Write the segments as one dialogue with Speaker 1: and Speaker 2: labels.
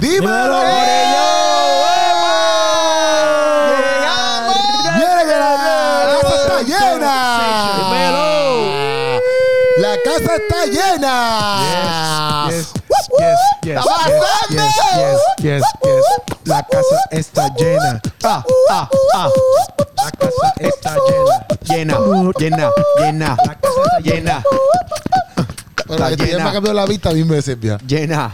Speaker 1: ¡Dímelo,
Speaker 2: ¡Dímelo,
Speaker 1: Corillo!
Speaker 2: ¡Llegamos!
Speaker 1: ¡Viene que la casa está llena!
Speaker 2: ¡Dímelo!
Speaker 1: ¡La casa está llena!
Speaker 3: Yes, yes, yes, yes, yes, yes, yes, yes. La casa está llena. Ah, ah, ah. La casa está llena. Llena, llena, llena. La casa está llena,
Speaker 1: Pero
Speaker 3: Está
Speaker 1: este ya
Speaker 3: llena.
Speaker 1: me ha cambiado la vista mil veces, ya.
Speaker 3: llena.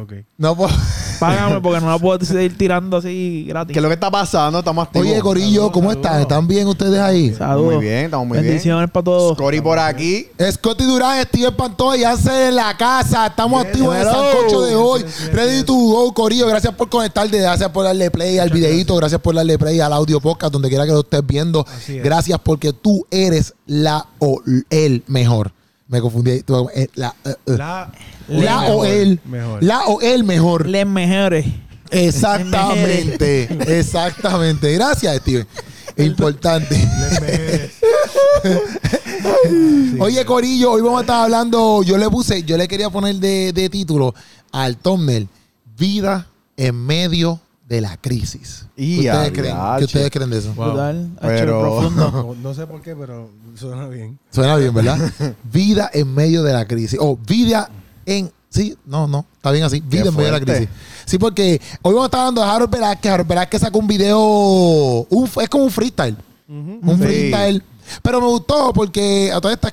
Speaker 2: Ok.
Speaker 1: No puedo-
Speaker 2: Págame porque no la puedo seguir tirando así gratis.
Speaker 3: ¿Qué es lo que está pasando? Estamos activos.
Speaker 1: Oye, Corillo, ¿cómo están? ¿Están bien ustedes ahí?
Speaker 2: Saludos.
Speaker 3: Muy bien, estamos muy bien.
Speaker 2: Bendiciones para todos.
Speaker 3: Cory por Este aquí.
Speaker 1: Scotty Durán, Steven Pantoja y Ansel en la casa. Estamos activos en el
Speaker 2: hello.
Speaker 1: sancocho de hoy.
Speaker 2: Yes, yes,
Speaker 1: Ready to go, Corillo. Gracias por conectarte. Gracias por darle play al videito. Gracias por darle play al audio podcast, donde quiera que lo estés viendo.
Speaker 2: Así es.
Speaker 1: Gracias porque tú eres la o el mejor. Me confundí. Tú- eh, La, eh, eh.
Speaker 3: La,
Speaker 1: La o el. La o el mejor.
Speaker 2: Les mejores.
Speaker 1: Exactamente. Exactamente. Gracias, Steven. Importante. Oye, Corillo, hoy vamos a estar hablando. Yo le puse, yo le quería poner de, de título al thumbnail: Vida en medio de la crisis.
Speaker 3: Y
Speaker 1: ¿Qué
Speaker 3: a
Speaker 1: ustedes, creen,
Speaker 3: viache.
Speaker 1: ¿Qué ustedes creen de eso?
Speaker 4: Wow.
Speaker 2: Brutal. Hacho,
Speaker 3: Pero-
Speaker 2: profundo.
Speaker 4: No, no sé por qué, pero suena bien.
Speaker 1: Suena bien, ¿verdad? vida en medio de la crisis. O vida en. Sí, no, no, está bien así. Vida
Speaker 3: Qué
Speaker 1: en medio de la crisis.
Speaker 3: fuerte.
Speaker 1: Sí, porque hoy vamos a estar hablando de Harold Velázquez. Harold Velázquez sacó un video. un- es como un freestyle. Un
Speaker 3: Sí.
Speaker 1: freestyle. Pero me gustó porque a todas estas.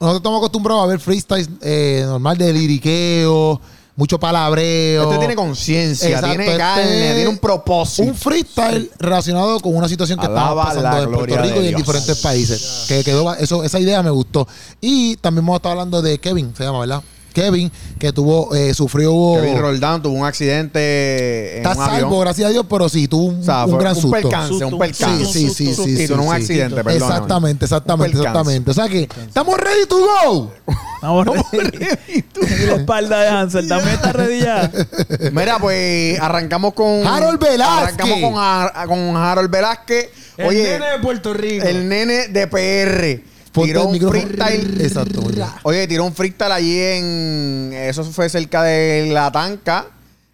Speaker 1: Nosotros estamos acostumbrados a ver freestyles eh, normal de liriqueo, mucho palabreo.
Speaker 3: Este tiene conciencia,
Speaker 1: Exacto,
Speaker 3: tiene
Speaker 1: este-
Speaker 3: carne, tiene un propósito.
Speaker 1: un freestyle relacionado con una situación que
Speaker 3: Alaba
Speaker 1: estaba
Speaker 3: la
Speaker 1: pasando en Puerto
Speaker 3: gloria
Speaker 1: Rico
Speaker 3: de
Speaker 1: y en
Speaker 3: Dios.
Speaker 1: diferentes países. Que quedó eso, esa idea me gustó. Y también hemos estado hablando de Kevin, se llama, ¿verdad? Kevin, que tuvo, eh, sufrió.
Speaker 3: Kevin Roldán tuvo un accidente en
Speaker 1: está
Speaker 3: un avión.
Speaker 1: salvo, gracias a Dios, pero sí, tuvo un,
Speaker 3: O sea,
Speaker 1: un
Speaker 3: fue
Speaker 1: gran
Speaker 3: un
Speaker 1: susto.
Speaker 3: percance, un percance.
Speaker 1: Sí, sí, sí, sí, sí,
Speaker 3: Y tú no un
Speaker 1: sí.
Speaker 3: accidente, perdón.
Speaker 1: Exactamente, exactamente,
Speaker 3: Un percance.
Speaker 1: exactamente. O sea que, estamos ready to go.
Speaker 2: Estamos ready. Y la espalda de Hansel también está ready ya.
Speaker 3: Mira, pues arrancamos con.
Speaker 1: Harold Velázquez.
Speaker 3: Arrancamos con, Har- con Harold Velázquez.
Speaker 4: El
Speaker 3: Oye,
Speaker 4: nene de Puerto Rico.
Speaker 3: el nene de PR.
Speaker 1: Ponte
Speaker 3: tiró
Speaker 1: el
Speaker 3: un
Speaker 1: micrófono.
Speaker 3: freestyle.
Speaker 1: Exacto, muy bien.
Speaker 3: Oye, tiró un freestyle allí en. Eso fue cerca de La Tanca,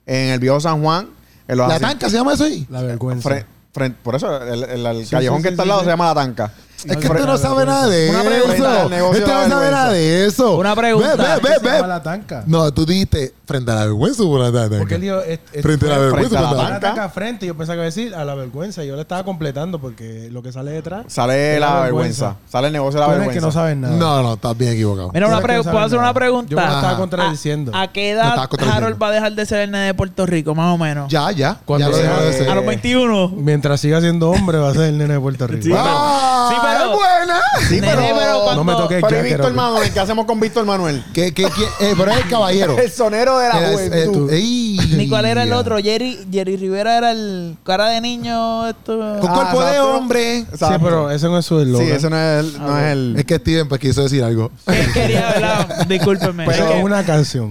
Speaker 3: en el viejo San Juan. en los
Speaker 1: La
Speaker 3: asientos-
Speaker 1: tanca se llama eso ahí.
Speaker 4: La vergüenza.
Speaker 3: Fren- fren- por eso, el, el- el callejón
Speaker 4: sí,
Speaker 3: que
Speaker 4: sí,
Speaker 3: está al
Speaker 4: sí,
Speaker 3: lado
Speaker 4: sí.
Speaker 3: se llama La Tanca.
Speaker 1: Es que
Speaker 4: Una
Speaker 1: usted no
Speaker 4: pregunta,
Speaker 1: sabe nada de
Speaker 3: una
Speaker 1: eso.
Speaker 3: pregunta del negocio
Speaker 1: Usted
Speaker 3: de
Speaker 1: no
Speaker 3: la
Speaker 1: sabe nada de eso.
Speaker 2: Una pregunta.
Speaker 1: Ve, ve,
Speaker 4: ¿Qué se
Speaker 1: ve,
Speaker 4: llama
Speaker 1: ve.
Speaker 4: la tanca?
Speaker 1: No, tú dijiste frente a la vergüenza o frente a la tanca.
Speaker 4: Porque él dijo... es- es-
Speaker 1: Frente a la vergüenza.
Speaker 3: a la
Speaker 1: frente a la-
Speaker 4: la tanca frente. Yo pensaba que iba a decir a la vergüenza. Yo le estaba completando porque lo que sale detrás...
Speaker 3: Sale
Speaker 4: es
Speaker 3: la, vergüenza. Sale el negocio de
Speaker 4: Tú
Speaker 3: la
Speaker 4: eres el
Speaker 3: vergüenza.
Speaker 4: que no sabes nada.
Speaker 1: No, no, estás bien equivocado.
Speaker 2: Mira, una
Speaker 4: Tú sabes que
Speaker 2: pre-
Speaker 4: no saben
Speaker 2: ¿puedo hacer
Speaker 4: nada.
Speaker 2: una pregunta?
Speaker 4: Yo me lo estaba
Speaker 2: Ah.
Speaker 4: contradiciendo.
Speaker 2: ¿A, a qué
Speaker 1: Me
Speaker 2: edad
Speaker 1: estaba contradiciendo.
Speaker 2: Harold va a dejar de ser el nene de Puerto Rico, más o menos?
Speaker 1: Ya, ya.
Speaker 4: Cuando
Speaker 1: ya lo
Speaker 4: sea-
Speaker 1: dejó de ser.
Speaker 2: A los 21.
Speaker 4: Mientras siga siendo hombre va a ser el nene de Puerto Rico.
Speaker 2: Sí.
Speaker 1: ¡Ah!
Speaker 2: Sí, pero-
Speaker 1: ¡Es buena!
Speaker 3: Sí,
Speaker 2: Nene,
Speaker 3: pero.
Speaker 2: pero cuando-
Speaker 4: No me toques
Speaker 3: Pero ¿y
Speaker 4: ya,
Speaker 3: Víctor
Speaker 4: creo que-
Speaker 3: Manuel? ¿Qué hacemos con Víctor Manuel?
Speaker 1: ¿Qué, qué, qué? Eh, pero es el caballero.
Speaker 3: El sonero de la
Speaker 1: Era- eh, tú-
Speaker 3: juventud.
Speaker 1: ¡Ey!
Speaker 2: Ni cuál era el otro. Jerry, Jerry Rivera era el cara de niño. Esto.
Speaker 1: Con
Speaker 3: Ah,
Speaker 1: cuerpo de
Speaker 3: exacto.
Speaker 1: hombre.
Speaker 4: Sí,
Speaker 3: Exacto.
Speaker 4: pero eso no es su eslogan.
Speaker 3: Sí, eso no es el. No es el
Speaker 1: Es que Steven pues, quiso decir algo.
Speaker 2: Él quería hablar. Discúlpeme.
Speaker 4: Pero
Speaker 2: Es que-
Speaker 4: una canción.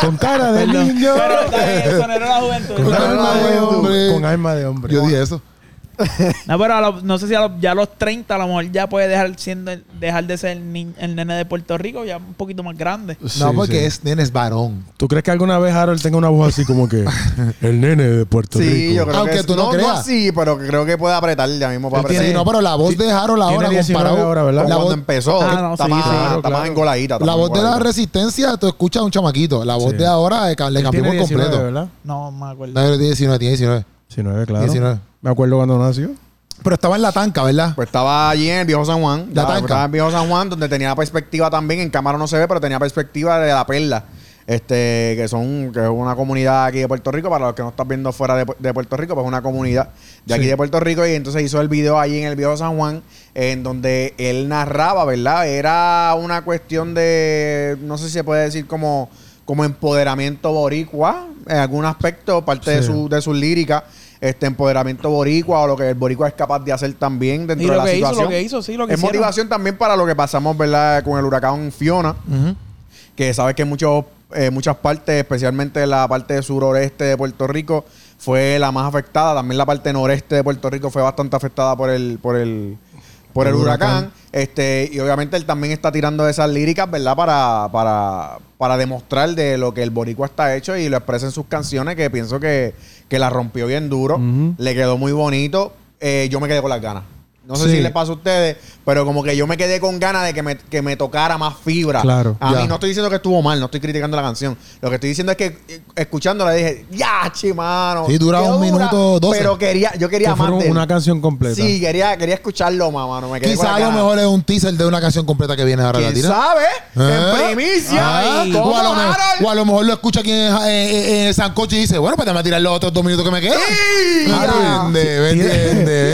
Speaker 4: Con cara de
Speaker 2: Perdón.
Speaker 4: niño.
Speaker 2: Pero está bien, el sonero de la juventud.
Speaker 4: Con
Speaker 1: Claro,
Speaker 4: alma de
Speaker 1: no, hombre.
Speaker 4: hombre. Con alma de hombre.
Speaker 1: Yo dije eso.
Speaker 2: No, pero a los- no sé si a los, ya a los 30 a lo mejor ya puede dejar, siendo, el- dejar de ser el, ni- el nene de Puerto Rico, ya un poquito más grande.
Speaker 1: no,
Speaker 4: Sí,
Speaker 1: porque
Speaker 4: sí.
Speaker 1: es nene es varón.
Speaker 4: ¿Tú crees que alguna vez Harold tenga una voz así como que el nene de Puerto Rico?
Speaker 3: Sí, yo creo
Speaker 1: Aunque
Speaker 3: que es-
Speaker 1: tú no
Speaker 3: no,
Speaker 1: creas.
Speaker 3: No así, pero que creo que puede apretar ya mismo para
Speaker 4: Él tiene-
Speaker 3: apretar.
Speaker 1: Sí, no, pero la voz de Harold ahora
Speaker 4: tiene 19
Speaker 1: comparado
Speaker 4: ahora, ¿verdad?
Speaker 1: La
Speaker 3: cuando
Speaker 1: voz,
Speaker 3: empezó,
Speaker 2: Ah, no,
Speaker 3: está,
Speaker 2: sí,
Speaker 3: más,
Speaker 2: sí.
Speaker 3: está
Speaker 4: Claro,
Speaker 3: más
Speaker 4: claro.
Speaker 3: engoladita. está
Speaker 1: la
Speaker 3: más
Speaker 1: voz de la
Speaker 3: engoladita.
Speaker 1: resistencia, tú escuchas a un chamaquito. La voz
Speaker 4: Sí.
Speaker 1: de ahora eh, ca- le
Speaker 4: Él
Speaker 1: cambió
Speaker 4: tiene
Speaker 1: por
Speaker 4: 19,
Speaker 1: completo.
Speaker 4: ¿verdad?
Speaker 2: No me acuerdo.
Speaker 1: No, tiene 19, tiene 19.
Speaker 4: 19, claro.
Speaker 1: 19.
Speaker 4: Me acuerdo cuando nació.
Speaker 1: Pero estaba en la tanca, ¿verdad?
Speaker 3: Pues estaba allí en el viejo San
Speaker 4: Ah,
Speaker 3: Juan.
Speaker 1: La
Speaker 3: Ya,
Speaker 1: tanca.
Speaker 3: Estaba en el viejo San Juan, donde tenía perspectiva también. En cámara no se ve, pero tenía perspectiva de la perla. Este, que son, que es una comunidad aquí de Puerto Rico, para los que no están viendo fuera de, Pu- de Puerto Rico, pues es una comunidad de aquí
Speaker 4: Sí.
Speaker 3: de Puerto Rico. Y entonces hizo el video allí en el viejo San Juan, en donde él narraba, ¿verdad? Era una cuestión de, no sé si se puede decir como, como empoderamiento boricua, en algún aspecto, parte de
Speaker 4: Sí.
Speaker 3: su, de sus líricas. Este empoderamiento boricua o lo que el boricua es capaz de hacer también dentro
Speaker 2: Y
Speaker 3: de
Speaker 2: lo
Speaker 3: la
Speaker 2: que hizo,
Speaker 3: situación
Speaker 2: lo que hizo, sí, lo que
Speaker 3: es
Speaker 2: hicieron.
Speaker 3: motivación también para lo que pasamos, ¿verdad? Con el huracán Fiona,
Speaker 1: Ujú.
Speaker 3: que sabes que en muchos, eh, muchas partes, especialmente la parte suroeste de Puerto Rico, fue la más afectada. También la parte noreste de Puerto Rico fue bastante afectada por el, por el, por el huracán. Este, y obviamente él también está tirando esas líricas, ¿verdad? Para, para, para demostrar de lo que el boricua está hecho y lo expresa en sus canciones, que pienso que, que la rompió bien duro.
Speaker 5: Ujú.
Speaker 3: Le quedó muy bonito. Eh, yo me quedé con las ganas. No sé
Speaker 4: Sí.
Speaker 3: si les pasa a ustedes, pero como que yo me quedé con ganas de que me, que me tocara más fibra.
Speaker 4: Claro.
Speaker 3: A
Speaker 1: Ya.
Speaker 3: mí no estoy diciendo que estuvo mal, no estoy criticando la canción. Lo que estoy diciendo es que eh, escuchándola dije, ya, chimano.
Speaker 1: Sí, duraba un minuto doce.
Speaker 3: Pero quería, yo
Speaker 4: Que
Speaker 3: quería más.
Speaker 4: fueron
Speaker 3: de él.
Speaker 4: una canción completa.
Speaker 3: Sí, quería, quería escucharlo, mamá. No me quedé con
Speaker 1: Quizá a
Speaker 3: la
Speaker 1: lo
Speaker 3: cara.
Speaker 1: mejor es un teaser de una canción completa que viene ahora la
Speaker 3: ¿Quién
Speaker 1: tira.
Speaker 3: sabe?
Speaker 1: ¿Eh?
Speaker 3: En primicia.
Speaker 1: Ah,
Speaker 3: Ay, ¿cómo,
Speaker 1: o, a lo mejor,
Speaker 3: Harold?
Speaker 1: o a lo mejor lo escucha aquí en, en- en el Sancocho y dice, bueno, pues déjame tirar los otros dos minutos que me quedan.
Speaker 3: Sí, ya.
Speaker 1: Entiende,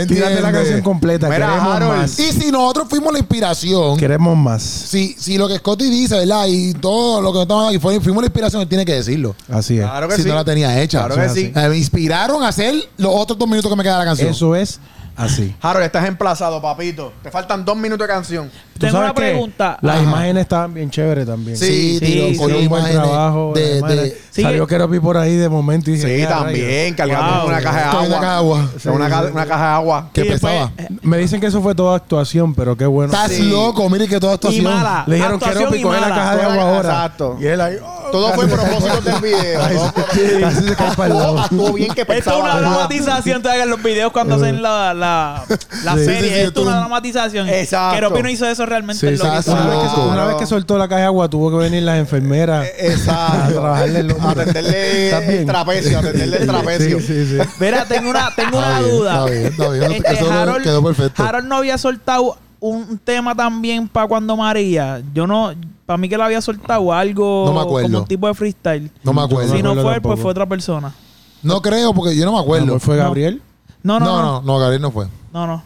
Speaker 1: entiende,
Speaker 4: Tírate la
Speaker 1: entiende.
Speaker 4: canción completa.
Speaker 3: Mira,
Speaker 4: queremos
Speaker 3: Harold.
Speaker 4: más.
Speaker 1: Y si nosotros fuimos la inspiración,
Speaker 4: Queremos más.
Speaker 1: si, si lo que Scotty dice, ¿verdad? Y todo lo que estamos aquí fue- fuimos la inspiración, él tiene que decirlo.
Speaker 4: Así es.
Speaker 3: Claro que
Speaker 1: si
Speaker 3: sí.
Speaker 1: no la tenía hecha.
Speaker 3: Claro que sí.
Speaker 1: Eh, me inspiraron a hacer los otros dos minutos que me queda la canción.
Speaker 4: Eso es así.
Speaker 3: Harold, estás emplazado, papito. Te faltan dos minutos de canción.
Speaker 4: Tú
Speaker 2: Tengo
Speaker 4: sabes
Speaker 2: una
Speaker 4: que
Speaker 2: pregunta.
Speaker 4: Las
Speaker 1: Ajá.
Speaker 4: imágenes estaban bien chéveres también.
Speaker 1: Sí,
Speaker 2: Sí,
Speaker 1: tío,
Speaker 2: sí,
Speaker 1: con
Speaker 4: Hicieron un buen
Speaker 1: imágenes
Speaker 4: trabajo.
Speaker 1: de-
Speaker 4: De,
Speaker 1: de-
Speaker 2: Sí.
Speaker 4: Salió Keropi por ahí de momento. y dije,
Speaker 3: Sí,
Speaker 4: "Ya,
Speaker 3: también.
Speaker 2: Wow.
Speaker 3: Cargando una caja de
Speaker 1: Con una caja de
Speaker 3: agua.
Speaker 1: agua.
Speaker 3: Con Una, ca- una caja de agua.
Speaker 1: Que
Speaker 2: Y después,
Speaker 1: pesaba.
Speaker 2: eh,
Speaker 4: rayos". Me dicen que eso fue toda actuación, pero qué bueno.
Speaker 1: Estás
Speaker 3: Sí.
Speaker 1: loco, mire que toda
Speaker 2: Y
Speaker 1: actuación.
Speaker 2: mala.
Speaker 4: Le dijeron
Speaker 2: Actuación
Speaker 4: Keropi,
Speaker 2: y
Speaker 4: coge la
Speaker 2: mala.
Speaker 4: caja de agua ahora.
Speaker 3: Exacto.
Speaker 4: Y él ahí. "Oh,
Speaker 3: Todo fue
Speaker 4: casi se-
Speaker 3: propósito del video. Todo fue-
Speaker 4: Casi se cae para el lado.
Speaker 3: Estuvo bien que
Speaker 2: Esto es
Speaker 3: pensaba.
Speaker 2: una
Speaker 3: ¿verdad?
Speaker 2: dramatización todavía en los videos cuando hacen la, la, la
Speaker 4: Sí,
Speaker 2: serie.
Speaker 1: sí, sí,
Speaker 2: Esto es una
Speaker 1: tú-
Speaker 2: dramatización.
Speaker 3: Exacto.
Speaker 2: Keropi no hizo eso realmente.
Speaker 4: Sí,
Speaker 2: es lo que
Speaker 4: sí,
Speaker 1: hizo.
Speaker 4: una, vez que,
Speaker 1: Loco. Eh,
Speaker 4: una vez que soltó la caja de agua, tuvo que venir las enfermeras.
Speaker 3: Exacto.
Speaker 4: A trabajarle el hombro.
Speaker 3: Atenderle
Speaker 4: ¿Estás bien?
Speaker 3: el trapecio, atenderle el trapecio.
Speaker 4: Sí, sí, sí.
Speaker 2: Mira, tengo una,
Speaker 1: Está
Speaker 2: tengo una
Speaker 1: bien,
Speaker 2: duda.
Speaker 1: está bien, está bien.
Speaker 2: Este,
Speaker 1: Eso no-
Speaker 2: Harold,
Speaker 1: quedó perfecto.
Speaker 2: Harold no había soltado un tema también para cuando María. Yo no, para mí que la había soltado algo
Speaker 1: No me acuerdo.
Speaker 2: como un tipo de freestyle.
Speaker 1: No me acuerdo.
Speaker 2: si no
Speaker 4: acuerdo
Speaker 2: fue,
Speaker 4: tampoco.
Speaker 2: pues fue otra persona.
Speaker 1: No creo, porque yo no me
Speaker 4: A lo
Speaker 1: acuerdo.
Speaker 4: mejor pues fue
Speaker 2: No.
Speaker 4: Gabriel.
Speaker 2: No, no, no, no,
Speaker 1: no, Gabriel no fue.
Speaker 2: no, no.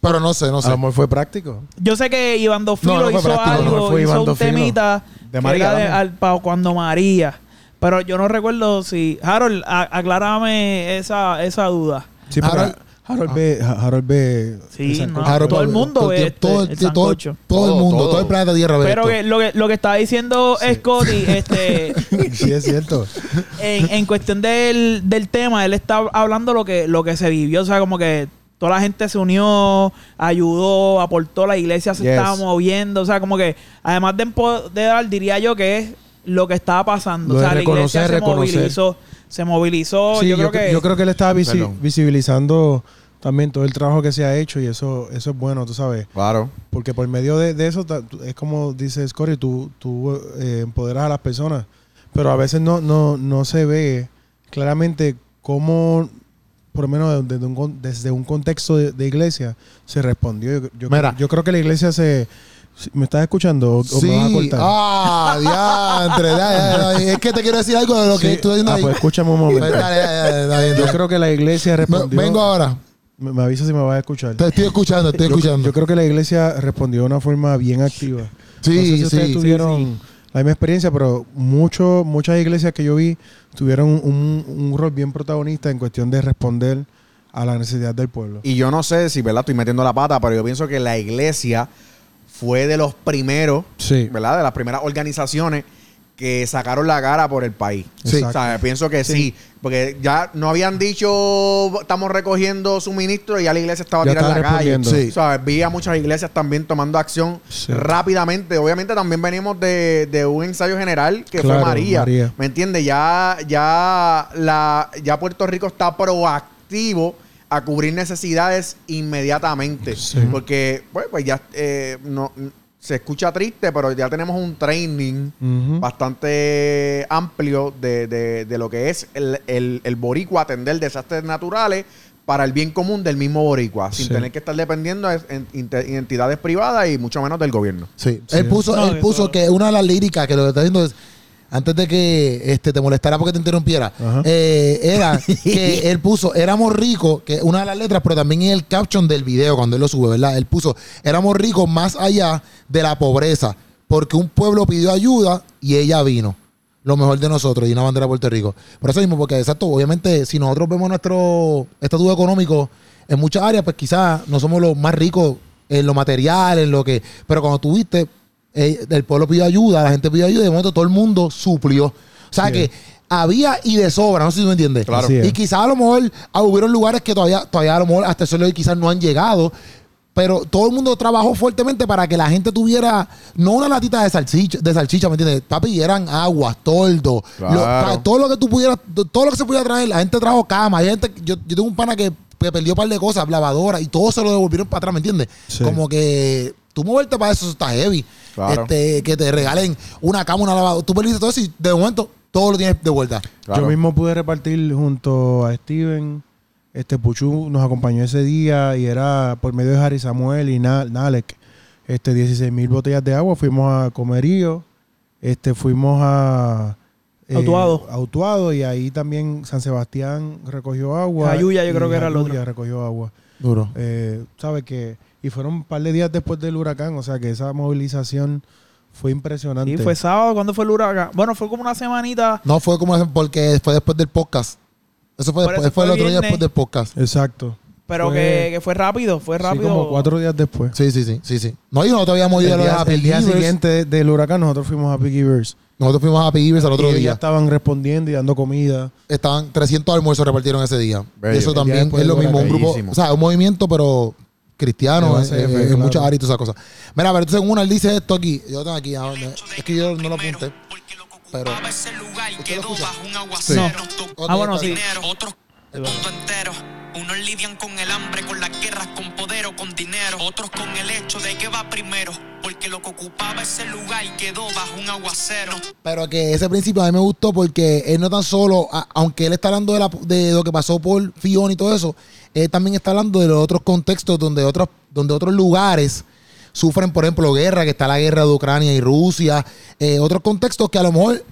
Speaker 1: Pero no sé, no
Speaker 4: A
Speaker 1: sé.
Speaker 4: lo mejor fue práctico.
Speaker 2: Yo sé que Iván Dofilo
Speaker 1: No, no fue
Speaker 2: hizo
Speaker 1: práctico,
Speaker 2: algo,
Speaker 4: no fue Iván
Speaker 2: hizo un
Speaker 4: Dofilo.
Speaker 2: temita
Speaker 3: De
Speaker 2: que
Speaker 3: María
Speaker 2: era
Speaker 3: también.
Speaker 2: al- pa' cuando María. Pero yo no recuerdo si. Harold, a- aclárame esa, esa duda.
Speaker 4: Sí, pero
Speaker 1: Harold-
Speaker 4: Harold, ve. Harold ve.
Speaker 2: Sí,
Speaker 4: esa-
Speaker 2: no.
Speaker 1: Harold
Speaker 2: todo el
Speaker 1: Pablo-
Speaker 2: mundo ve
Speaker 1: el
Speaker 2: este-
Speaker 1: tiempo- todo,
Speaker 2: el
Speaker 1: el tie- todo,
Speaker 2: sancocho.
Speaker 1: todo el
Speaker 3: Todo,
Speaker 1: mundo,
Speaker 3: todo.
Speaker 1: todo el planeta Tierra ve
Speaker 2: Pero
Speaker 1: esto.
Speaker 2: que lo, que lo que está diciendo Scotty, este,
Speaker 4: Sí, es cierto.
Speaker 2: en, en cuestión del, del tema, él está hablando lo que, lo que se vivió. O sea, como que toda la gente se unió, ayudó, aportó, la iglesia se
Speaker 3: Yes.
Speaker 2: estaba moviendo. O sea, como que además de empoderar, diría yo que es lo que estaba
Speaker 4: Lo
Speaker 2: pasando. o
Speaker 4: de
Speaker 2: sea, la iglesia
Speaker 4: reconocer,
Speaker 2: se
Speaker 4: reconocer.
Speaker 2: movilizó. Se movilizó.
Speaker 4: Sí,
Speaker 2: Oh, yo, creo que.
Speaker 4: él estaba visi-
Speaker 3: Perdón.
Speaker 4: visibilizando también todo el trabajo que se ha hecho y eso, eso es bueno, tú sabes.
Speaker 3: Claro.
Speaker 4: Porque por medio de, de eso, ta- tú- es como dice Scory, tú, tú eh, empoderas a las personas. Pero a veces no, no, no se ve claramente cómo, por lo menos desde un, con- desde un contexto de, de iglesia, se respondió. Yo, yo-
Speaker 1: Mira.
Speaker 4: yo creo que la iglesia se... si- ¿Me estás escuchando o, o me vas a
Speaker 1: sí,
Speaker 4: cortar?
Speaker 1: ah, diantre, da, da, da. es que te quiero decir algo de lo que
Speaker 4: Sí.
Speaker 1: estoy diciendo
Speaker 4: Ah,
Speaker 1: ahí.
Speaker 4: pues escúchame un momento.
Speaker 1: Pues, dale, dale, dale, dale,
Speaker 4: Yo
Speaker 1: dale.
Speaker 4: creo que la iglesia
Speaker 1: Me-
Speaker 4: respondió...
Speaker 1: Vengo ahora,
Speaker 4: Me, me avisa si me vas a escuchar.
Speaker 1: te estoy escuchando, estoy
Speaker 4: Yo-
Speaker 1: escuchando.
Speaker 4: Yo, creo que la iglesia respondió de una forma bien activa.
Speaker 1: Sí,
Speaker 4: no sé si
Speaker 1: sí.
Speaker 4: ustedes tuvieron la misma experiencia, pero mucho, muchas iglesias que yo vi tuvieron un, un rol bien protagonista en cuestión de responder a la necesidad del pueblo.
Speaker 3: Y yo no sé si, ¿verdad? Estoy metiendo la pata, pero yo pienso que la iglesia fue de los primeros,
Speaker 4: Sí.
Speaker 3: ¿verdad? De las primeras organizaciones que sacaron la cara por el país.
Speaker 1: Sí.
Speaker 3: O sea, pienso que sí. Porque ya no habían dicho, estamos recogiendo suministros y ya la iglesia estaba
Speaker 4: Ya
Speaker 3: tirando la
Speaker 4: estaba
Speaker 3: calle.
Speaker 4: respondiendo.
Speaker 1: Sí.
Speaker 3: O sea, vi a muchas iglesias también tomando acción
Speaker 4: Sí.
Speaker 3: rápidamente. Obviamente también venimos de, de un ensayo general que
Speaker 4: Claro,
Speaker 3: fue María.
Speaker 4: María.
Speaker 3: ¿Me entiendes? Ya, ya, la, ya Puerto Rico está proactivo a cubrir necesidades inmediatamente.
Speaker 4: Sí.
Speaker 3: Porque, pues, pues ya eh, no, se escucha triste, pero ya tenemos un training
Speaker 4: Ujú.
Speaker 3: bastante amplio de, de- de lo que es el, el, el boricua atender desastres naturales para el bien común del mismo boricua, sin
Speaker 4: Sí.
Speaker 3: tener que estar dependiendo de en- inte- entidades privadas y mucho menos del gobierno.
Speaker 1: Sí.
Speaker 4: Sí.
Speaker 1: Él puso,
Speaker 2: No,
Speaker 1: él
Speaker 2: eso-
Speaker 1: puso que una de las líricas que lo que está diciendo es, antes de que este, te molestara porque te interrumpiera,
Speaker 4: Ajá.
Speaker 1: eh, era que él puso, éramos ricos, que una de las letras, pero también en el caption del video cuando él lo sube, ¿verdad? Él puso, éramos ricos más allá de la pobreza, porque un pueblo pidió ayuda y ella vino. Lo mejor de nosotros y una bandera de Puerto Rico. Por eso mismo, porque exacto, obviamente, si nosotros vemos nuestro estatus económico en muchas áreas, pues quizás no somos los más ricos en lo material, en lo que. Pero cuando tuviste, eh, el pueblo pidió ayuda, la gente pidió ayuda, y de momento todo el mundo suplió. O sea
Speaker 4: Sí.
Speaker 1: que había y de sobra, no sé si tú me entiendes.
Speaker 4: Claro. Así es.
Speaker 1: Y quizás a lo mejor ah, hubieron lugares que todavía, todavía a lo mejor hasta el sol de hoy quizás no han llegado. pero todo el mundo trabajó fuertemente para que la gente tuviera, no una latita de salchicha, de salchicha, ¿me entiendes? Papi, eran aguas, toldo,
Speaker 3: Claro.
Speaker 1: lo- ca- todo lo que tú pudieras, todo lo que se pudiera traer, la gente trajo camas, hay gente, yo, yo tengo un pana que, que perdió un par de cosas, lavadora, y todo se lo devolvieron para atrás, ¿me entiendes?
Speaker 4: Sí.
Speaker 1: Como que tú moverte para eso, eso está heavy.
Speaker 3: Claro.
Speaker 1: Este, que te regalen una cama, una lavadora, tú perdiste todo eso y de momento todo lo tienes de vuelta.
Speaker 3: Claro.
Speaker 4: Yo mismo pude repartir junto a Steven. Este Puchu nos acompañó ese día y era por medio de Harry Samuel y Na- Nalek. Este, 16 mil botellas de agua. Fuimos a Comerío. Este, fuimos a. eh,
Speaker 2: Autuado.
Speaker 4: Autuado y ahí también San Sebastián recogió agua.
Speaker 2: Jayuya, yo
Speaker 4: y
Speaker 2: creo que era el
Speaker 4: Jayuya
Speaker 2: otro.
Speaker 4: recogió agua.
Speaker 1: Duro.
Speaker 4: Eh, ¿Sabes que Y fueron un par de días después del huracán, o sea que esa movilización fue impresionante.
Speaker 2: Y fue sábado, ¿cuándo fue el huracán? Bueno, fue como una semanita.
Speaker 1: No fue como porque fue después del podcast. Eso fue
Speaker 2: Por
Speaker 1: después,
Speaker 2: eso
Speaker 1: fue el
Speaker 2: fue
Speaker 1: otro día
Speaker 2: viernes.
Speaker 1: después del podcast.
Speaker 4: Exacto.
Speaker 2: Pero
Speaker 4: Fue-
Speaker 2: que, que fue rápido, fue
Speaker 4: Sí,
Speaker 2: rápido.
Speaker 4: como cuatro días después.
Speaker 1: Sí, sí, sí, sí, sí. No, hijo, no te habíamos ido a
Speaker 4: El
Speaker 1: lo de
Speaker 4: día,
Speaker 1: Happy
Speaker 4: el día
Speaker 1: Givers.
Speaker 4: siguiente de- del huracán nosotros fuimos a Piggy Bears.
Speaker 1: Nosotros fuimos a Happy Givers al otro
Speaker 4: y ellos ya
Speaker 1: día.
Speaker 4: estaban respondiendo y dando comida.
Speaker 1: Estaban 300 almuerzos repartieron ese día.
Speaker 3: Bello.
Speaker 1: Y eso
Speaker 3: El
Speaker 4: día
Speaker 1: también
Speaker 4: después
Speaker 1: es lo
Speaker 4: del
Speaker 1: mismo. Un grupo,
Speaker 3: huracanísimo.
Speaker 1: o sea, un movimiento, pero
Speaker 4: De
Speaker 1: cristiano, eh, en
Speaker 4: base de fe, claro.
Speaker 1: muchas áreas y todas esas cosas. Mira, pero entonces en una él dice esto aquí. Yo tengo aquí. ah, Es que yo no lo apunté. pero-
Speaker 5: Pero ese lugar
Speaker 1: ¿Usted lo
Speaker 5: quedó
Speaker 1: escucha?
Speaker 5: bajo un aguacero. Tocó
Speaker 2: Ah, bueno, sí.
Speaker 5: dinero, otros punto entero. Unos lidian con el hambre, con las guerras, con poder o con dinero. Otros con el hecho de que va primero. Porque lo que ocupaba ese lugar quedó bajo un aguacero.
Speaker 1: Pero que ese principio a mí me gustó porque él no tan solo, a- aunque él está hablando de, la- de lo que pasó por Fion y todo eso, él también está hablando de los otros contextos donde otros, donde otros lugares sufren, por ejemplo, guerra, que está la guerra de Ucrania y Rusia, eh, otros contextos que a lo mejor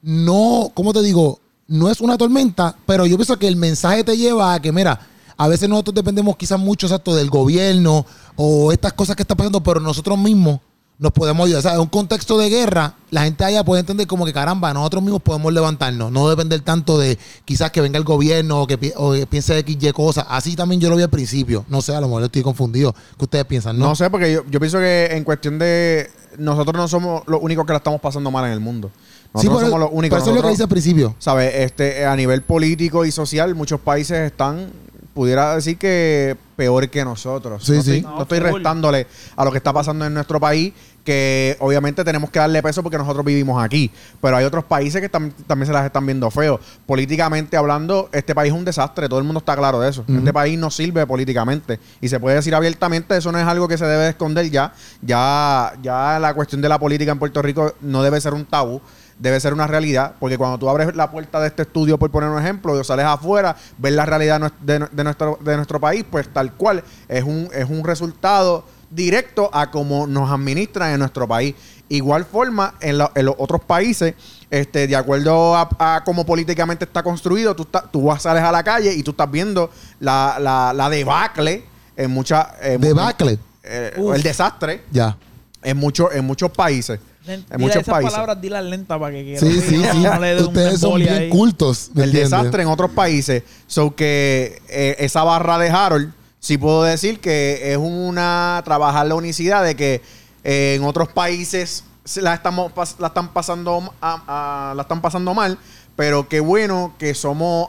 Speaker 1: no, ¿cómo te digo? No es una tormenta, pero yo pienso que el mensaje te lleva a que, mira, a veces nosotros dependemos quizás mucho, exacto, del gobierno o estas cosas que están pasando, pero nosotros mismos nos podemos ayudar. O sea, en un contexto de guerra, la gente allá puede entender como que, caramba, nosotros mismos podemos levantarnos, no depender tanto de quizás que venga el gobierno o que, pi- o que piense X, Y cosas. Así también yo lo vi al principio. No sé, a lo mejor estoy confundido. ¿Qué ustedes piensan?
Speaker 3: No
Speaker 1: No,
Speaker 3: sé, porque yo, yo pienso que en cuestión de. Nosotros no somos los únicos que la estamos pasando mal en el mundo. Nosotros
Speaker 1: Sí,
Speaker 3: no
Speaker 1: pero-
Speaker 3: somos los únicos.
Speaker 1: pero eso es lo que
Speaker 3: Nosotros-
Speaker 1: dice al principio.
Speaker 3: ¿sabes? Este, a nivel político y social, muchos países están, pudiera decir que peor que nosotros.
Speaker 1: Sí,
Speaker 3: no
Speaker 1: sí.
Speaker 3: Estoy,
Speaker 2: No,
Speaker 3: no estoy
Speaker 2: full.
Speaker 3: restándole a lo que está pasando en nuestro país, que obviamente tenemos que darle peso porque nosotros vivimos aquí. Pero hay otros países que tam- también se las están viendo feo. Políticamente hablando, este país es un desastre, todo el mundo está claro de eso. Este país no sirve políticamente. Y se puede decir abiertamente, eso no es algo que se debe de esconder ya. Ya, ya la cuestión de la política en Puerto Rico no debe ser un tabú debe ser una realidad, porque cuando tú abres la puerta de este estudio, por poner un ejemplo, y sales afuera, ves la realidad nues- de, nu- de nuestro, de nuestro país, pues tal cual es un, es un resultado directo a cómo nos administran en nuestro país. Igual forma, en, la- en los otros países, este, de acuerdo a, a cómo políticamente está construido, tú, estás- tú vas- sales a la calle y tú estás viendo la, la, la debacle en muchas...
Speaker 1: Debacle.
Speaker 2: Uf.
Speaker 3: el desastre
Speaker 1: Ya.
Speaker 3: en, muchos en muchos países.
Speaker 2: Dile
Speaker 3: En muchos
Speaker 2: esas
Speaker 3: países.
Speaker 2: palabras, dilas lenta para que, que
Speaker 1: Sí,
Speaker 2: no-
Speaker 1: sí,
Speaker 2: no,
Speaker 1: sí.
Speaker 2: le dé un
Speaker 1: Ustedes son
Speaker 2: emboli
Speaker 1: bien
Speaker 2: ahí.
Speaker 1: cultos. ¿me
Speaker 3: el
Speaker 1: entiendes?
Speaker 3: desastre en otros países. So que eh, esa barra de Harold, sí puedo decir que es una trabajar la unicidad de que eh, en otros países se la estamos pas- la están pasando m- a- a- la están pasando mal, pero qué bueno que somos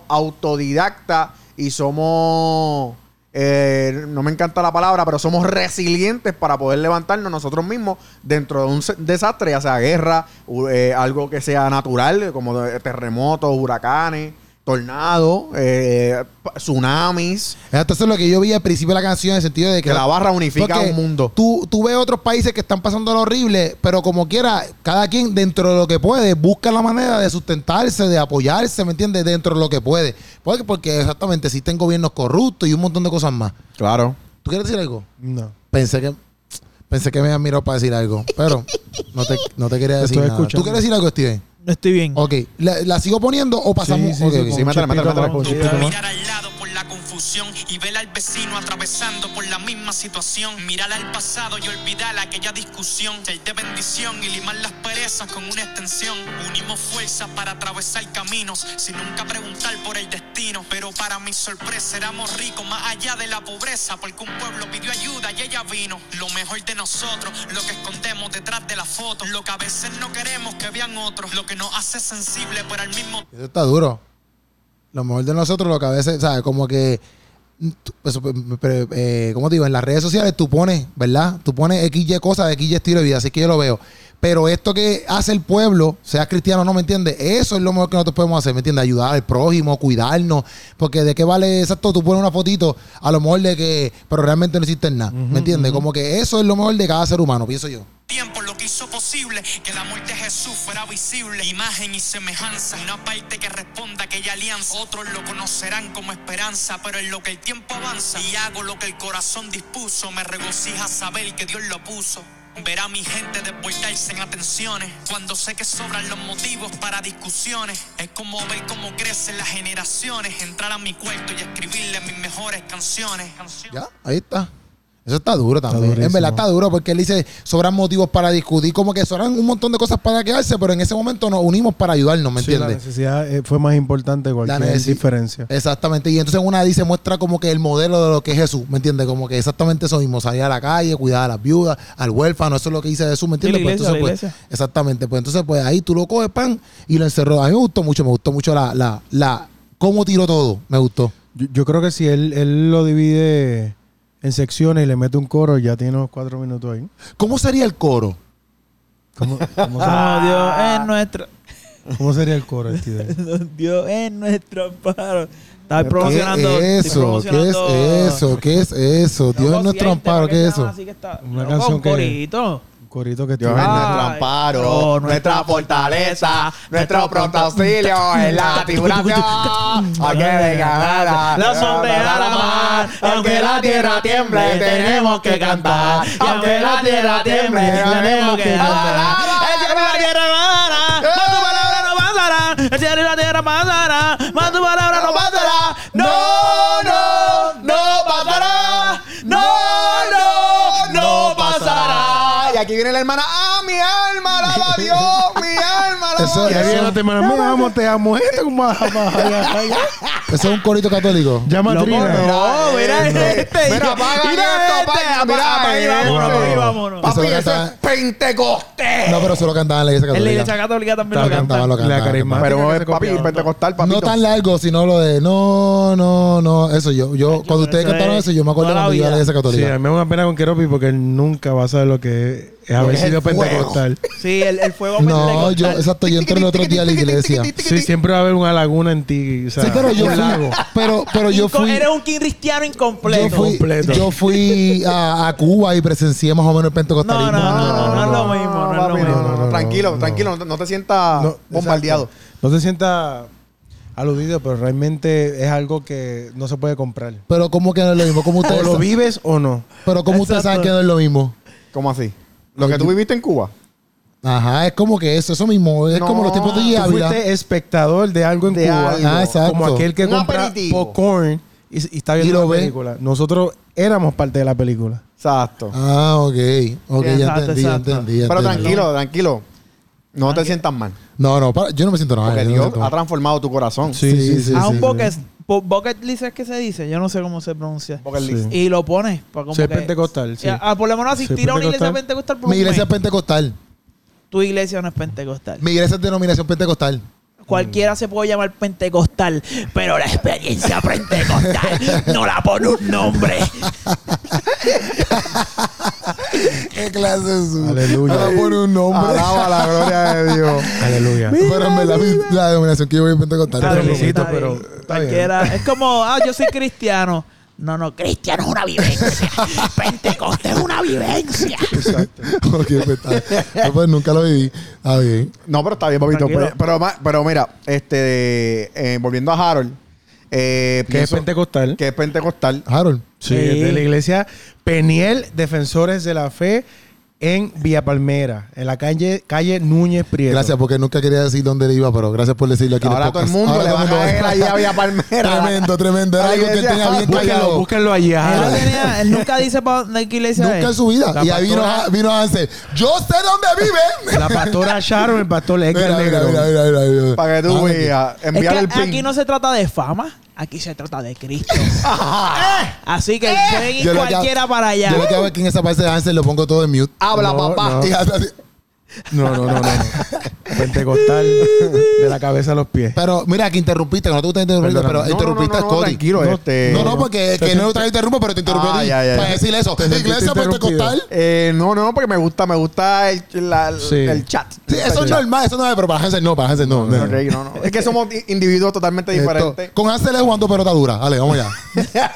Speaker 3: autodidacta y somos eh, no me encanta la palabra, pero somos resilientes para poder levantarnos nosotros mismos dentro de un se- desastre, ya sea guerra, u- eh, algo que sea natural, como de- terremotos, huracanes, tornados, eh, pa- tsunamis,
Speaker 1: Entonces lo que yo vi al principio de la canción en el sentido de que,
Speaker 3: que la barra unifica
Speaker 1: porque
Speaker 3: un mundo.
Speaker 1: Tú, tú ves otros países que están pasando lo horrible, pero como quiera, cada quien dentro de lo que puede busca la manera de sustentarse, de apoyarse, ¿me entiendes? Dentro de lo que puede. Porque, porque exactamente existen gobiernos corruptos y un montón de cosas más.
Speaker 3: Claro.
Speaker 1: ¿Tú quieres decir algo?
Speaker 4: No.
Speaker 1: Pensé que pensé que me habían mirado para decir algo, pero no te, no te quería
Speaker 4: Te
Speaker 1: decir
Speaker 4: estoy
Speaker 1: nada. ¿Tú
Speaker 4: escuchando.
Speaker 1: quieres decir algo, Steven?
Speaker 2: No estoy bien.
Speaker 1: Ok, ¿la, la sigo poniendo o pasamos?
Speaker 4: sí,
Speaker 1: Ok,
Speaker 4: sí,
Speaker 1: ok.
Speaker 4: con
Speaker 3: sí,
Speaker 4: un
Speaker 3: métele,
Speaker 4: chipito
Speaker 3: métele, métele.
Speaker 4: más, con un
Speaker 5: Tú
Speaker 4: chipito
Speaker 5: puedes
Speaker 4: más.
Speaker 5: mirar al lado por la confusión y ver al vecino atravesando por la misma situación. Mirar al pasado y olvidar aquella discusión. Ser de bendición y limar las perezas con una extensión. Unimos fuerzas para atravesar caminos sin nunca preguntar por el destino. Pero para mi sorpresa éramos ricos más allá de la pobreza porque un pueblo pidió ayuda y ella vino. Lo mejor de nosotros, lo que escondemos detrás de la foto. Lo que a veces no queremos que vean otros. Lo que nos hace sensible pero al mismo
Speaker 1: Eso está duro. Lo mejor de nosotros, lo que a veces, ¿sabes? Como que tú- eso, pe- pe- pe- eh, ¿cómo te digo? En las redes sociales tú pones, ¿verdad? Tú pones XY cosas, XY estilo de vida, así que yo lo veo. Pero esto que hace el pueblo, sea cristiano o no, ¿me entiendes? Eso es lo mejor que nosotros podemos hacer, ¿me entiendes? Ayudar al prójimo, cuidarnos. Porque de qué vale exacto tú pones una fotito, a lo mejor de que, pero realmente no existe nada, ¿me entiendes? Como que eso es lo mejor de cada ser humano, pienso yo.
Speaker 5: tiempo lo que hizo posible que la muerte de Jesús fuera visible. Imagen y semejanza, una parte que responda a aquella alianza. Otros lo conocerán como esperanza, pero en lo que el tiempo avanza y hago lo que el corazón dispuso, me regocija saber que Dios lo puso. Ver a mi gente desbordarse en atenciones cuando sé que sobran los motivos para discusiones. Es como ver cómo crecen las generaciones, entrar a mi cuarto y escribirle mis mejores canciones.
Speaker 1: Ya, ahí está. Eso está duro también. en
Speaker 4: durísimo.
Speaker 1: verdad está duro porque él dice, sobran motivos para discutir, como que sobran un montón de cosas para quedarse, pero en ese momento nos unimos para ayudarnos, ¿me
Speaker 4: Sí, la
Speaker 1: entiendes?
Speaker 4: necesidad eh, fue más importante que cualquier
Speaker 1: necesi-
Speaker 4: diferencia.
Speaker 1: Eh. Exactamente. Y entonces una dice, muestra como que el modelo de lo que es Jesús, ¿me entiendes? Como que exactamente eso mismo, salir a la calle, cuidar a las viudas, al huérfano, eso es lo que dice Jesús, ¿me
Speaker 2: Sí, la
Speaker 1: entiendes? Pues
Speaker 2: iglesia,
Speaker 1: entonces,
Speaker 2: la
Speaker 1: pues, exactamente. Pues entonces, pues ahí tú lo coges pan y lo encerró. A mí me gustó mucho, me gustó mucho la, la, la, cómo tiró todo, me gustó.
Speaker 4: Yo, yo creo que si él, él lo divide en secciones y le mete un coro, ya tiene unos cuatro minutos ahí.
Speaker 1: ¿Cómo sería el coro?
Speaker 4: ¿Cómo, cómo se-
Speaker 2: No, Dios
Speaker 1: Ah.
Speaker 2: es nuestro.
Speaker 4: cómo sería el coro, este Steven?
Speaker 2: Dios es nuestro amparo. Estás
Speaker 1: ¿Qué
Speaker 2: promocionando.
Speaker 1: es
Speaker 2: estoy
Speaker 1: eso? ¿Qué es
Speaker 2: promocionando-
Speaker 1: eso? ¿Qué es eso?
Speaker 2: Loco,
Speaker 1: Dios es
Speaker 2: si
Speaker 1: nuestro
Speaker 2: hay un tema
Speaker 1: amparo,
Speaker 2: que
Speaker 1: ¿qué
Speaker 2: se
Speaker 1: es
Speaker 2: llama
Speaker 1: eso?
Speaker 2: así que está-
Speaker 4: Una
Speaker 2: Loco,
Speaker 4: canción
Speaker 2: un
Speaker 4: que-
Speaker 2: corito.
Speaker 4: Un corito que
Speaker 3: Dios es
Speaker 4: Steven-
Speaker 2: Ah.
Speaker 3: nuestro
Speaker 2: Ay,
Speaker 3: amparo,
Speaker 2: no,
Speaker 3: nuestra
Speaker 2: nuestra
Speaker 3: fortaleza,
Speaker 2: fortaleza,
Speaker 3: nuestro
Speaker 2: nuestro
Speaker 3: pronto auxilio en la tribulación. Aunque venga nada,
Speaker 2: La sombra a la mar, y
Speaker 3: aunque la tierra tiemble, tenemos que cantar.
Speaker 2: Y
Speaker 3: Aunque la tierra tiemble, tenemos que cantar. Eh.
Speaker 2: El cielo y la tierra pasará, mas tu palabra no pasará. El cielo y la tierra pasará, mas tu palabra no pasará.
Speaker 3: No, no, no pasará. No, no, no pasará. Y aquí viene la hermana. Ah, mi alma alaba a Dios. Mi alma alaba
Speaker 1: Eso-
Speaker 3: a
Speaker 4: Ya
Speaker 1: eso-
Speaker 3: Dios.
Speaker 4: viene la semana, me amo, te amo, esto es más- más- más- más-
Speaker 1: Ese es un corito católico.
Speaker 4: Llama a
Speaker 2: Loco,
Speaker 4: Trina.
Speaker 2: no, este, mira
Speaker 3: Mira,
Speaker 2: este.
Speaker 3: mira, apaga esto, apaga,
Speaker 2: apa-
Speaker 3: mira, este.
Speaker 2: apa- y
Speaker 3: mira.
Speaker 2: vámonos,
Speaker 4: Wow.
Speaker 2: y vámonos.
Speaker 3: Papi,
Speaker 1: Eso
Speaker 3: eso es
Speaker 1: canta-
Speaker 3: Pentecostés.
Speaker 1: No, pero solo cantaban en la iglesia
Speaker 2: En la
Speaker 1: católica.
Speaker 2: iglesia católica también
Speaker 1: Lo
Speaker 2: lo
Speaker 1: cantaba,
Speaker 2: cantan.
Speaker 1: lo
Speaker 4: La
Speaker 1: cantaba.
Speaker 4: carismática.
Speaker 3: Pero
Speaker 4: Ah, que
Speaker 3: es
Speaker 4: se
Speaker 3: papi,
Speaker 4: copiaron.
Speaker 3: pentecostal, papito.
Speaker 1: No tan largo, sino lo de no, no, no. Eso yo, yo, cuando ustedes
Speaker 2: eso
Speaker 1: cantaron
Speaker 2: es
Speaker 1: eso, yo me acuerdo
Speaker 2: toda la
Speaker 1: cuando yo iba a la
Speaker 2: vida.
Speaker 1: iglesia
Speaker 4: Sí,
Speaker 1: católica.
Speaker 4: a mí me da una pena con Keropi porque él nunca va a saber lo que es, es haber
Speaker 3: es el
Speaker 4: sido
Speaker 3: fuego.
Speaker 4: pentecostal.
Speaker 2: Sí, el, el fuego
Speaker 1: no,
Speaker 2: pentecostal.
Speaker 1: yo, exacto, yo entré el otro día a la iglesia. Sí,
Speaker 4: Sí, siempre va a haber una laguna en ti. o sea,
Speaker 1: pero yo
Speaker 4: un
Speaker 1: fui,
Speaker 4: lago.
Speaker 1: pero, pero yo
Speaker 2: Inco-
Speaker 1: fui,
Speaker 2: Eres un cristiano
Speaker 1: yo
Speaker 2: incompleto.
Speaker 1: fui,
Speaker 4: Completo.
Speaker 1: yo fui a, a Cuba y presencié más o menos el
Speaker 2: No, no,
Speaker 1: pentecostalismo.
Speaker 2: no, no, no, es lo mismo, no es lo
Speaker 3: papi,
Speaker 2: mismo.
Speaker 3: no, no, no,
Speaker 4: Ah, No, no,
Speaker 3: tranquilo,
Speaker 4: no.
Speaker 3: tranquilo, no, no te sientas
Speaker 4: No,
Speaker 3: bombardeado.
Speaker 4: exacto. No te sientas aludido, pero realmente es algo que no se puede comprar.
Speaker 1: Pero como que no es lo mismo, como
Speaker 4: O
Speaker 1: ustedes,
Speaker 4: lo vives o no.
Speaker 1: pero como ustedes saben que
Speaker 2: Exacto.
Speaker 1: no es lo mismo.
Speaker 3: ¿Cómo así? Lo que tú viviste en Cuba.
Speaker 1: Ajá, es como que eso, eso mismo, es
Speaker 3: No,
Speaker 1: como los tipos de
Speaker 4: Tú
Speaker 1: Ávila.
Speaker 4: fuiste espectador de algo en
Speaker 3: De
Speaker 4: Cuba.
Speaker 3: algo.
Speaker 1: Ah, exacto.
Speaker 4: Como aquel que
Speaker 3: Un
Speaker 4: compra
Speaker 3: aperitivo.
Speaker 4: popcorn y, y está viendo
Speaker 1: Y lo
Speaker 4: la
Speaker 1: ve.
Speaker 4: película. Nosotros éramos parte de la película.
Speaker 3: Exacto.
Speaker 1: Ah, ok, ok, ya
Speaker 2: Exacto,
Speaker 1: entendí, ya
Speaker 2: exacto.
Speaker 1: entendí. ya
Speaker 3: Pero
Speaker 1: entendí.
Speaker 3: tranquilo, tranquilo. No te sientas mal.
Speaker 1: No, no, para- yo no me siento nada.
Speaker 3: Porque
Speaker 1: yo no me
Speaker 3: Dios
Speaker 1: siento
Speaker 3: ha
Speaker 1: mal.
Speaker 3: transformado tu corazón.
Speaker 1: Sí, sí, sí.
Speaker 2: A un
Speaker 1: sí.
Speaker 2: bucket, bu- bucket list es que se dice, yo no sé cómo se pronuncia.
Speaker 3: Porque el-
Speaker 4: Sí.
Speaker 2: Y lo pones. para como
Speaker 4: Ser
Speaker 2: que-
Speaker 4: pentecostal, sí.
Speaker 2: Ya, ah, por lo menos
Speaker 4: Ser
Speaker 2: asistir a una iglesia pentecostal por
Speaker 1: Mi
Speaker 2: un
Speaker 1: iglesia es
Speaker 2: mes.
Speaker 1: pentecostal.
Speaker 2: Tu iglesia no es pentecostal.
Speaker 1: Mi iglesia es denominación pentecostal.
Speaker 2: Cualquiera se puede llamar pentecostal, pero la experiencia pentecostal no la pone un nombre.
Speaker 1: ¿Qué clase es eso?
Speaker 4: Aleluya.
Speaker 1: Ahora pone un nombre.
Speaker 3: Alaba la gloria de Dios.
Speaker 4: Aleluya.
Speaker 1: Ah, Pero en verdad, mi- la denominación que yo voy a pentecostal.
Speaker 4: Te
Speaker 2: Está bien,
Speaker 4: felicito,
Speaker 2: está
Speaker 4: pero
Speaker 2: bien.
Speaker 4: está bien.
Speaker 2: Cualquiera. Es como, ah, yo soy cristiano. No, no, cristiano es una vivencia. Pentecostés es una vivencia.
Speaker 1: Ok, pues, está- no, pues, nunca lo viví. Está bien.
Speaker 3: No, pero está bien, papito.
Speaker 2: Tranquilo.
Speaker 3: Pero, pero, ma- pero mira, este, eh, volviendo a Harold, eh,
Speaker 4: Que es
Speaker 3: pienso
Speaker 4: pentecostal.
Speaker 3: que es pentecostal.
Speaker 1: Harold.
Speaker 4: Sí,
Speaker 2: Sí.
Speaker 1: eh,
Speaker 4: es de la iglesia Peniel Defensores de la Fe en Villa Palmera, en la calle, calle Núñez Prieto.
Speaker 1: Gracias, porque nunca quería decir dónde le iba, pero gracias por decirlo aquí. en
Speaker 3: Ahora todo el
Speaker 1: podcast.
Speaker 3: mundo
Speaker 1: Ahora
Speaker 3: le
Speaker 1: todo
Speaker 3: va a
Speaker 1: el mundo-
Speaker 3: caer ahí a Villa Palmera.
Speaker 1: Tremendo, tremendo. Era
Speaker 3: Ay,
Speaker 1: algo que él
Speaker 3: decía,
Speaker 1: tenía bien
Speaker 3: búsquenlo,
Speaker 1: callado.
Speaker 4: Búsquenlo, búsquenlo allá.
Speaker 2: Él, no tenía- él nunca dice para de qué iglesia
Speaker 1: Ah. Nunca en
Speaker 2: es.
Speaker 1: su vida.
Speaker 4: La
Speaker 1: y ahí vino,
Speaker 4: pastora-
Speaker 1: a- vino Hansel. Yo sé dónde vive.
Speaker 4: La pastora Sharon, el pastor
Speaker 1: Mira,
Speaker 4: Edgar
Speaker 1: mira,
Speaker 4: Negro.
Speaker 1: mira, mira, mira, mira.
Speaker 3: Para que tú
Speaker 1: Ah,
Speaker 3: veas,
Speaker 2: Es
Speaker 3: enviar el
Speaker 2: que
Speaker 3: pin.
Speaker 2: aquí no se trata de fama, aquí se trata de Cristo. Así que pueden ir
Speaker 1: Yo lo que hago-
Speaker 2: cualquiera para allá.
Speaker 1: Yo lo que hago es que en esa parte de Hansel lo pongo todo en mute.
Speaker 3: Habla, papá.
Speaker 1: Y hace así.
Speaker 4: No, no, no, no. no. Pentecostal de la cabeza a los pies.
Speaker 1: Pero mira, que interrumpiste, que no te gusta interrumpir,
Speaker 4: Perdóname.
Speaker 1: pero
Speaker 4: No,
Speaker 3: no,
Speaker 1: interrumpiste
Speaker 3: no, no,
Speaker 1: a Scotty.
Speaker 3: tranquilo, este-
Speaker 1: No, no, porque que no te interrumpo, pero te interrumpí
Speaker 3: Ah,
Speaker 1: a ti
Speaker 3: ya, ya,
Speaker 1: para
Speaker 3: ya.
Speaker 1: decir eso.
Speaker 4: sentiste
Speaker 1: Iglesia
Speaker 4: interrumpido.
Speaker 1: pentecostal.
Speaker 3: Eh, no, no, porque me gusta, me gusta el, la-
Speaker 4: Sí.
Speaker 3: el chat.
Speaker 1: Sí, eso es normal, eso no es, pero para Hansel no, para Hansel no.
Speaker 3: Ok, no, no. Es que somos i- individuos totalmente
Speaker 1: Esto-
Speaker 3: diferentes.
Speaker 1: con Hansel es jugando pelota dura. Dale, vamos ya.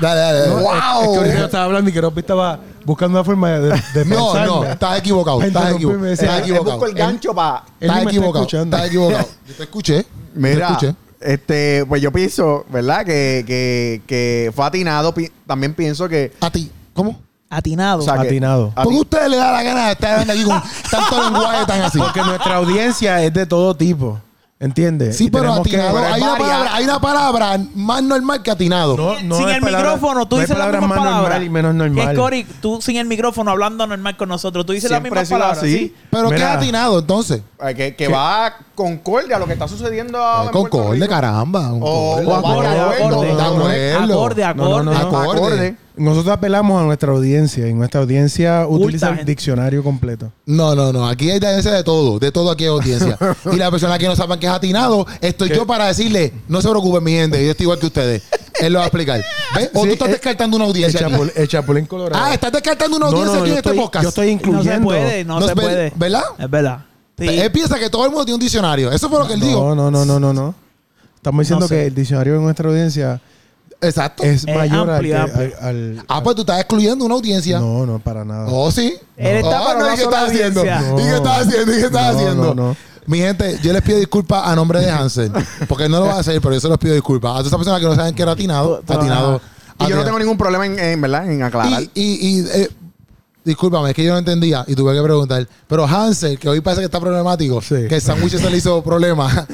Speaker 1: dale, dale, dale.
Speaker 4: Es que ahorita yo estaba hablando y que Ropi estaba buscando una forma de, de
Speaker 1: No,
Speaker 4: pensarme.
Speaker 1: no, estás equivocado. Estás
Speaker 4: Interrumpirme,
Speaker 1: equivocado.
Speaker 4: decía,
Speaker 1: Estás
Speaker 4: él- él
Speaker 3: Yo
Speaker 1: equivocado. Eh,
Speaker 3: busco el gancho para...
Speaker 4: Él
Speaker 1: Estás
Speaker 4: ni me está
Speaker 1: equivocado.
Speaker 4: escuchando.
Speaker 1: Estás equivocado. Yo te escuché. yo te
Speaker 3: Mira,
Speaker 1: eh, escuché.
Speaker 3: este, pues yo pienso, ¿verdad? Que, que, que fue atinado. pi- también pienso que...
Speaker 1: A ti. ¿Cómo?
Speaker 2: Atinado.
Speaker 3: o sea, que-
Speaker 4: Atinado.
Speaker 3: a
Speaker 1: ¿Por qué
Speaker 3: ti-
Speaker 1: a ustedes les da la gana de estar aquí con tanto lenguaje tan así?
Speaker 4: Porque nuestra audiencia es de todo tipo. ¿Entiendes?
Speaker 1: Sí,
Speaker 4: Y
Speaker 1: pero
Speaker 4: tenemos que-
Speaker 1: atinado.
Speaker 3: pero es
Speaker 1: Hay una,
Speaker 3: varias.
Speaker 1: palabra, hay una palabra más normal que atinado.
Speaker 4: No, no
Speaker 2: sin
Speaker 4: hay
Speaker 2: el
Speaker 4: palabra-
Speaker 2: micrófono, tú
Speaker 4: no hay
Speaker 2: dices la
Speaker 4: palabra
Speaker 2: misma
Speaker 4: más
Speaker 2: palabra.
Speaker 4: normal y menos
Speaker 2: Que
Speaker 4: normal.
Speaker 2: es Cory, tú sin el micrófono hablando normal con nosotros, tú dices la
Speaker 3: Siempre
Speaker 2: misma
Speaker 3: ha sido
Speaker 2: palabra.
Speaker 3: así.
Speaker 2: ¿sí?
Speaker 1: Pero ¿qué es
Speaker 4: Mira.
Speaker 1: atinado entonces?
Speaker 3: eh, que, que va concorde a lo que está sucediendo Ah, en
Speaker 1: Eh, con
Speaker 3: Puerto
Speaker 1: corde,
Speaker 3: Rico. Oh,
Speaker 1: caramba. un
Speaker 3: O-
Speaker 1: corde.
Speaker 3: o
Speaker 2: Acorde,
Speaker 3: De acuerdo,
Speaker 2: acorde,
Speaker 1: de acuerdo.
Speaker 2: acorde,
Speaker 4: No, no, no,
Speaker 2: acorde.
Speaker 4: no.
Speaker 1: Acorde.
Speaker 3: Acorde.
Speaker 4: Nosotros apelamos a nuestra audiencia y nuestra audiencia utiliza el
Speaker 2: gente.
Speaker 4: diccionario completo.
Speaker 1: No, no, no. Aquí hay audiencia de todo. De todo aquí hay audiencia. y la persona que no saben que es atinado, estoy yo para decirle, no se preocupen, mi gente, yo estoy igual que ustedes. Él lo va a explicar. ¿Ves? O
Speaker 4: Sí,
Speaker 1: tú estás
Speaker 4: eh,
Speaker 1: descartando una
Speaker 4: El,
Speaker 1: audiencia. aquí.
Speaker 4: chapul- el Chapulín Colorado.
Speaker 1: Ah, estás descartando una
Speaker 4: No,
Speaker 1: audiencia
Speaker 4: no,
Speaker 1: aquí
Speaker 4: yo
Speaker 1: en este
Speaker 4: estoy-
Speaker 1: podcast.
Speaker 4: Yo estoy
Speaker 2: No se
Speaker 4: incluyendo.
Speaker 2: puede, no,
Speaker 1: No
Speaker 2: se
Speaker 1: es ver-
Speaker 2: puede.
Speaker 1: ¿verdad?
Speaker 2: Es verdad. Sí.
Speaker 4: Eh,
Speaker 1: Él piensa que todo el mundo tiene un diccionario. Eso fue lo que él dijo.
Speaker 4: No, no, no, no, no, no. Estamos diciendo
Speaker 2: No sé.
Speaker 4: que el diccionario de nuestra audiencia
Speaker 1: Exacto.
Speaker 4: es,
Speaker 2: Es
Speaker 4: mayor al,
Speaker 2: amplio,
Speaker 4: que-
Speaker 2: amplio.
Speaker 4: al- al-
Speaker 1: Ah, pues tú estás excluyendo una audiencia.
Speaker 4: No, no, para nada.
Speaker 1: Oh, sí.
Speaker 2: Él está para
Speaker 1: no,
Speaker 2: una
Speaker 1: ¿y qué
Speaker 2: sola
Speaker 1: estás haciendo?
Speaker 2: audiencia.
Speaker 1: ¿Y qué estás haciendo? ¿Y qué estás
Speaker 4: No,
Speaker 1: haciendo?
Speaker 4: no, no.
Speaker 1: Mi gente, yo les pido disculpas a nombre de Hansel. Porque no lo va a hacer, pero yo se los pido disculpas. A todas esas personas que no saben que era atinado,
Speaker 2: Tú- tú-
Speaker 1: atinado.
Speaker 3: Y yo no
Speaker 1: atinado.
Speaker 3: tengo ningún problema en, en, ¿verdad? en aclarar.
Speaker 1: Y, y, y, eh, discúlpame, es que yo no entendía y tuve que preguntar. Pero Hansel, que hoy parece que está problemático,
Speaker 4: Sí.
Speaker 1: que el sándwich se le hizo problema.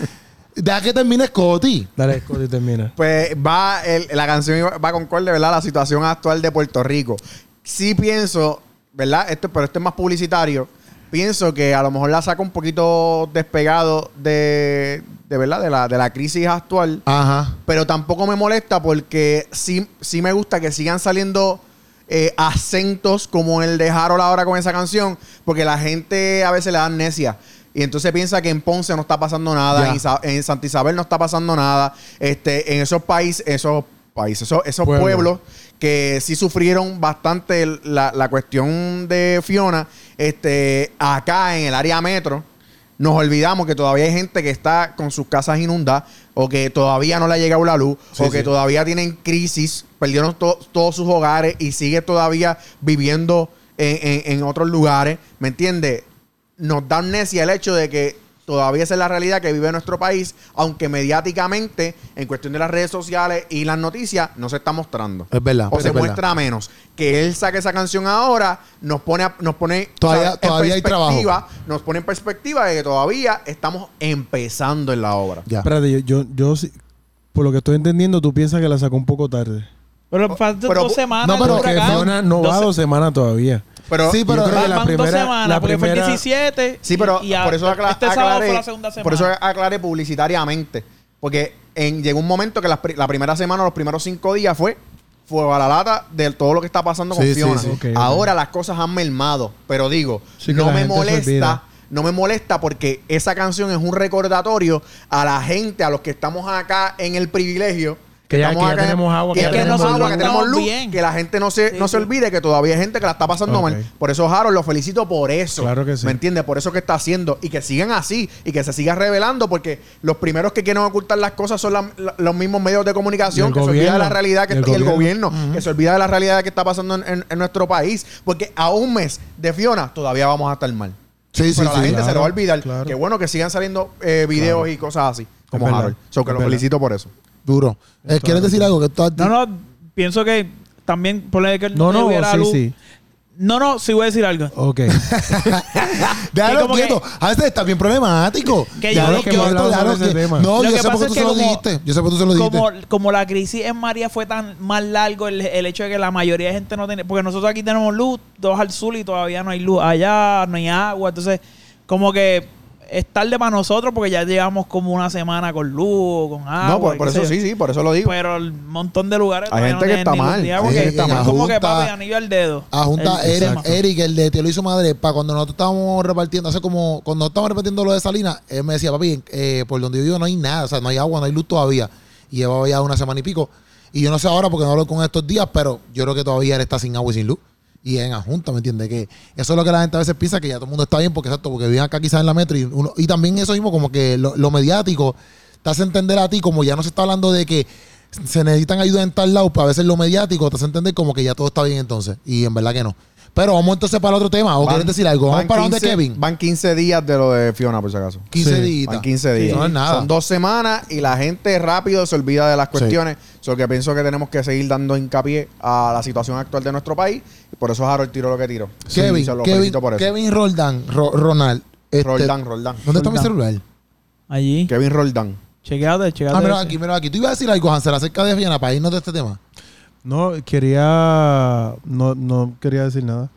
Speaker 1: Deja que termine Scotty.
Speaker 4: Dale, Scotty, termina.
Speaker 3: Pues va, el- la canción iba- va concorde, ¿verdad? La situación actual de Puerto Rico. Sí pienso, ¿verdad? Esto, pero esto es más publicitario. Pienso que a lo mejor la saca un poquito despegado de, de ¿verdad? De la, de la crisis actual.
Speaker 1: Ajá.
Speaker 3: Pero tampoco me molesta porque sí, sí me gusta que sigan saliendo eh, acentos como el de Harold ahora con esa canción. Porque la gente a veces le da amnesia. Y entonces piensa que en Ponce no está pasando nada,
Speaker 1: Ya.
Speaker 3: en, Isa- en Santa Isabel no está pasando nada. Este, en esos países, esos países, esos, esos
Speaker 4: Pueblo.
Speaker 3: pueblos que sí sufrieron bastante la, la cuestión de Fiona, este, acá en el área metro, nos olvidamos que todavía hay gente que está con sus casas inundadas o que todavía no le ha llegado la luz
Speaker 4: Sí,
Speaker 3: o que
Speaker 4: sí.
Speaker 3: todavía tienen crisis, perdieron to- todos sus hogares y sigue todavía viviendo en, en- en otros lugares. ¿Me entiendes? Nos da amnesia el hecho de que todavía esa es la realidad que vive nuestro país, aunque mediáticamente, en cuestión de las redes sociales y las noticias, no se está mostrando.
Speaker 1: Es verdad.
Speaker 3: O
Speaker 1: es
Speaker 3: se
Speaker 1: verdad.
Speaker 3: muestra menos. Que él saque esa canción ahora, nos pone, a- nos pone
Speaker 1: Todavía-
Speaker 3: en
Speaker 1: todavía hay
Speaker 3: perspectiva,
Speaker 1: trabajo.
Speaker 3: Nos pone en perspectiva de que todavía estamos empezando en la obra.
Speaker 1: Ya.
Speaker 4: Espérate, yo, yo, yo sí- por lo que estoy entendiendo, tú piensas que la sacó un poco tarde.
Speaker 2: Pero faltan
Speaker 3: Pero-
Speaker 2: dos semanas.
Speaker 1: no,
Speaker 2: del
Speaker 1: pero
Speaker 4: Porque
Speaker 2: huracán.
Speaker 4: Fiona eh, no va
Speaker 2: Doce-
Speaker 4: dos semanas todavía.
Speaker 3: Pero,
Speaker 1: Sí, pero-
Speaker 4: Yo creo que
Speaker 2: Van-
Speaker 4: la
Speaker 2: van dos
Speaker 4: primera,
Speaker 2: semanas,
Speaker 4: la
Speaker 2: porque fue el
Speaker 4: primera-
Speaker 2: 17.
Speaker 3: sí, pero
Speaker 2: y- y a-
Speaker 3: por eso acla-
Speaker 2: este sábado
Speaker 3: aclaré-
Speaker 2: fue la segunda semana.
Speaker 3: Por eso aclaré publicitariamente. Porque en, llegó un momento que las pri- la, primera semana, los primeros cinco días fue fuego a la lata de todo lo que está pasando con
Speaker 1: Sí, sí,
Speaker 3: Fiona.
Speaker 1: sí.
Speaker 4: Ok, ok.
Speaker 3: Ahora las cosas han mermado. Pero digo,
Speaker 4: Sí, que
Speaker 3: no
Speaker 4: la
Speaker 3: me
Speaker 4: gente se olvida.
Speaker 3: molesta. No me molesta porque esa canción es un recordatorio a la gente, a los que estamos acá en el privilegio.
Speaker 4: Que ya-
Speaker 3: estamos
Speaker 4: que ya
Speaker 3: acá en-
Speaker 4: tenemos agua,
Speaker 3: que,
Speaker 4: que
Speaker 3: ya
Speaker 4: ya
Speaker 3: tenemos
Speaker 4: tenemos
Speaker 3: agua,
Speaker 4: luz.
Speaker 3: que tenemos luz,
Speaker 2: Bien.
Speaker 3: que la gente no se,
Speaker 2: Sí,
Speaker 3: no se
Speaker 2: sí.
Speaker 3: olvide que todavía hay gente que la está pasando
Speaker 4: Ok.
Speaker 3: mal. Por eso, Harold, lo felicito por eso.
Speaker 4: Claro que sí.
Speaker 3: ¿Me entiendes? Por eso que está haciendo. Y que sigan así y que se siga revelando porque los primeros que quieren ocultar las cosas son la- la- los mismos medios de
Speaker 4: Y
Speaker 3: comunicación
Speaker 4: el
Speaker 3: que se olvida de la
Speaker 4: gobierno.
Speaker 3: realidad que
Speaker 4: Y el
Speaker 3: está- y el
Speaker 4: gobierno.
Speaker 3: gobierno, que se olvida de la realidad que está pasando en, en- en nuestro país. Porque a un mes de Fiona todavía vamos a estar mal.
Speaker 1: Sí, sí,
Speaker 3: Pero a la
Speaker 1: sí.
Speaker 3: gente se
Speaker 4: claro,
Speaker 3: lo va a olvidar.
Speaker 4: claro.
Speaker 3: Qué bueno que sigan saliendo eh, videos y cosas así, como
Speaker 4: verdad,
Speaker 3: Harold. So, que
Speaker 4: es
Speaker 3: lo
Speaker 4: verdad.
Speaker 3: felicito por eso.
Speaker 1: Duro. Eh, ¿Quieres decir algo? Que tú has-
Speaker 2: No, no, pienso que también ponle que
Speaker 4: No, no,
Speaker 2: hubiera
Speaker 4: sí,
Speaker 2: luz.
Speaker 4: sí.
Speaker 2: No, no, sí voy a decir algo.
Speaker 4: Ok.
Speaker 1: Déjalo
Speaker 2: Sí, como
Speaker 1: quieto. A veces está bien problemático.
Speaker 2: Que
Speaker 1: Déjalo
Speaker 2: yo- que
Speaker 1: quieto,
Speaker 4: hemos hablado
Speaker 1: déjalo
Speaker 4: sobre ese
Speaker 1: quieto.
Speaker 4: tema.
Speaker 1: No,
Speaker 2: Lo
Speaker 1: yo
Speaker 2: que
Speaker 1: sé por
Speaker 2: pasa
Speaker 1: qué
Speaker 2: es
Speaker 1: tú
Speaker 2: que
Speaker 1: se lo
Speaker 2: como-
Speaker 1: dijiste. Yo sé por qué tú se lo dijiste.
Speaker 2: Como, como la crisis en María fue tan más largo el, el hecho de que la mayoría de gente no tiene, porque nosotros aquí tenemos luz, dos al sur y todavía no hay luz allá, no hay agua, entonces como que es tarde para nosotros porque ya llevamos como una semana con luz, con agua.
Speaker 3: no, por,
Speaker 2: y
Speaker 3: por
Speaker 2: Ah, qué sé
Speaker 3: eso
Speaker 2: yo.
Speaker 3: sí, sí, por eso lo digo.
Speaker 2: Pero un montón de lugares
Speaker 3: Hay
Speaker 2: todavía
Speaker 3: gente que
Speaker 2: tienen
Speaker 3: está
Speaker 2: ni luz
Speaker 3: mal,
Speaker 2: ni agua,
Speaker 3: hay
Speaker 2: que
Speaker 3: gente que
Speaker 2: es
Speaker 1: está
Speaker 2: como
Speaker 1: mal.
Speaker 2: que papi,
Speaker 1: Junta-
Speaker 2: anillo al dedo.
Speaker 1: A junta
Speaker 2: El- el
Speaker 1: Eric,
Speaker 3: eh,
Speaker 2: semáforo.
Speaker 1: Eric, el de Tío Luis y su madre, para cuando nosotros estábamos repartiendo, hace como, cuando estábamos repartiendo lo de Salinas, él me decía, papi, eh, por donde yo vivo no hay nada, o sea, no hay agua, no hay luz todavía. Y llevaba ya una semana y pico. Y yo no sé ahora porque no hablo con estos días, pero yo creo que todavía él está sin agua y sin luz. Y en Ajunta, ¿me entiendes? Que eso es lo que la gente a veces piensa, que ya todo el mundo está bien, porque exacto, porque viven acá quizás en la metro. Y, uno- y también eso mismo, como que lo, lo mediático te hace entender a ti, como ya no se está hablando de que se necesitan ayuda en tal lado, pero a veces lo mediático te hace entender como que ya todo está bien entonces. Y en verdad que no. Pero vamos entonces para otro tema. ¿O
Speaker 3: Van-
Speaker 1: quieres decir algo? Vamos
Speaker 3: van
Speaker 1: para donde
Speaker 3: 15
Speaker 1: Kevin.
Speaker 3: Van 15 días de lo de Fiona, por si acaso.
Speaker 1: 15
Speaker 4: Sí,
Speaker 1: días.
Speaker 3: Van 15 días.
Speaker 1: No es nada.
Speaker 3: Son dos semanas y la gente rápido se olvida de las cuestiones. So que pienso que tenemos que seguir dando hincapié a la situación actual de nuestro país. Y por eso Harold tiró lo que tiró.
Speaker 1: Kevin,
Speaker 3: Y se lo
Speaker 1: Kevin,
Speaker 3: felicito por eso.
Speaker 1: Kevin Roldán, Ro- Ronald. este,
Speaker 3: Roldán, Roldán.
Speaker 1: ¿Dónde está mi
Speaker 2: Roldán.
Speaker 1: celular?
Speaker 2: Allí.
Speaker 3: Kevin Roldán.
Speaker 2: Chequeate, chequeate.
Speaker 1: Ah, mira
Speaker 2: ese.
Speaker 1: aquí, mira aquí. Tú ibas a decir algo, Hansel, acerca de Viena para irnos de este tema.
Speaker 4: No, quería. No, no quería decir nada.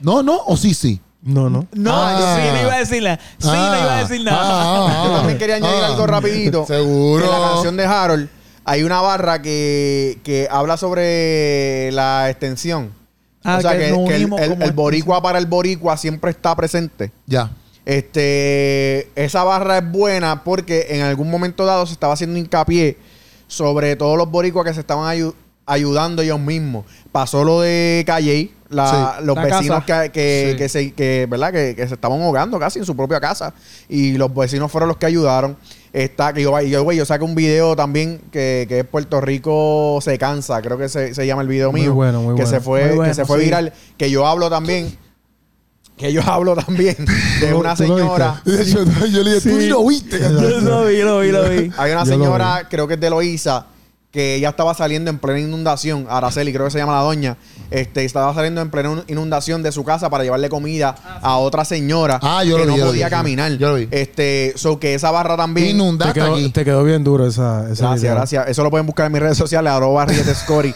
Speaker 1: No, no, o sí, sí.
Speaker 4: No, no.
Speaker 2: No,
Speaker 1: Ah.
Speaker 2: sí, no iba a decir nada. Sí, no
Speaker 3: Ah.
Speaker 2: iba a decir nada.
Speaker 3: Yo también quería añadir algo rapidito.
Speaker 1: Ah, Seguro.
Speaker 3: En la canción de Harold hay una barra que, que habla sobre la extensión.
Speaker 2: Ah,
Speaker 3: o sea,
Speaker 2: que
Speaker 3: que,
Speaker 2: nos
Speaker 3: que el-
Speaker 2: unimos
Speaker 3: el,
Speaker 2: como
Speaker 3: el boricua para el boricua siempre está presente.
Speaker 1: Ya.
Speaker 3: Este, esa barra es buena porque en algún momento dado se estaba haciendo hincapié sobre todos los boricuas que se estaban ayu- ayudando ellos mismos. Pasó lo de Calle, la-
Speaker 1: Sí.
Speaker 3: los
Speaker 2: La
Speaker 3: vecinos
Speaker 2: casa.
Speaker 3: que, que-
Speaker 1: Sí.
Speaker 3: que se, que, ¿verdad? Que, que se estaban ahogando casi en su propia casa y los vecinos fueron los que ayudaron. Está, que yo, yo, güey, yo saqué un video también que, que es Puerto Rico se cansa, creo que se, se llama el video
Speaker 4: Muy
Speaker 3: mío.
Speaker 4: bueno, muy
Speaker 3: que
Speaker 4: bueno.
Speaker 3: se fue,
Speaker 2: Muy
Speaker 3: que
Speaker 2: bueno,
Speaker 3: se fue
Speaker 2: sí.
Speaker 3: viral, que yo hablo también. Que yo hablo también de
Speaker 4: lo-
Speaker 3: una
Speaker 4: tú lo viste?
Speaker 3: señora.
Speaker 1: De hecho, yo le dije, tú ni lo viste.
Speaker 2: Yo lo vi, lo vi, lo vi.
Speaker 3: Hay
Speaker 4: Yo
Speaker 3: una
Speaker 4: lo
Speaker 3: señora, creo que es de Loíza, que ella estaba saliendo en plena inundación, Araceli, creo que se llama la doña, este, estaba saliendo en plena inundación de su casa para llevarle comida a otra señora
Speaker 1: Ah, yo lo
Speaker 3: que
Speaker 1: vi,
Speaker 3: no
Speaker 1: yo lo
Speaker 3: podía
Speaker 1: vi.
Speaker 3: caminar.
Speaker 1: Yo lo vi.
Speaker 3: Este, so que esa barra también.
Speaker 4: Te
Speaker 1: Inundaste
Speaker 4: quedó,
Speaker 1: aquí.
Speaker 4: te quedó bien duro esa. esa
Speaker 3: Gracias,
Speaker 4: idea.
Speaker 3: gracias. Eso lo pueden buscar en mis redes sociales, arroba Riete Scori.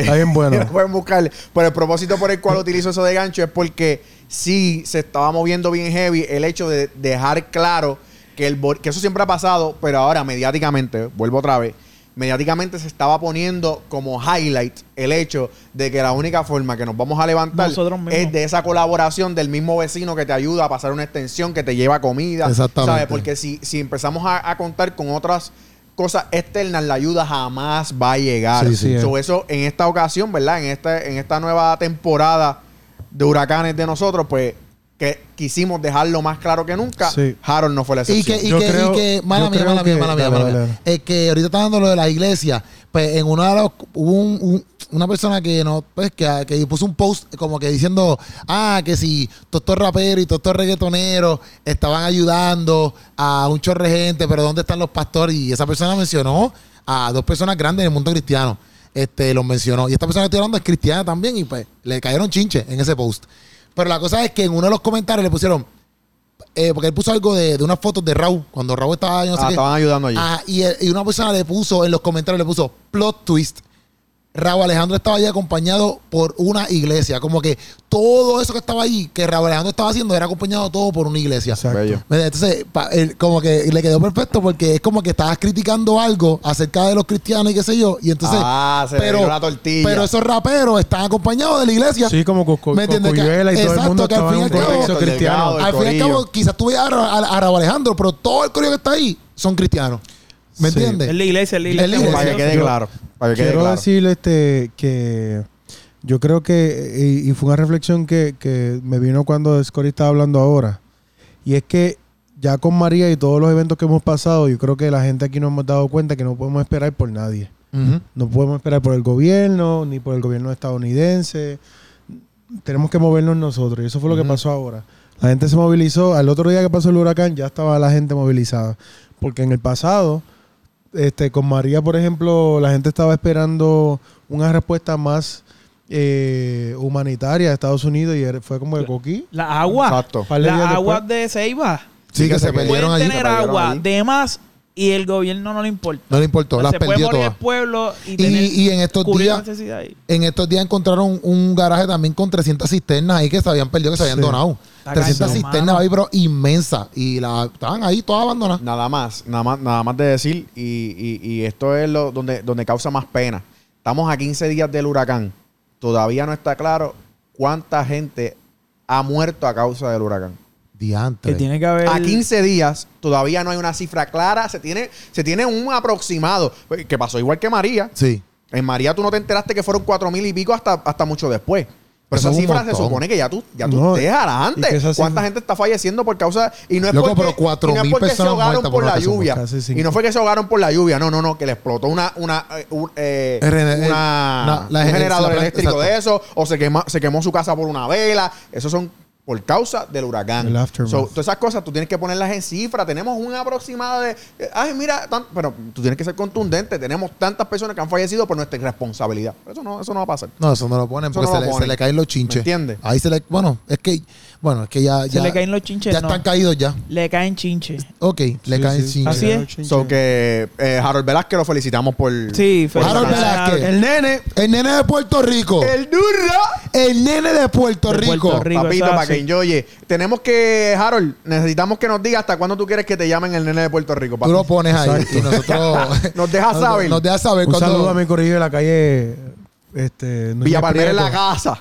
Speaker 4: Está bien bueno.
Speaker 3: Lo pueden buscar. Pero el propósito por el cual utilizo eso de gancho es porque sí se estaba moviendo bien heavy el hecho de dejar claro que, el, bor- que eso siempre ha pasado, pero ahora mediáticamente, vuelvo otra vez, mediáticamente se estaba poniendo como highlight el hecho de que la única forma que nos vamos a levantar
Speaker 2: Nosotros mismos.
Speaker 3: es de esa colaboración del mismo vecino que te ayuda a pasar una extensión, que te lleva comida.
Speaker 1: Exactamente.
Speaker 3: ¿Sabes? Porque si, si empezamos a, a contar con otras cosas externas, la ayuda jamás va a llegar.
Speaker 4: Sí, sí, eh.
Speaker 3: So, eso en esta ocasión, ¿verdad? En esta, en esta nueva temporada de huracanes de nosotros, pues que quisimos dejarlo más claro que nunca.
Speaker 4: Sí.
Speaker 3: Harold no fue la
Speaker 1: Y
Speaker 3: excepción.
Speaker 1: que, y
Speaker 4: Yo
Speaker 1: que,
Speaker 4: creo-
Speaker 1: y que, mala
Speaker 4: yo
Speaker 1: mía,
Speaker 4: creo
Speaker 1: mala mía,
Speaker 4: que-
Speaker 1: mala mía,
Speaker 4: dale,
Speaker 1: mala
Speaker 4: dale,
Speaker 1: mía. Es que ahorita está dando lo de la iglesia, pues en una de las, hubo un- un- una persona que no, pues, que, que puso un post como que diciendo, ah, que si todos estos raperos y todos estos reggaetoneros estaban ayudando a un chorre gente, pero ¿dónde están los pastores? Y esa persona mencionó a dos personas grandes en el mundo cristiano. Este, los mencionó. Y esta persona que estoy hablando es cristiana también, y pues le cayeron chinches en ese post. Pero la cosa es que en uno de los comentarios le pusieron, eh, porque él puso algo de, de unas fotos de Raúl, cuando Raúl estaba, yo no sé
Speaker 3: Ah,
Speaker 1: qué.
Speaker 3: estaban ayudando allí.
Speaker 1: Ah, y, y una persona le puso en los comentarios, le puso plot twist. Raúl Alejandro estaba allí acompañado por una iglesia. Como que todo eso que estaba ahí, que Raúl Alejandro estaba haciendo, era acompañado todo por una iglesia.
Speaker 4: Exacto.
Speaker 3: Bello.
Speaker 1: Mira, Entonces, pa- él como que le quedó perfecto porque es como que estabas criticando algo acerca de los cristianos y qué sé yo. Y entonces,
Speaker 3: Ah, se le dio la tortilla.
Speaker 1: pero esos raperos están acompañados de la iglesia.
Speaker 4: Sí, como Coco,
Speaker 1: ¿Me entiendes? Que-
Speaker 4: Cocuyuela y todo el
Speaker 1: exacto,
Speaker 4: mundo
Speaker 1: que al
Speaker 4: estaba en
Speaker 1: fin
Speaker 4: un
Speaker 1: y al cabo-
Speaker 4: contexto cristiano.
Speaker 3: Delgado.
Speaker 1: Al fin y al
Speaker 3: corillo.
Speaker 1: cabo, quizás tú veas a, Ra- a- a Raúl Alejandro, pero todo el corillo que está ahí son cristianos. ¿Me
Speaker 4: Sí.
Speaker 1: entiendes?
Speaker 2: Es la iglesia, es la
Speaker 1: Es la
Speaker 2: iglesia.
Speaker 1: iglesia.
Speaker 3: para que quede
Speaker 4: Yo-
Speaker 3: claro. Para que quede
Speaker 4: Quiero
Speaker 3: claro.
Speaker 4: decir este, que yo creo que, y, y fue una reflexión que, que me vino cuando Scotty estaba hablando ahora, y es que ya con María y todos los eventos que hemos pasado, yo creo que la gente aquí nos hemos dado cuenta que no podemos esperar por nadie.
Speaker 1: Ujú.
Speaker 4: No podemos esperar por el gobierno, ni por el gobierno estadounidense. Tenemos que movernos nosotros. Y eso fue lo que
Speaker 1: Ujú.
Speaker 4: pasó ahora. La gente se movilizó. Al otro día que pasó el huracán, ya estaba la gente movilizada. Porque en el pasado, este, con María, por ejemplo, la gente estaba esperando una respuesta más eh, humanitaria de Estados Unidos y era- fue como de coquí.
Speaker 2: La agua.
Speaker 3: Exacto.
Speaker 4: Par de días
Speaker 2: Las aguas
Speaker 4: después.
Speaker 2: de Ceiba.
Speaker 1: Sí, que
Speaker 3: que
Speaker 1: se
Speaker 3: se
Speaker 1: pelearon
Speaker 2: Pueden
Speaker 1: allí.
Speaker 2: tener
Speaker 3: se perdieron
Speaker 2: agua
Speaker 3: allí.
Speaker 2: de más y el gobierno no le importa. Pues
Speaker 1: No le importó, las
Speaker 2: se puede
Speaker 1: perdió
Speaker 2: morir
Speaker 1: todas.
Speaker 2: el pueblo y,
Speaker 1: Y-
Speaker 2: tener-
Speaker 1: y en estos
Speaker 2: cubrir
Speaker 1: días-
Speaker 2: necesidad ahí.
Speaker 1: En estos días encontraron un garaje también con 300 cisternas ahí que se habían perdido, que se habían
Speaker 4: Sí.
Speaker 1: donado.
Speaker 2: Está
Speaker 1: 300
Speaker 2: cabrón,
Speaker 1: cisternas
Speaker 2: mano.
Speaker 1: ahí, pero inmensas. Y la, estaban ahí todas abandonadas.
Speaker 3: Nada más, nada más, nada más de decir, y, y- y esto es lo donde, donde causa más pena. Estamos a 15 días del huracán. Todavía no está claro cuánta gente ha muerto a causa del huracán.
Speaker 1: Diantre.
Speaker 2: Que tiene que haber
Speaker 3: A 15 días todavía no hay una cifra clara, se tiene, se tiene un aproximado, que pasó igual que María.
Speaker 1: Sí.
Speaker 3: En María tú no te enteraste que fueron 4 mil y pico hasta, hasta mucho después. Pero
Speaker 1: Eso
Speaker 3: esa
Speaker 1: es un
Speaker 3: cifra se
Speaker 1: montón.
Speaker 3: supone que ya tú, ya tú
Speaker 4: No,
Speaker 3: te dejarás
Speaker 4: y que esa
Speaker 3: antes. ¿Cuánta
Speaker 4: cifra-
Speaker 3: gente está falleciendo por causa.? Y no es
Speaker 1: Loco,
Speaker 3: porque,
Speaker 1: pero 4.000
Speaker 3: y no es porque se
Speaker 1: personas
Speaker 3: ahogaron
Speaker 1: muertas
Speaker 3: por
Speaker 1: por
Speaker 3: la
Speaker 1: acá somos
Speaker 3: lluvia.
Speaker 4: casi cinco.
Speaker 3: Y no fue que se ahogaron por la lluvia. No, no, no, que le explotó una, una, eh, un, eh,
Speaker 1: RN,
Speaker 3: una-
Speaker 1: na- la
Speaker 3: un
Speaker 1: gener-
Speaker 3: generador
Speaker 1: la planta,
Speaker 3: eléctrico de eso. O se, quema, se quemó su casa por una vela. Esos son por causa del huracán.
Speaker 4: El aftermath.
Speaker 3: So, todas esas cosas tú tienes que ponerlas en cifra. Tenemos un aproximado de. eh, Ay, mira, tan- pero tú tienes que ser contundente. Tenemos tantas personas que han fallecido por nuestra irresponsabilidad. Pero eso no, eso no va a pasar.
Speaker 1: No, eso no lo ponen
Speaker 3: Eso
Speaker 1: porque
Speaker 3: no
Speaker 1: se,
Speaker 3: lo
Speaker 1: le,
Speaker 3: ponen.
Speaker 1: se le caen los
Speaker 3: ¿Me
Speaker 1: chinches.
Speaker 3: entiendes?
Speaker 1: Ahí se le. Bueno, es que. Bueno, es que ya.
Speaker 2: Se
Speaker 1: ya-
Speaker 2: le caen los chinches,
Speaker 1: Ya
Speaker 2: no.
Speaker 1: están caídos ya.
Speaker 2: Le caen chinches.
Speaker 1: Ok, le
Speaker 4: Sí,
Speaker 1: caen
Speaker 4: sí.
Speaker 1: chinches.
Speaker 2: Así es.
Speaker 3: So que eh, Harold Velázquez lo felicitamos por.
Speaker 2: Sí,
Speaker 3: por
Speaker 1: Harold
Speaker 3: esa-
Speaker 1: Velázquez.
Speaker 4: El nene.
Speaker 1: El nene de Puerto Rico. El,
Speaker 3: El duro.
Speaker 1: nene de Puerto
Speaker 2: De
Speaker 1: Rico.
Speaker 2: Puerto Rico,
Speaker 3: Papito,
Speaker 2: eso es
Speaker 3: para que
Speaker 2: así.
Speaker 3: enjoye. Tenemos que, Harold, necesitamos que nos diga hasta cuándo tú quieres que te llamen el nene de Puerto Rico. papi.
Speaker 1: Tú lo pones ahí
Speaker 4: Exacto.
Speaker 1: y nosotros.
Speaker 3: Nos dejas
Speaker 1: nos-
Speaker 3: saber.
Speaker 1: Nos dejas saber
Speaker 4: Un
Speaker 1: cuando-
Speaker 4: saludo a mi corillo de la calle. Este, Núñez
Speaker 3: Villa Palmera en
Speaker 4: Prieto.
Speaker 3: la casa.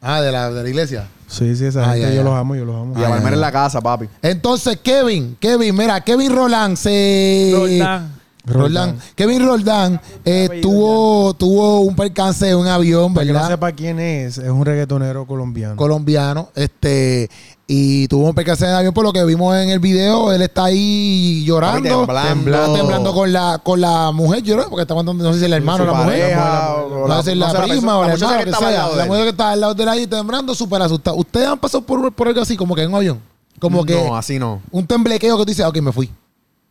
Speaker 1: Ah, de la, de la iglesia.
Speaker 4: Sí, sí, esa
Speaker 1: Ah,
Speaker 4: gente
Speaker 1: ya,
Speaker 4: yo
Speaker 1: ya.
Speaker 4: los amo, yo los amo.
Speaker 3: Villa
Speaker 1: Ah,
Speaker 3: Palmera
Speaker 1: ya,
Speaker 3: en
Speaker 1: ya.
Speaker 3: la casa, papi.
Speaker 1: Entonces, Kevin, Kevin, mira, Kevin Roland
Speaker 2: eh,
Speaker 1: se.
Speaker 2: Roldán.
Speaker 1: Roldán. Kevin Roldán eh,
Speaker 2: Apellido
Speaker 1: tuvo, tuvo un percance de un avión,
Speaker 4: Para que no
Speaker 1: ¿verdad?
Speaker 4: sepa quién es, es un reggaetonero colombiano.
Speaker 1: colombiano, este, y tuvo un percance de avión por lo que vimos en el video, él está ahí llorando,
Speaker 3: Papi, temblando.
Speaker 1: está temblando con la, con la mujer, llorando porque está mandando, no sé si el hermano o
Speaker 3: Su
Speaker 1: la mujer,
Speaker 3: pareja, o
Speaker 1: no sé si la,
Speaker 3: no sé,
Speaker 1: prima
Speaker 3: persona-
Speaker 1: o
Speaker 3: la
Speaker 1: la
Speaker 3: muchacha
Speaker 1: hermana,
Speaker 3: que
Speaker 1: que
Speaker 3: estaba al
Speaker 1: sea,
Speaker 3: lado de
Speaker 1: la
Speaker 3: él.
Speaker 1: mujer que está al lado de él ahí temblando, súper asustada. ¿Ustedes han pasado por, por algo así, como que en un avión? Como que
Speaker 3: No, así no.
Speaker 1: un temblequeo que tú dices, "Ah, ok, me fui.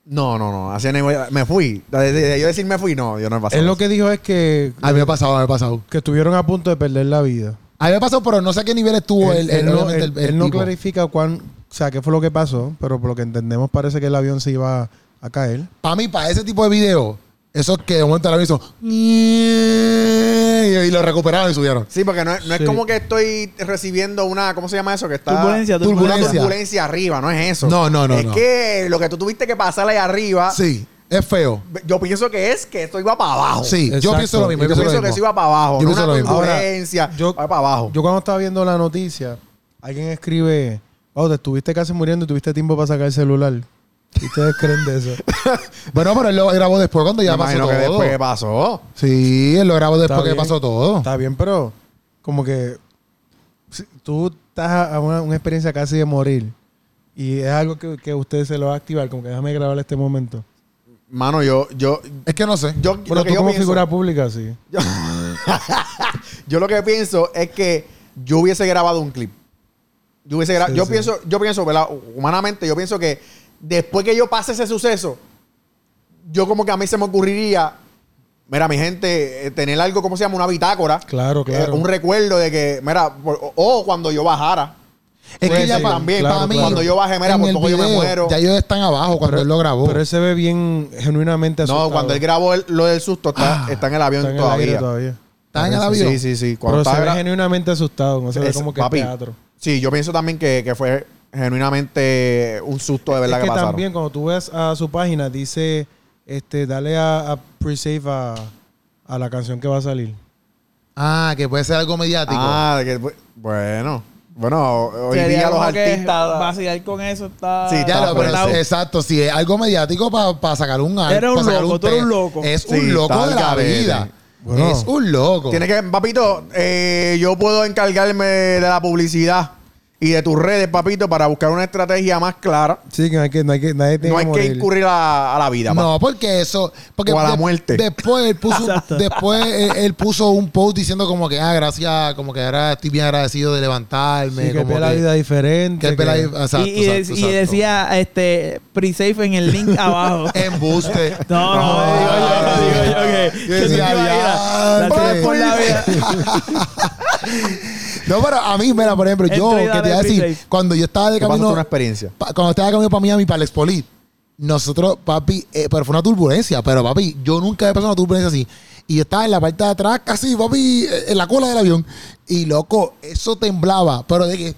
Speaker 3: No, no, no. Así no- me fui. De- de- de yo decir me fui, no, yo no he pasado.
Speaker 4: Él lo que dijo es que,
Speaker 1: A mí me ha pasado, a mí me ha pasado.
Speaker 4: que estuvieron a punto de perder la vida.
Speaker 1: A mí me ha pasado, pero no sé a qué nivel estuvo
Speaker 4: él,
Speaker 1: el,
Speaker 4: él
Speaker 1: el-
Speaker 4: no,
Speaker 1: Uh, obviamente
Speaker 4: él-
Speaker 1: el- el
Speaker 4: él no
Speaker 1: tipo.
Speaker 4: clarifica cuán, o sea, qué fue lo que pasó, pero por lo que entendemos parece que el avión se iba a caer.
Speaker 1: Para mí, para ese tipo de video, esos que de momento la hizo y lo recuperaron y subieron.
Speaker 3: Sí, porque no, es- no
Speaker 4: Sí.
Speaker 3: es como que estoy recibiendo una, ¿cómo se llama eso? Que está
Speaker 2: Turbulencia,
Speaker 3: una
Speaker 1: Turbulencia.
Speaker 2: turbulencia.
Speaker 3: turbulencia arriba, no es eso.
Speaker 1: No, no, no,
Speaker 3: Es
Speaker 1: no.
Speaker 3: que lo que tú tuviste que pasar ahí arriba,
Speaker 1: Sí, es feo.
Speaker 3: yo pienso que es que esto iba para abajo.
Speaker 1: Sí, yo
Speaker 4: Exacto.
Speaker 1: pienso lo mismo.
Speaker 3: Yo
Speaker 1: Yo
Speaker 3: pienso
Speaker 1: pienso lo
Speaker 3: que
Speaker 1: mismo.
Speaker 3: eso iba para
Speaker 1: Yo
Speaker 3: abajo. no
Speaker 1: pienso
Speaker 3: una
Speaker 1: lo mismo.
Speaker 4: Ahora,
Speaker 3: turbulencia,
Speaker 4: yo-
Speaker 3: va para abajo.
Speaker 4: Yo cuando estaba viendo la noticia, alguien escribe, oh, te estuviste casi muriendo y tuviste tiempo para sacar el celular. ¿Y ¿Ustedes creen de eso?
Speaker 1: Bueno, pero él lo grabó después cuando
Speaker 3: Me
Speaker 1: ya pasó
Speaker 3: imagino
Speaker 1: todo.
Speaker 3: que después que pasó.
Speaker 1: Sí, él lo grabó después que
Speaker 4: bien.
Speaker 1: pasó todo.
Speaker 4: Está bien, pero como que si tú estás a a una, una experiencia casi de morir y es algo que, que usted se lo va a activar, como que déjame grabar este momento.
Speaker 3: Mano, yo, yo,
Speaker 1: Es que no sé.
Speaker 3: yo,
Speaker 4: Pero
Speaker 3: lo
Speaker 4: tú
Speaker 3: que yo
Speaker 4: como
Speaker 3: pienso-
Speaker 4: figura pública, sí.
Speaker 3: Yo lo que pienso es que yo hubiese grabado un clip. Yo hubiese gra-
Speaker 4: Sí,
Speaker 3: yo
Speaker 4: sí.
Speaker 3: pienso, yo pienso, ¿verdad? Humanamente, yo pienso que después que yo pase ese suceso, yo como que a mí se me ocurriría, mira, mi gente, eh, tener algo, ¿cómo se llama? Una bitácora.
Speaker 4: Claro, claro.
Speaker 3: Eh, un recuerdo de que, mira, por- o o cuando yo bajara.
Speaker 1: es
Speaker 3: puede
Speaker 1: que ya
Speaker 3: ser
Speaker 1: pa-
Speaker 3: también,
Speaker 1: pa'
Speaker 4: claro,
Speaker 1: mí,
Speaker 4: claro. Cuando
Speaker 3: yo bajé, mira,
Speaker 1: en
Speaker 3: por
Speaker 1: el
Speaker 3: poco yo me
Speaker 1: video,
Speaker 3: muero.
Speaker 1: Ya ellos están abajo cuando él lo grabó.
Speaker 4: Pero él se ve bien genuinamente asustado.
Speaker 3: No, cuando él grabó el- lo del susto, está, está en el avión
Speaker 4: Ah, Está en el
Speaker 3: todavía.
Speaker 4: aire todavía.
Speaker 1: Está en el avión.
Speaker 3: Sí, sí, sí. Cuando
Speaker 4: Pero se
Speaker 3: estaba
Speaker 4: ve
Speaker 3: gra-
Speaker 4: genuinamente asustado, no se ve
Speaker 3: es-
Speaker 4: como que
Speaker 3: papi,
Speaker 4: teatro.
Speaker 3: Sí, yo pienso también que, que fue genuinamente un susto de verdad
Speaker 4: es que,
Speaker 3: que, pasaron.
Speaker 4: también cuando tú ves a su página dice, este, dale a, a pre-save a, a la canción que va a salir.
Speaker 1: Ah, que puede ser algo mediático.
Speaker 3: Ah, de que, bu- bueno. Bueno, hoy
Speaker 2: Sería
Speaker 3: día los
Speaker 2: como que
Speaker 3: artistas.
Speaker 2: Vacilar con eso está.
Speaker 3: Sí,
Speaker 1: Ya
Speaker 3: Está
Speaker 1: lo- pero
Speaker 3: pelado.
Speaker 1: es- exacto, si es algo mediático para sacar un álbum.
Speaker 2: Era un
Speaker 1: pa' sacar
Speaker 2: loco, tú eres un
Speaker 1: tema.
Speaker 2: loco.
Speaker 1: Es
Speaker 3: Sí,
Speaker 1: un
Speaker 3: está
Speaker 1: loco de
Speaker 3: al
Speaker 1: la
Speaker 3: garete.
Speaker 1: vida.
Speaker 4: Bueno.
Speaker 1: Es un loco.
Speaker 3: Tiene que, papito, eh, yo puedo encargarme de la publicidad y de tus redes, papito, para buscar una estrategia más clara.
Speaker 4: Sí, que, no hay que, no hay que nadie tiene
Speaker 3: No hay que
Speaker 4: morir.
Speaker 3: incurrir a, a la vida. papá.
Speaker 1: No, porque eso. Porque
Speaker 3: O a la muerte.
Speaker 1: Después él puso,
Speaker 2: Exacto.
Speaker 1: después él, él puso un post diciendo como que, ah, gracias, como que ahora estoy bien agradecido de
Speaker 4: Sí,
Speaker 1: levantarme.
Speaker 4: que
Speaker 1: como
Speaker 4: ve la vida diferente.
Speaker 1: que él ve la vida- exacto,
Speaker 2: y, y de-
Speaker 1: exacto,
Speaker 2: y
Speaker 1: exacto.
Speaker 2: decía este pre-safe en el link abajo.
Speaker 1: Embuste.
Speaker 2: No, no,
Speaker 1: Ah,
Speaker 2: digo yo, digo yo que-
Speaker 1: yo
Speaker 2: que
Speaker 1: decía,
Speaker 2: tú te ibas a ir a-
Speaker 1: "Diantre".
Speaker 2: la por la vida.
Speaker 1: No, pero a mí, mira, por ejemplo, yo,
Speaker 2: Entra y
Speaker 1: que te
Speaker 2: dale
Speaker 1: iba a
Speaker 2: free
Speaker 1: decir,
Speaker 2: safe.
Speaker 1: cuando yo estaba de
Speaker 3: ¿Qué pasa? Es
Speaker 1: camino.
Speaker 3: una experiencia.
Speaker 1: pa- cuando estaba de camino para Miami, para el Expolit, nosotros, papi, eh, pero fue una turbulencia, pero papi, yo nunca había pasado una turbulencia así. Y yo estaba en la parte de atrás, casi, papi, eh, en la cola del avión. Y loco, eso temblaba, pero de que.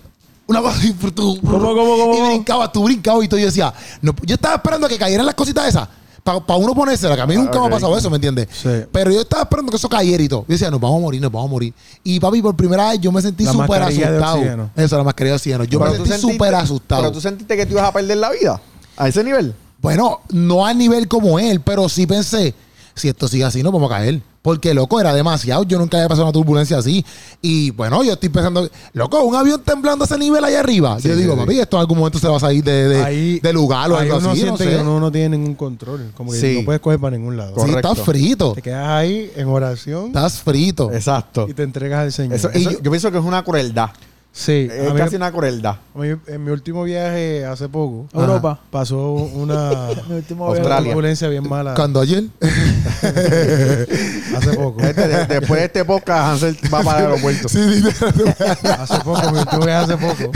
Speaker 1: Una cosa así, tú,
Speaker 2: ¿Cómo, cómo, cómo?
Speaker 1: Y brincaba, tú brincabas y todo. y Yo decía, no, yo estaba esperando que cayeran las cositas esas. Para uno ponerse, que a mí nunca me
Speaker 3: ok.
Speaker 1: ha pasado eso, ¿me entiendes?
Speaker 4: Sí.
Speaker 1: Pero yo estaba esperando que eso cayera y todo. Yo decía, nos vamos a morir, nos vamos a morir. Y papi, por primera vez yo me sentí
Speaker 4: La
Speaker 1: súper
Speaker 4: mascarilla de
Speaker 1: asustado.
Speaker 4: oxígeno.
Speaker 1: Eso, la mascarilla de oxígeno. Yo
Speaker 3: Pero
Speaker 1: me
Speaker 3: tú
Speaker 1: sentí
Speaker 3: sentiste-
Speaker 1: súper asustado.
Speaker 3: Pero tú sentiste que tú ibas a perder la vida a ese nivel.
Speaker 1: Bueno, no a nivel como él, pero sí pensé, si esto sigue así, no vamos a caer. Porque, loco, era demasiado. Yo nunca había pasado una turbulencia así. Y bueno, yo estoy pensando, loco, un avión temblando a ese nivel allá arriba. yo
Speaker 4: sí,
Speaker 1: digo,
Speaker 4: sí.
Speaker 1: papi, esto en algún momento se va a salir de, de,
Speaker 4: Ahí-
Speaker 1: de lugar o
Speaker 4: ahí
Speaker 1: algo
Speaker 4: uno
Speaker 1: así. No
Speaker 4: siente
Speaker 1: sé.
Speaker 4: que uno no tiene ningún control. Como que
Speaker 3: Sí.
Speaker 4: no puedes coger para ningún lado.
Speaker 1: sí,
Speaker 3: Correcto.
Speaker 1: estás frito.
Speaker 4: Te quedas ahí en oración
Speaker 1: Estás frito.
Speaker 3: Exacto.
Speaker 4: y te entregas al Señor.
Speaker 3: Eso,
Speaker 1: Y
Speaker 3: eso-
Speaker 1: yo-
Speaker 3: yo, pienso que es una crueldad.
Speaker 4: sí,
Speaker 3: Es
Speaker 4: a mí-
Speaker 3: casi una crueldad.
Speaker 4: a mí en mi último viaje hace poco
Speaker 2: A Europa.
Speaker 4: pasó una
Speaker 2: Mi último
Speaker 4: una
Speaker 3: Australia.
Speaker 4: turbulencia bien mala
Speaker 1: Cuando ayer,
Speaker 4: hace poco.
Speaker 3: Este, de- después de este podcast, Hansel va para el aeropuerto.
Speaker 4: Hace poco, mi último viaje hace poco,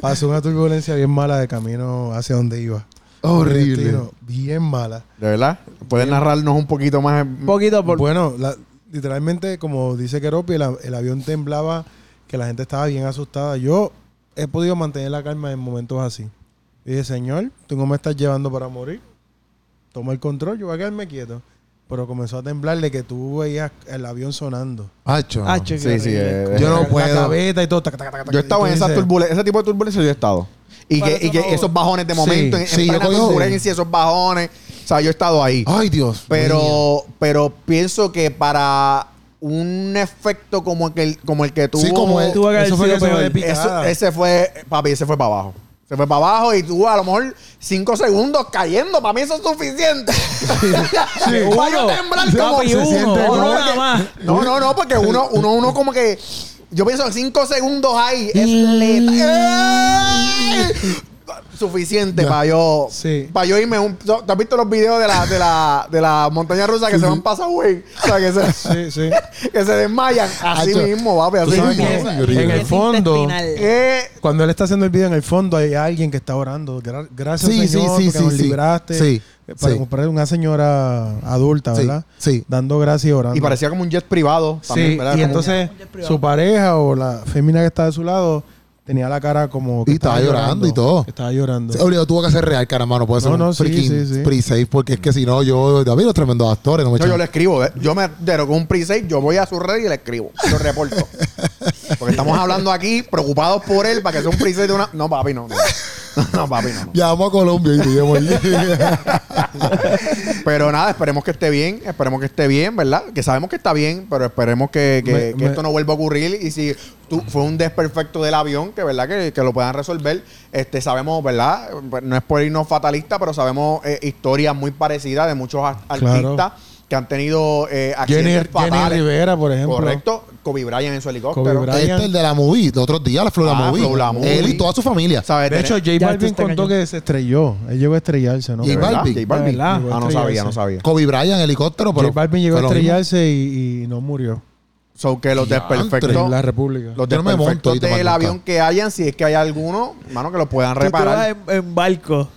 Speaker 4: pasó una turbulencia bien mala de camino hacia donde iba. Mi
Speaker 1: horrible.
Speaker 4: destino, Bien mala.
Speaker 3: ¿De verdad? ¿Puedes narrarnos un poquito más?
Speaker 2: Un poquito por...
Speaker 4: Bueno, la- literalmente, como dice Keropi, el, a- el avión temblaba, que la gente estaba bien asustada. Yo he podido mantener la calma en momentos así. Y dije, señor, tú no me estás llevando para morir. Toma el control, yo voy a quedarme quieto. Pero comenzó a temblar de que tú veías el avión sonando.
Speaker 1: Hacho.
Speaker 2: Ah, che, qué
Speaker 3: Sí, sí. eh,
Speaker 2: horrible.
Speaker 1: Yo no
Speaker 4: La
Speaker 1: puedo.
Speaker 4: gaveta y todo. tac, tac, tac, tac,
Speaker 3: Yo
Speaker 4: y
Speaker 3: he estado
Speaker 4: tú
Speaker 3: en esas
Speaker 4: dices,
Speaker 3: turbulencias, ese tipo de turbulencias yo he estado. Y
Speaker 2: Para
Speaker 3: que,
Speaker 2: eso
Speaker 3: y que
Speaker 2: no-
Speaker 3: esos bajones de momento, en, en
Speaker 1: sí, yo
Speaker 3: plena
Speaker 1: he cogido- Ah,
Speaker 3: turbulencia, esos bajones. O sea, yo he estado ahí.
Speaker 1: Ay, Dios. mío.
Speaker 3: pero, pero pienso que para un efecto como el que, como el que tuvo...
Speaker 1: Sí, como el-
Speaker 2: Tuvo que haber
Speaker 4: Eso fue
Speaker 2: sido
Speaker 4: que se
Speaker 2: peor.
Speaker 4: me picó.
Speaker 3: Eso-
Speaker 4: picada.
Speaker 3: ese fue, papi, ese fue para abajo. Se fue para abajo y tú a lo mejor cinco segundos cayendo. Para mí eso es suficiente. Para yo temblar como
Speaker 2: Papi, uno,
Speaker 1: siente
Speaker 2: uno
Speaker 1: como
Speaker 2: nada
Speaker 3: que-
Speaker 2: más.
Speaker 3: No, no, no, porque uno, uno, uno como que. Yo pienso en cinco segundos ahí. Es letal. ¡Ey! Suficiente
Speaker 1: Ya.
Speaker 3: para yo.
Speaker 4: Sí.
Speaker 3: Para yo irme. Un, ¿Tú has visto los videos de la, de la, de la montaña rusa que se van pasa, güey? O sea, que
Speaker 4: Sí,
Speaker 3: se,
Speaker 4: sí.
Speaker 3: que se desmayan. Así
Speaker 1: Hacho.
Speaker 3: mismo, papi.
Speaker 1: Tú
Speaker 3: Así
Speaker 1: sabes
Speaker 3: mismo.
Speaker 1: que
Speaker 4: En
Speaker 1: esa-
Speaker 4: el- en el
Speaker 1: Intestinal.
Speaker 4: fondo,
Speaker 3: Eh,
Speaker 4: cuando él está haciendo el video, en el fondo hay alguien que está orando. Gra- gracias,
Speaker 1: Sí, sí,
Speaker 4: Señor,
Speaker 1: sí,
Speaker 4: porque
Speaker 1: sí,
Speaker 4: nos
Speaker 1: sí.
Speaker 4: libraste.
Speaker 1: Sí,
Speaker 4: Eh, Para
Speaker 1: sí.
Speaker 4: comprar una señora adulta,
Speaker 1: Sí,
Speaker 4: ¿verdad?
Speaker 1: sí.
Speaker 4: Dando gracias y orando.
Speaker 3: y parecía como un jet privado. También,
Speaker 4: Sí,
Speaker 3: ¿verdad?
Speaker 4: y
Speaker 3: Como-
Speaker 4: entonces
Speaker 2: Un jet privado.
Speaker 4: su pareja o la fémina que está de su lado tenía la cara como... que
Speaker 1: Y estaba llorando y todo.
Speaker 4: que Estaba llorando.
Speaker 1: Sí, obligado, tuvo que ser real, caramba, no puede ser
Speaker 4: No,
Speaker 1: un
Speaker 4: no, sí,
Speaker 1: freaking
Speaker 4: sí, sí.
Speaker 1: pre-save, porque es que si no, yo, David, los tremendos actores, no me
Speaker 3: No, yo
Speaker 1: echan-
Speaker 3: le escribo. eh. Yo me entero con un pre-save, yo voy a su red y le escribo. Lo reporto. Porque estamos hablando aquí preocupados por él para que sea un pre-save de una. No, papi, no. No, No, papi, no. no.
Speaker 1: Llamamos a Colombia y te llevo allí.
Speaker 3: Pero nada, esperemos que esté bien. Esperemos que esté bien, ¿verdad? Que sabemos que está bien, pero esperemos que, que-
Speaker 4: Me-
Speaker 3: que
Speaker 4: me-
Speaker 3: esto no vuelva a ocurrir. Y si tú- fue un desperfecto del avión, que verdad que, que lo puedan resolver. Este, sabemos, ¿verdad? Pues, No es por irnos fatalista, pero sabemos eh, historias muy parecidas de muchos ar-
Speaker 4: Claro.
Speaker 3: artistas que han tenido eh,
Speaker 4: Jenny,
Speaker 3: accidentes
Speaker 4: Jenny
Speaker 3: fatales.
Speaker 4: Rivera, por ejemplo.
Speaker 3: Correcto, Kobe Bryant en su helicóptero.
Speaker 4: Kobe Bryant.
Speaker 1: este es el de la movie, los otros días, la Flow de la
Speaker 3: Ah,
Speaker 1: movie.
Speaker 3: Flow La Movie.
Speaker 1: Él y toda su familia.
Speaker 3: ¿Sabes?
Speaker 4: De hecho, J
Speaker 2: Ya, tú
Speaker 4: Balvin
Speaker 2: estás
Speaker 4: contó
Speaker 2: cañón.
Speaker 4: que se estrelló. Él llegó a estrellarse, ¿no?
Speaker 1: J
Speaker 4: J
Speaker 1: Balvin.
Speaker 3: J Balvin.
Speaker 2: ¿Verdad?
Speaker 3: Ah, no
Speaker 4: Estrellarse.
Speaker 3: sabía, no sabía.
Speaker 1: Kobe Bryant, helicóptero, pero.
Speaker 4: Balvin llegó a
Speaker 1: fue lo mismo.
Speaker 4: estrellarse y, y no murió.
Speaker 3: So que los
Speaker 1: Diantre.
Speaker 4: En la
Speaker 3: desperfectos,
Speaker 4: República.
Speaker 3: los
Speaker 1: Yo no me monto
Speaker 3: desperfectos
Speaker 1: y te
Speaker 3: del
Speaker 1: mando
Speaker 3: avión
Speaker 1: acá.
Speaker 3: que hayan, si es que hay alguno, mano, que lo puedan
Speaker 2: Tú te vas
Speaker 3: reparar.
Speaker 2: en, en barco.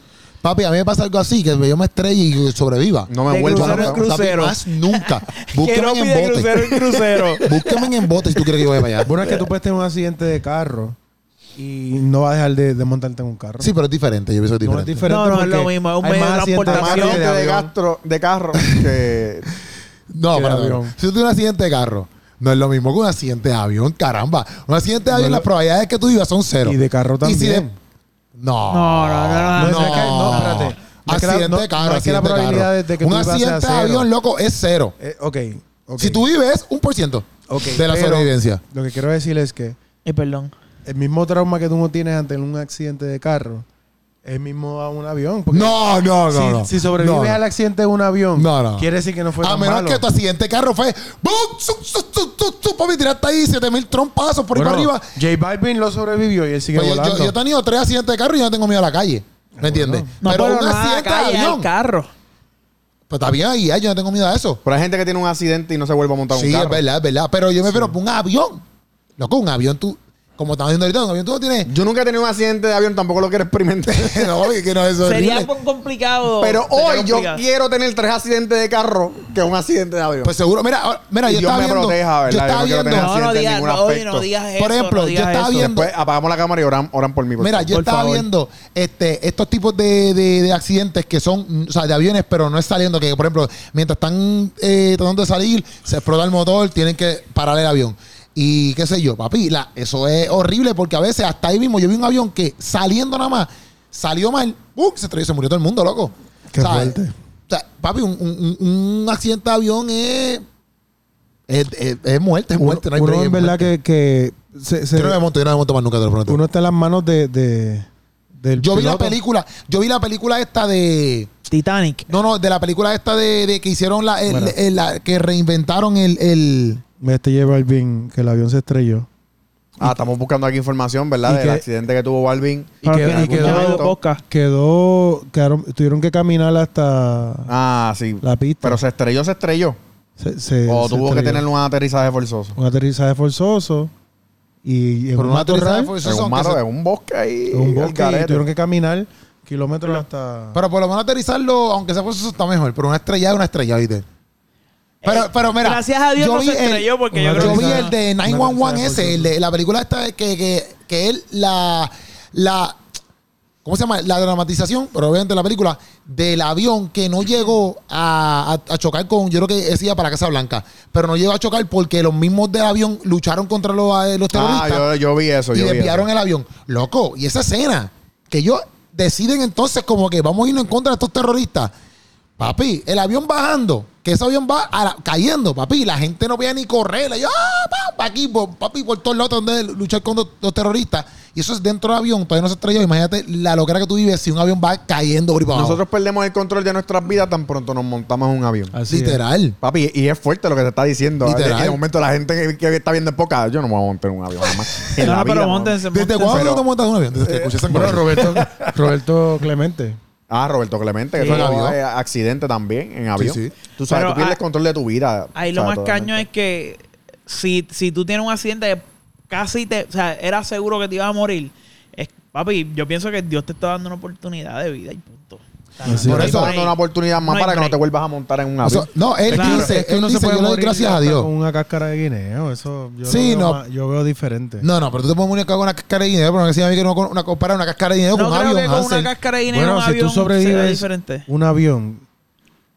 Speaker 1: Papi, a mí me pasa algo así, que yo me estrelle y sobreviva.
Speaker 3: No me
Speaker 2: de
Speaker 3: vuelvo
Speaker 2: crucero
Speaker 3: loco.
Speaker 2: en crucero.
Speaker 1: Papi, más nunca.
Speaker 2: Quiero
Speaker 1: Búsquenme
Speaker 2: pide
Speaker 1: en bote.
Speaker 2: crucero en crucero.
Speaker 1: Búsquenme en bote si tú quieres que yo vaya para allá.
Speaker 4: Bueno, es que tú puedes tener un accidente de carro y no vas a dejar de, de montarte en un carro.
Speaker 1: Sí, pero es diferente. Yo pienso que es
Speaker 4: no es
Speaker 1: diferente.
Speaker 4: diferente.
Speaker 2: No, no, es
Speaker 4: porque
Speaker 2: lo mismo, es un
Speaker 4: hay
Speaker 2: medio de
Speaker 4: más accidentes
Speaker 3: Además,
Speaker 2: transportación.
Speaker 4: de
Speaker 3: accidente de,
Speaker 4: avión.
Speaker 3: gastro- de carro que
Speaker 1: No,
Speaker 4: que
Speaker 1: pero
Speaker 4: de avión.
Speaker 1: Si tú tienes un accidente de carro, no es lo mismo que un accidente de avión, caramba. Un accidente de avión, las probabilidades que tú vivas son cero.
Speaker 4: Y de carro
Speaker 1: Y si de-
Speaker 4: también.
Speaker 1: No.
Speaker 2: No, no, no, no,
Speaker 4: no, es que- no, espérate. No es que la-
Speaker 1: Accidente
Speaker 4: no-
Speaker 1: de carro,
Speaker 4: no es que la
Speaker 1: accidente de
Speaker 4: probabilidad
Speaker 1: carro.
Speaker 4: es de que
Speaker 1: un
Speaker 4: tú ibas a
Speaker 1: accidente de
Speaker 4: cero.
Speaker 1: avión, loco, es cero.
Speaker 4: Eh, ok. ok.
Speaker 1: Si tú vives, un por ciento
Speaker 4: Ok,
Speaker 1: de la
Speaker 4: pero
Speaker 1: sobrevivencia.
Speaker 4: Lo que quiero decir es que
Speaker 2: Y Eh, perdón.
Speaker 4: el mismo trauma que tú no tienes ante un accidente de carro es mismo a un avión. porque
Speaker 1: No, no, no.
Speaker 4: si,
Speaker 1: no.
Speaker 4: si sobrevives
Speaker 1: No, no.
Speaker 4: al accidente de un avión,
Speaker 1: No, no.
Speaker 4: quiere decir que no fue
Speaker 1: A
Speaker 4: tan
Speaker 1: menos
Speaker 4: malo.
Speaker 1: que tu accidente de carro fue. ¡Bum! ¡Su, su, su, su, su! Papi, tiraste ahí 7000 trompazos por ahí
Speaker 4: Bueno,
Speaker 1: para arriba.
Speaker 4: J Balvin lo sobrevivió y él sigue
Speaker 1: Pues yo,
Speaker 4: volando.
Speaker 1: yo- yo he tenido tres accidentes de carro y yo no tengo miedo a la calle. ¿Me entiendes?
Speaker 2: No, pero, no a la calle, al
Speaker 1: Pues
Speaker 2: carro.
Speaker 1: está bien ahí, ahí, yo no tengo miedo a eso.
Speaker 3: Pero hay gente que tiene un accidente y no se vuelve a montar
Speaker 1: Sí,
Speaker 3: un
Speaker 1: es
Speaker 3: carro.
Speaker 1: verdad, es verdad. Pero yo me refiero a un avión. Loco, un avión tú. Como estamos haciendo ahorita, un avión tú no tienes.
Speaker 3: Yo nunca he tenido un accidente de avión, tampoco lo quiero experimentar.
Speaker 1: no, que no es
Speaker 2: Sería
Speaker 1: horrible.
Speaker 2: con- complicado.
Speaker 3: Pero
Speaker 2: sería
Speaker 3: hoy yo
Speaker 2: complicado.
Speaker 3: quiero tener tres accidentes de carro que un accidente de avión.
Speaker 1: Pues seguro, mira, ahora- mira,
Speaker 3: Y
Speaker 1: yo
Speaker 3: Dios
Speaker 1: estaba
Speaker 3: me
Speaker 1: viendo.
Speaker 3: proteja, ¿verdad?
Speaker 1: yo
Speaker 3: Yo
Speaker 1: estaba
Speaker 3: no quiero
Speaker 1: viendo.
Speaker 3: tener
Speaker 2: No, no
Speaker 3: accidente en
Speaker 2: digas,
Speaker 3: ningún
Speaker 2: no, oye,
Speaker 3: aspecto.
Speaker 2: no digas eso.
Speaker 1: Por ejemplo,
Speaker 2: no
Speaker 1: yo
Speaker 2: digas
Speaker 1: estaba
Speaker 2: eso.
Speaker 1: viendo-
Speaker 3: Después Pues, apagamos la cámara y oran, oran por mí. por
Speaker 1: Mira,
Speaker 3: favor.
Speaker 1: yo
Speaker 2: Por
Speaker 1: estaba
Speaker 2: favor.
Speaker 1: viendo este, estos tipos de, de- de accidentes que son, mm, o sea, de aviones, pero no es saliendo. Que, por ejemplo, mientras están eh, tratando de salir, se explota el motor, tienen que parar el avión. Y qué sé yo, papi, la- eso es horrible porque a veces hasta ahí mismo yo vi un avión que saliendo nada más, salió mal, ¡pum! se estrelló y se murió todo el mundo, loco.
Speaker 4: Qué fuerte.
Speaker 1: o sea, papi, un, un- un- un accidente de avión es, es, es- es muerte, es muerte. no hay
Speaker 4: uno
Speaker 1: break,
Speaker 4: en
Speaker 1: es
Speaker 4: verdad
Speaker 1: muerte.
Speaker 4: que, que se- se-
Speaker 1: Yo no me monto, yo no me monto más nunca, te lo prometo.
Speaker 4: uno está en las manos de, de- del
Speaker 1: Yo vi la
Speaker 4: piloto.
Speaker 1: película, yo vi la película esta de.
Speaker 2: Titanic.
Speaker 1: No, no, de la película esta de, de que hicieron la, el-
Speaker 4: Bueno.
Speaker 1: el- la- que reinventaron el, el-
Speaker 4: Este lleva Balvin, que el avión se estrelló.
Speaker 3: Ah, estamos buscando aquí información,
Speaker 4: y
Speaker 3: ¿verdad? Del
Speaker 4: que-
Speaker 3: accidente que tuvo Balvin.
Speaker 4: Y que-
Speaker 2: Para
Speaker 4: y
Speaker 2: que
Speaker 4: quedó-
Speaker 2: escuchemos podcast.
Speaker 4: Quedó, quedaron- tuvieron que caminar hasta
Speaker 3: Ah, sí.
Speaker 4: la pista.
Speaker 3: Pero se estrelló, se estrelló.
Speaker 4: Se- se-
Speaker 3: o
Speaker 4: se
Speaker 3: tuvo que
Speaker 4: estrelló.
Speaker 3: tener un aterrizaje forzoso.
Speaker 4: un aterrizaje forzoso y en
Speaker 1: Pero
Speaker 4: un
Speaker 1: no aterrizaje
Speaker 4: matorral,
Speaker 1: forzoso,
Speaker 3: Es un,
Speaker 1: aunque
Speaker 3: maro,
Speaker 1: se-
Speaker 3: es un bosque ahí.
Speaker 4: en un
Speaker 3: al
Speaker 4: bosque y
Speaker 3: garete.
Speaker 4: tuvieron que caminar kilómetros hasta
Speaker 1: Pero por lo menos aterrizarlo, aunque sea por eso, está mejor. Pero una estrella es una estrella, ¿viste? Pero, pero mira.
Speaker 2: Eh, Gracias a Dios
Speaker 1: yo
Speaker 2: no
Speaker 1: vi
Speaker 2: se
Speaker 1: el-
Speaker 2: estrelló porque yo
Speaker 4: una
Speaker 2: creo
Speaker 1: Yo
Speaker 2: que...
Speaker 1: vi
Speaker 4: aterrizaje-
Speaker 1: el de
Speaker 4: un
Speaker 1: 911
Speaker 4: aterrizaje
Speaker 1: ese, el de, la película esta que, que, que él, la, la, ¿cómo se llama? La dramatización, pero obviamente la película, del avión que no llegó a, a- a chocar con, yo creo que decía para Casa Blanca, pero no llegó a chocar porque los mismos del avión lucharon contra los, eh, los
Speaker 3: Ah,
Speaker 1: terroristas
Speaker 3: yo, yo vi eso.
Speaker 1: y
Speaker 3: yo vi
Speaker 1: desviaron
Speaker 3: eso.
Speaker 1: el avión. Loco, y esa escena que ellos deciden entonces como que vamos a irnos en contra de estos terroristas. Papi, el avión bajando, que ese avión va a la- cayendo, papi, la gente no podía ni correr. Yo, ah, pa, pa' aquí, por- papi, por todos lados donde luchar contra los terroristas. Y eso es dentro del avión, todavía no se estrelló. Imagínate la locura que tú vives si un avión va cayendo por ahí para abajo.
Speaker 3: Nosotros perdemos el conol de nuestras vidas tan pronto nos montamos en un avión.
Speaker 4: Así es.
Speaker 1: Literal.
Speaker 3: Papi, y es fuerte lo que te está diciendo.
Speaker 1: Literal.
Speaker 3: Y de momento la gente que, que está viendo en poca, yo no me voy a montar en un avión jamás. En
Speaker 2: No,
Speaker 3: la
Speaker 2: no,
Speaker 3: vida,
Speaker 2: pero
Speaker 3: no.
Speaker 2: montense, Eh,
Speaker 1: ¿Desde cuándo
Speaker 3: Pero-
Speaker 1: tú te montas en un avión? Desde que escuché esa
Speaker 4: Bueno,
Speaker 1: cosa.
Speaker 4: Roberto Roberto Clemente
Speaker 3: Ah, Roberto Clemente, que
Speaker 2: Sí. eh,
Speaker 3: fue
Speaker 1: En avión.
Speaker 3: accidente también en avión.
Speaker 1: sí.
Speaker 3: Tú sabes,
Speaker 2: Pero
Speaker 3: tú pierdes
Speaker 2: ah-
Speaker 3: control de tu vida.
Speaker 2: Ahí
Speaker 3: O
Speaker 2: lo
Speaker 3: sea,
Speaker 2: más
Speaker 3: totalmente.
Speaker 2: caño es que si, si tú tienes un accidente, casi te. O sea, era seguro que te ibas a morir. Es, papi, yo pienso que Dios te está dando una oportunidad de vida y punto.
Speaker 4: Así
Speaker 3: Por
Speaker 1: No hay
Speaker 3: eso
Speaker 1: break.
Speaker 3: dando una oportunidad más
Speaker 2: No hay
Speaker 3: para que no
Speaker 2: break.
Speaker 3: te vuelvas a montar en un
Speaker 1: O
Speaker 3: avión.
Speaker 1: sea, no, él
Speaker 2: Claro,
Speaker 1: dice,
Speaker 4: es que
Speaker 1: él
Speaker 4: uno se
Speaker 1: dice,
Speaker 4: puede
Speaker 1: yo le doy
Speaker 4: morir
Speaker 1: gracias a
Speaker 4: hasta
Speaker 1: Dios.
Speaker 4: con una cáscara de guineo eso yo
Speaker 1: Sí,
Speaker 4: lo
Speaker 1: no.
Speaker 4: veo más- yo veo diferente
Speaker 1: No, no, pero tú te puedes morir con una cáscara de dinero, pero no decía a mí que no con- una, comparar una cáscara de dinero
Speaker 2: No
Speaker 1: con un
Speaker 2: creo
Speaker 1: avión,
Speaker 2: que con
Speaker 1: Hansel.
Speaker 2: una cáscara de dinero
Speaker 4: bueno
Speaker 2: un
Speaker 4: si
Speaker 2: avión
Speaker 4: tú
Speaker 2: será
Speaker 4: sobrevives
Speaker 2: diferente.
Speaker 4: un avión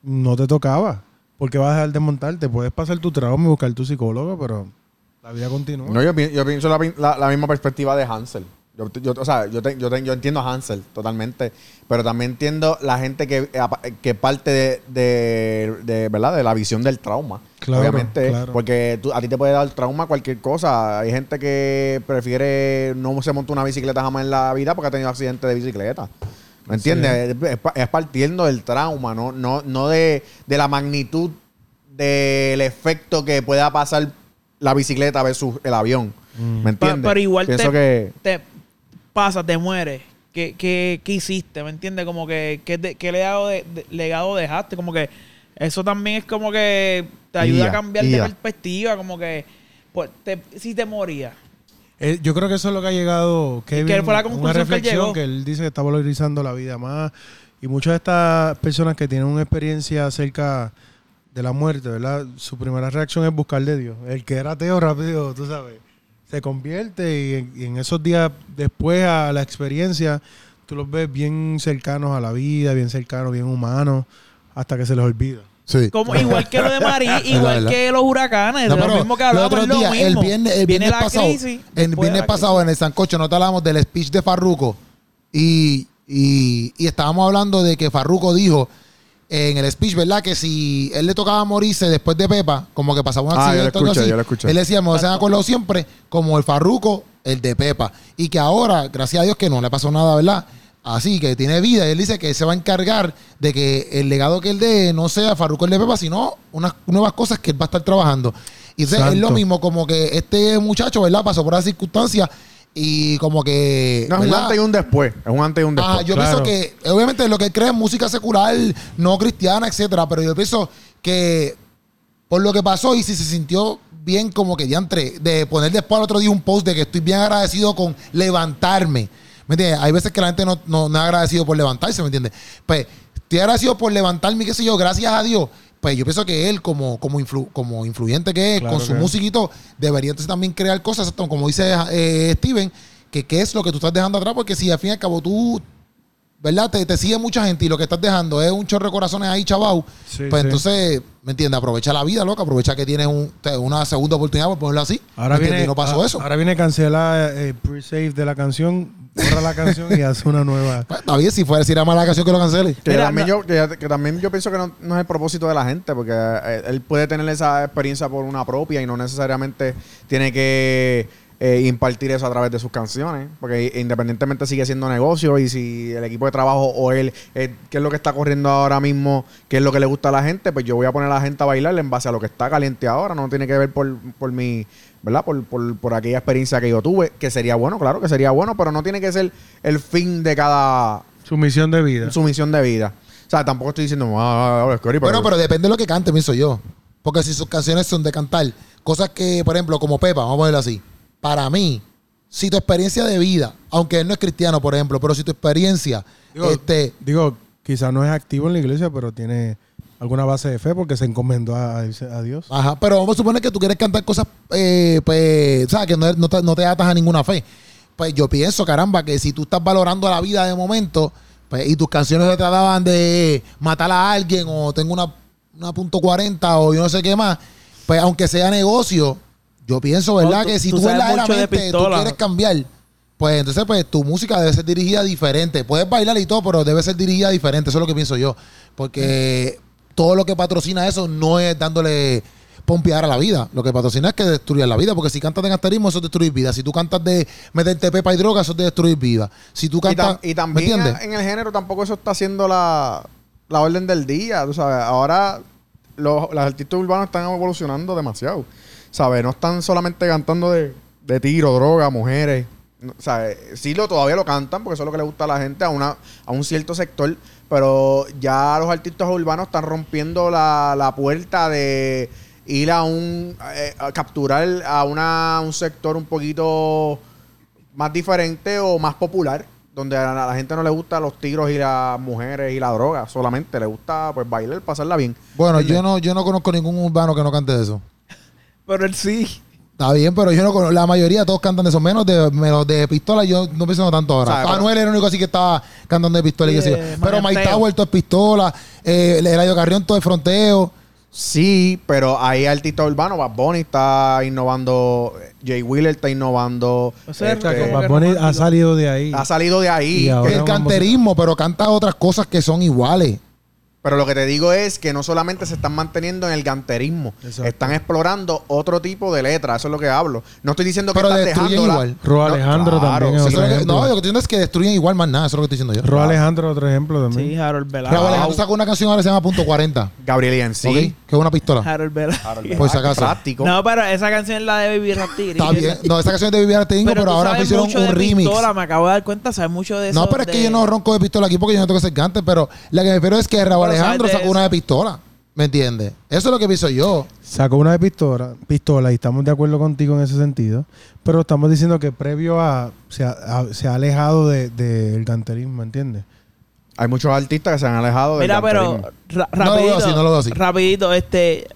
Speaker 4: no te tocaba porque vas a dejar de montarte puedes pasar tu trabajo y buscar tu psicólogo pero la vida continúa
Speaker 3: No, yo, pi- yo pienso la, pi- la- la misma perspectiva de Hansel. Yo, yo- o sea, yo, te- yo, te- yo entiendo a Hansel totalmente, pero también entiendo la gente que, eh, que parte de, de- de, ¿verdad? de la visión del trauma.
Speaker 4: Claro,
Speaker 3: obviamente,
Speaker 4: claro.
Speaker 3: porque tú- a ti te puede dar trauma cualquier cosa. Hay gente que prefiere no se monta una bicicleta jamás en la vida porque ha tenido accidente de bicicleta. ¿Me entiendes? Es, pa- es partiendo del trauma, no, no, no de, de la magnitud del efecto que pueda pasar la bicicleta versus el avión. ¿Me
Speaker 2: Pa-
Speaker 3: entiendes?
Speaker 2: pero igual
Speaker 3: Pienso
Speaker 2: te,
Speaker 3: que.
Speaker 2: te pasa, te mueres. ¿Qué, qué, qué hiciste? ¿Me entiendes? Como que qué, te- qué legado, de- de- legado dejaste. Como que eso también es como que te ayuda
Speaker 3: Ida,
Speaker 2: a cambiar de
Speaker 3: ida.
Speaker 2: perspectiva. Como que pues, te- si te morías.
Speaker 4: Eh, yo creo que eso es lo que ha llegado Kevin.
Speaker 2: Que fue la
Speaker 4: a
Speaker 2: conclusión
Speaker 4: una
Speaker 2: que él
Speaker 4: reflexión
Speaker 2: llegó.
Speaker 4: que él dice que está valorizando la vida más. Y muchas de estas personas que tienen una experiencia acerca de la muerte, ¿verdad? Su primera reacción es buscarle a Dios. El que era ateo rápido, tú sabes, se convierte y en, y en esos días después a la experiencia, tú los ves bien cercanos a la vida, bien cercanos, bien humanos, hasta que se les olvida.
Speaker 1: Sí.
Speaker 2: Como, igual que lo de Marí,
Speaker 1: Es
Speaker 2: igual
Speaker 1: verdad.
Speaker 2: que los huracanes,
Speaker 1: No,
Speaker 2: lo
Speaker 1: pero
Speaker 2: mismo que
Speaker 1: los
Speaker 2: hablamos,
Speaker 1: otros
Speaker 2: es lo
Speaker 1: días,
Speaker 2: mismo.
Speaker 1: el viernes, el
Speaker 2: Viene
Speaker 1: viernes
Speaker 2: la
Speaker 1: pasado,
Speaker 2: crisis,
Speaker 1: el
Speaker 2: después
Speaker 1: viernes
Speaker 2: la
Speaker 1: pasado en el Sancocho no te hablábamos del speech de Farruco y, y, y estábamos hablando de que Farruco dijo en el speech, ¿verdad? Que si él le tocaba morirse después de Pepa, como que pasaba un
Speaker 3: Ah, yo lo
Speaker 1: accidente o algo
Speaker 3: escuché,
Speaker 1: así,
Speaker 3: yo lo escuché.
Speaker 1: él decía, me se han acordado siempre como el Farruco, el de Pepa. Y que ahora, gracias a Dios que no le pasó nada, ¿verdad? Así que tiene vida. Y él dice que se va a encargar de que el legado que él dé no sea Farruco el de Pepa, sino unas nuevas cosas que él va a estar trabajando. Y entonces es lo
Speaker 4: Santo.
Speaker 1: mismo, como que este muchacho, ¿verdad? Pasó por las circunstancias y como que...
Speaker 3: No, es un
Speaker 1: ¿verdad?
Speaker 3: antes y un después. Es un antes y un después.
Speaker 1: Ah, yo pienso
Speaker 4: Claro.
Speaker 1: que, obviamente, lo que cree es música secular, no cristiana, etcétera, pero yo pienso que por lo que pasó y si se sintió bien como que diantre, de poner después al otro día un post de que estoy bien agradecido con levantarme. ¿Me entiendes? Hay veces que la gente no, no, no es agradecido por levantarse, ¿me entiendes? Pues estoy agradecido por levantarme, qué sé yo, gracias a Dios. Pues yo pienso que él, como, como, influ- como influyente que es,
Speaker 4: Claro
Speaker 1: con su
Speaker 4: que-
Speaker 1: musiquito, debería entonces también crear cosas, esto, como dice eh, Steven, que qué es lo que tú estás dejando atrás, porque si al fin y al cabo tú, ¿verdad? Te, te sigue mucha gente y lo que estás dejando es un chorro de corazones ahí, chaval.
Speaker 4: Sí,
Speaker 1: pues
Speaker 4: sí.
Speaker 1: entonces, ¿me entiendes? Aprovecha la vida, loca, aprovecha que tienes un- te- una segunda oportunidad, por ponerlo así.
Speaker 4: Ahora
Speaker 1: ¿me entiendes?
Speaker 4: viene,
Speaker 1: Y no pasó
Speaker 4: a-
Speaker 1: eso.
Speaker 4: ahora viene cancelar el pre-save de la canción, borra la canción y hace una nueva.
Speaker 1: Pues, está bien, si fuera si era mala la canción que lo cancele.
Speaker 3: Que,
Speaker 2: Mira,
Speaker 3: también
Speaker 2: no-
Speaker 3: yo, que, que también yo pienso que no, no es el propósito de la gente, porque eh, él puede tener esa experiencia por una propia y no necesariamente tiene que eh, impartir eso a través de sus canciones, porque independientemente sigue siendo negocio y si el equipo de trabajo o él, eh, qué es lo que está corriendo ahora mismo, qué es lo que le gusta a la gente, pues yo voy a poner a la gente a bailar en base a lo que está caliente ahora, no tiene que ver por, por mi, ¿verdad? Por, por, por aquella experiencia que yo tuve, que sería bueno, claro que sería bueno, pero no tiene que ser el fin de cada
Speaker 4: Su misión de vida.
Speaker 3: su misión de vida. O sea, tampoco estoy diciendo, ah, ah, ah, Scary, pero,
Speaker 1: Bueno, pero depende de lo que cante, pienso yo. Porque si sus canciones son de cantar, cosas que, por ejemplo, como Pepa, vamos a ponerlo así. Para mí, si tu experiencia de vida, aunque él no es cristiano, por ejemplo, pero si tu experiencia,
Speaker 4: Digo,
Speaker 1: este,
Speaker 4: Digo, quizás no es activo en la iglesia, pero tiene alguna base de fe porque se encomendó a, a Dios.
Speaker 1: Ajá, pero vamos a suponer que tú quieres cantar cosas, eh, pues, o sea, que no, no te, no te atas a ninguna fe. Pues yo pienso, caramba, que si tú estás valorando la vida de momento pues, y tus canciones se trataban de matar a alguien o tengo una, una punto .40 o yo no sé qué más, pues aunque sea negocio, yo pienso, ¿verdad?
Speaker 2: No, tú-
Speaker 1: que si
Speaker 2: tú
Speaker 1: tú,
Speaker 2: sabes mucho de
Speaker 1: verdaderamente tú
Speaker 2: pistola.
Speaker 1: quieres cambiar, pues entonces pues tu música debe ser dirigida diferente. Puedes bailar y todo, pero debe ser dirigida diferente. Eso es lo que pienso yo. Porque todo lo que patrocina eso no es dándole pompear a la vida. Lo que patrocina es que destruya la vida. Porque si cantas de gasterismo, eso es destruir vida. Si tú cantas de meterte pepa y droga, eso es de destruir vida. Si tú
Speaker 3: y, tam-
Speaker 1: cantas...
Speaker 3: y también
Speaker 1: ¿me entiendes?
Speaker 3: en el género tampoco eso está siendo la, la orden del día, tú sabes. Ahora los, los artistas urbanos están evolucionando demasiado, ¿sabes? No están solamente cantando de, de tiro, droga, mujeres, no- ¿sabes? Sí, lo, todavía lo cantan porque eso es lo que le gusta a la gente, a, una, a un cierto sector, pero ya los artistas urbanos están rompiendo la, la puerta de ir a un... eh, a capturar a una, un sector un poquito más diferente o más popular, donde a la, a la gente no le gusta los tiros y las mujeres y la droga, solamente le gusta pues bailar, pasarla bien.
Speaker 1: Bueno, yo no, yo no conozco ningún urbano que no cante de eso.
Speaker 2: Pero él sí.
Speaker 1: Está bien, pero yo no conozco, la mayoría todos cantan de eso, menos de, menos de pistola, yo no pienso no tanto ahora.
Speaker 3: Sabe, pero-
Speaker 1: Anuel era el único así que estaba cantando de pistola y qué sé yo.
Speaker 2: Eh,
Speaker 1: Pero Mike
Speaker 2: maleanteo.
Speaker 1: Tower todo es pistola, eh, Eladio Carrión todo es fronteo.
Speaker 3: Sí, pero hay artistas urbanos, Bad Bunny está innovando, Jay Wheeler está innovando,
Speaker 2: O sea,
Speaker 3: este,
Speaker 4: O sea, que
Speaker 2: como
Speaker 4: Bad
Speaker 2: que
Speaker 4: Bunny
Speaker 2: romántico.
Speaker 4: ha salido de ahí.
Speaker 3: ha salido de ahí.
Speaker 4: Y ahora-
Speaker 1: el
Speaker 4: vamos a-
Speaker 1: canterismo, pero canta otras cosas que son iguales.
Speaker 3: Pero lo que te digo es que no solamente se están manteniendo en el ganterismo,
Speaker 4: Exacto.
Speaker 3: están explorando otro tipo de letra, eso es lo que hablo. No estoy diciendo que
Speaker 1: Pero
Speaker 3: están
Speaker 1: destruyen
Speaker 3: dejándola.
Speaker 1: igual.
Speaker 4: Ro
Speaker 3: No,
Speaker 4: Alejandro
Speaker 3: claro,
Speaker 4: también. es
Speaker 1: Eso
Speaker 4: otro
Speaker 3: sí,
Speaker 1: es lo que- no,
Speaker 4: ejemplo.
Speaker 1: lo que estoy diciendo es que destruyen igual más nada, eso es lo que estoy diciendo yo.
Speaker 4: Ro Alejandro, otro ejemplo también.
Speaker 2: Sí,
Speaker 1: Raúl
Speaker 2: Harold Velázquez.
Speaker 1: Alejandro sacó una canción ahora que se llama Punto 40,
Speaker 3: Gabriel y en sí.
Speaker 1: ¿ok? Que es una pistola.
Speaker 2: Harold Velázquez.
Speaker 1: Por si acaso.
Speaker 3: Práctico.
Speaker 2: No, pero esa canción es la de Baby Rastiri.
Speaker 1: Está bien. No, esa canción es de Viviana Tingo, pero,
Speaker 2: tú
Speaker 1: ahora me
Speaker 2: sabes
Speaker 1: hicieron
Speaker 2: mucho
Speaker 1: un
Speaker 2: de
Speaker 1: remix.
Speaker 2: pistola, me acabo de dar cuenta, sabes mucho de eso.
Speaker 1: No, pero es que
Speaker 2: de-
Speaker 1: yo no ronco de pistola aquí porque yo no tengo que ser cante, pero la que me refiero es que Raúl
Speaker 2: Pero sabes
Speaker 1: Alejandro
Speaker 2: de
Speaker 1: sacó
Speaker 2: eso.
Speaker 1: una de pistola. ¿Me entiendes? Eso es lo que pienso yo.
Speaker 4: Sacó una de pistola, pistola y estamos de acuerdo contigo en ese sentido. Pero estamos diciendo que previo a. Se ha, a- se ha alejado de- del ganterismo, ¿entiendes?
Speaker 3: Hay muchos artistas que se han alejado del
Speaker 2: Mira, pero
Speaker 3: ganterismo.
Speaker 2: ra-
Speaker 1: No lo veo
Speaker 2: rapidito,
Speaker 1: así, no lo veo así.
Speaker 2: rapidito, este,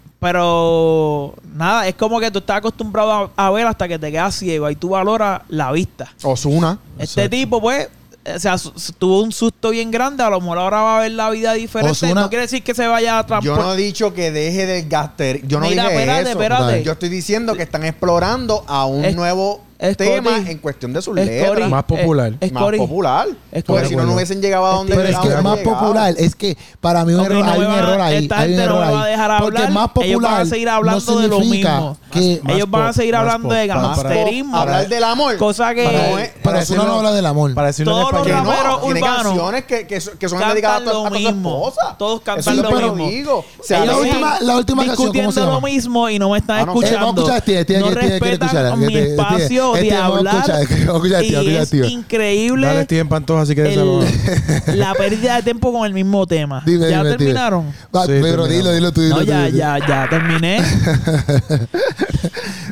Speaker 2: pero nada, es como que tú estás acostumbrado a, a ver hasta que te quedas ciego y tú valoras la vista.
Speaker 3: Ozuna.
Speaker 2: Este tipo, pues, o sea, su- su- tuvo un susto bien grande, a lo mejor ahora va a ver la vida diferente.
Speaker 1: Ozuna-
Speaker 2: no quiere decir que se vaya a
Speaker 3: Yo
Speaker 2: transportar.
Speaker 3: no he dicho que deje del gaster. Yo no
Speaker 2: Ah, pues. Mira,
Speaker 3: dije
Speaker 2: espérate,
Speaker 3: eso.
Speaker 2: espérate.
Speaker 3: Yo estoy diciendo que están explorando a un
Speaker 2: Es-
Speaker 3: nuevo
Speaker 2: es
Speaker 3: tema
Speaker 2: Cody.
Speaker 3: en cuestión de sus
Speaker 2: Es Cory.
Speaker 3: letras.
Speaker 4: Más popular.
Speaker 2: Es, es
Speaker 3: más
Speaker 2: Cory.
Speaker 3: popular.
Speaker 2: Es
Speaker 3: Porque
Speaker 2: Cory.
Speaker 3: si no, no hubiesen llegado a donde
Speaker 1: Pero es que
Speaker 3: ahora
Speaker 1: más
Speaker 3: llegado.
Speaker 1: popular, es que para mí un
Speaker 2: Ok,
Speaker 1: error-
Speaker 2: no
Speaker 1: hay
Speaker 2: me
Speaker 1: un
Speaker 2: van a-
Speaker 1: error ahí.
Speaker 2: esta
Speaker 1: hay un
Speaker 2: gente no
Speaker 1: error
Speaker 2: me va a
Speaker 1: ahí.
Speaker 2: dejar
Speaker 1: Porque
Speaker 2: hablar.
Speaker 1: más
Speaker 2: Ellos van a
Speaker 1: popular
Speaker 2: seguir
Speaker 1: no
Speaker 2: hablando de lo
Speaker 1: significa
Speaker 2: mismo.
Speaker 1: que...
Speaker 2: Más- Ellos van a seguir hablando de
Speaker 4: ganas
Speaker 2: gangster. Gasterismo.
Speaker 3: Hablar del amor.
Speaker 2: Cosa que-
Speaker 3: No es-
Speaker 1: Pero eso no habla del amor.
Speaker 4: Para decirlo
Speaker 2: Todos
Speaker 4: en
Speaker 2: los
Speaker 3: que
Speaker 4: español.
Speaker 3: no,
Speaker 2: raperos
Speaker 3: tiene
Speaker 2: urbanos
Speaker 3: canciones que, que, so- que son
Speaker 2: cantan
Speaker 3: dedicadas a,
Speaker 2: lo
Speaker 3: todas sus
Speaker 2: mismo.
Speaker 3: esposas.
Speaker 2: Todos cantan
Speaker 3: Eso es
Speaker 1: lo
Speaker 3: que yo
Speaker 2: mismo.
Speaker 3: digo. O sea,
Speaker 1: la
Speaker 2: Ellos
Speaker 3: no-
Speaker 1: última- la última canción, ¿cómo se
Speaker 2: discutiendo
Speaker 1: llama?
Speaker 2: lo mismo y no me están
Speaker 3: Ah, no.
Speaker 1: Eh, vamos
Speaker 2: escuchando.
Speaker 1: a escuchar a Steve, Steve,
Speaker 2: no
Speaker 1: que Steve quiere
Speaker 2: respetan
Speaker 1: escuchar,
Speaker 2: mi
Speaker 1: que Steve-
Speaker 2: espacio
Speaker 1: Steve,
Speaker 2: de
Speaker 1: vamos a
Speaker 2: hablar.
Speaker 1: escuchar, que vamos a escuchar a Steve, vamos
Speaker 2: y
Speaker 1: a escuchar a
Speaker 2: es
Speaker 1: Steve.
Speaker 2: increíble
Speaker 4: Dale Steven Pantoja, así que
Speaker 2: el-
Speaker 4: desabogado.
Speaker 2: la pérdida de tiempo con el mismo tema.
Speaker 1: Dime,
Speaker 2: ¿Ya
Speaker 1: dime, dime.
Speaker 2: terminaron?
Speaker 1: Va,
Speaker 4: Sí,
Speaker 1: pero
Speaker 4: terminamos.
Speaker 1: dilo, dilo tú, dilo
Speaker 2: No,
Speaker 1: tú,
Speaker 2: ya,
Speaker 1: dilo tú.
Speaker 2: ya, ya terminé.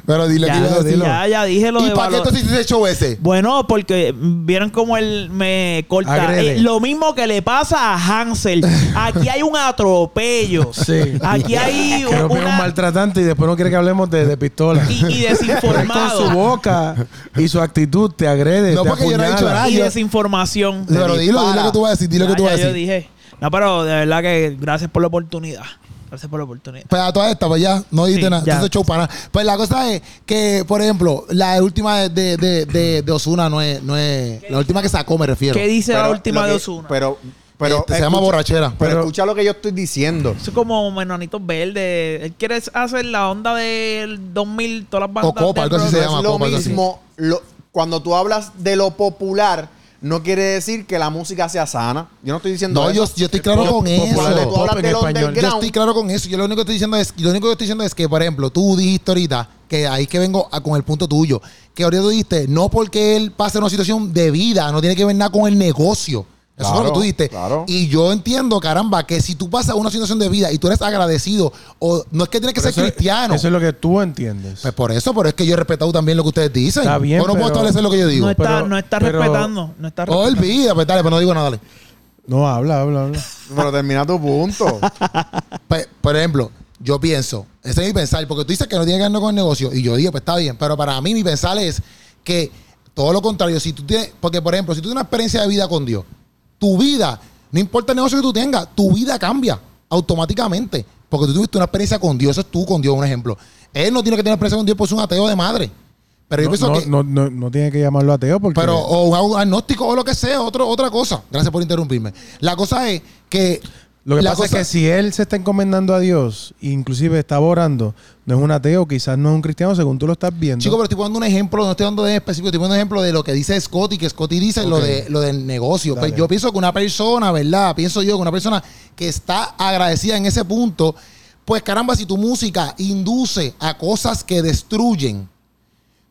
Speaker 1: Pero dile que
Speaker 2: Ya,
Speaker 1: iba a decirlo.
Speaker 2: ya, ya dije lo
Speaker 1: ¿Y
Speaker 2: de
Speaker 1: para qué
Speaker 2: valor.
Speaker 1: entonces hiciste el show ese?
Speaker 2: Bueno, porque vieron cómo él me corta.
Speaker 4: Agrede.
Speaker 2: Eh, lo mismo que le pasa a Hansel. Aquí hay un atropello.
Speaker 4: Sí.
Speaker 2: Aquí hay
Speaker 4: Creo que es un
Speaker 2: una-
Speaker 4: maltratante y después no quiere que hablemos de, de pistola.
Speaker 2: y, y
Speaker 4: Pero él con su
Speaker 2: desinformado.
Speaker 4: boca y su actitud te agrede.
Speaker 1: No,
Speaker 4: te
Speaker 1: porque yo no he dicho
Speaker 4: apuñala.
Speaker 1: nada.
Speaker 2: y
Speaker 1: yo-
Speaker 2: desinformación.
Speaker 1: Pero dilo, dilo lo que tú vas a decir, dilo lo
Speaker 2: Ya,
Speaker 1: que tú
Speaker 2: ya
Speaker 1: vas a
Speaker 2: Yo
Speaker 1: decir.
Speaker 2: dije. No, pero de verdad que gracias por la oportunidad. Gracias por la oportunidad.
Speaker 1: Pues a todas estas, pues ya, no dijiste
Speaker 2: Sí,
Speaker 1: nada.
Speaker 2: ya.
Speaker 1: Entonces, show para nada. Pues la cosa es que, por ejemplo, la última de, de, de, de Osuna no es, no es. La última que sacó, me refiero.
Speaker 2: ¿Qué dice la
Speaker 3: Pero
Speaker 2: última
Speaker 3: lo
Speaker 2: de
Speaker 3: que-
Speaker 2: Osuna?
Speaker 3: Pero, pero
Speaker 1: Este, se llama
Speaker 3: escucha-
Speaker 1: borrachera.
Speaker 3: Pero,
Speaker 4: Pero-
Speaker 3: escucha lo que yo estoy diciendo.
Speaker 2: Eso es como Menonitos Verdes. Él quiere hacer la onda del 2000, todas las bandas.
Speaker 1: Copa,
Speaker 2: de
Speaker 1: algo así
Speaker 2: rock.
Speaker 1: se
Speaker 3: No
Speaker 1: llama
Speaker 3: es lo
Speaker 1: pop, algo así.
Speaker 3: mismo. lo- cuando tú hablas de lo popular, no quiere decir que la música sea sana. Yo no estoy diciendo
Speaker 1: No,
Speaker 3: eso.
Speaker 1: yo, yo estoy claro con
Speaker 4: Pop- popular,
Speaker 1: eso.
Speaker 3: Cuando tú
Speaker 4: pop
Speaker 3: hablas
Speaker 4: en
Speaker 3: del
Speaker 4: español.
Speaker 1: Yo
Speaker 3: underground,
Speaker 1: estoy claro con eso. Yo lo único que estoy diciendo es, lo único que estoy diciendo es que, por ejemplo, tú dijiste ahorita que ahí que vengo a- con el punto tuyo, que ahorita tú dijiste, no porque él pase una situación de vida, no tiene que ver nada con el negocio. Eso fue lo
Speaker 3: Claro,
Speaker 1: que tú dijiste.
Speaker 3: claro.
Speaker 1: Y yo entiendo, caramba, que si tú pasas una situación de vida y tú eres agradecido, o no es que tienes que
Speaker 4: Pero
Speaker 1: ser
Speaker 4: eso es-
Speaker 1: cristiano.
Speaker 4: Eso es lo que tú entiendes.
Speaker 1: Pues por eso, pero es que yo he respetado también lo que ustedes dicen.
Speaker 4: Está bien,
Speaker 1: Yo no puedo
Speaker 4: pero-
Speaker 1: establecer lo que yo digo.
Speaker 2: No está,
Speaker 4: Pero-
Speaker 2: no está
Speaker 4: pero-
Speaker 2: respetando. No está respetando.
Speaker 1: Olvida, pues dale, pues no digo nada, dale.
Speaker 4: No, habla, habla, habla.
Speaker 3: pero termina tu punto.
Speaker 1: Pe- Pues, por ejemplo, yo pienso, ese es mi pensar, porque tú dices que no tiene que ver nada con el negocio, y yo digo, pues está bien, pero para mí mi pensar es que todo lo contrario, si tú tienes, porque por ejemplo, si tú tienes una experiencia de vida con Dios, tu vida, no importa el negocio que tú tengas, tu vida cambia automáticamente, porque tú tuviste una experiencia con Dios, eso es tú con Dios, un ejemplo. Él no tiene que tener experiencia con Dios por ser un ateo de madre. Pero yo
Speaker 4: No,
Speaker 1: pienso
Speaker 4: no,
Speaker 1: que...
Speaker 4: no, no- no tiene que llamarlo ateo porque.
Speaker 1: Pero, o un agnóstico o lo que sea, otro, otra cosa. Gracias por interrumpirme. La cosa es que.
Speaker 4: Lo que
Speaker 1: la
Speaker 4: pasa es
Speaker 1: cosa-
Speaker 4: que si él se está encomendando a Dios, inclusive está orando, no es un ateo, quizás no es un cristiano, según tú lo estás viendo.
Speaker 1: Chico, pero estoy poniendo un ejemplo, no estoy dando de específico, estoy poniendo un ejemplo de lo que dice Scotty, que Scotty dice lo,
Speaker 4: Ok.
Speaker 1: de, lo del negocio. Pues
Speaker 4: Dale.
Speaker 1: yo pienso que una persona, ¿verdad? Pienso yo que una persona que está agradecida en ese punto, pues caramba, si tu música induce a cosas que destruyen,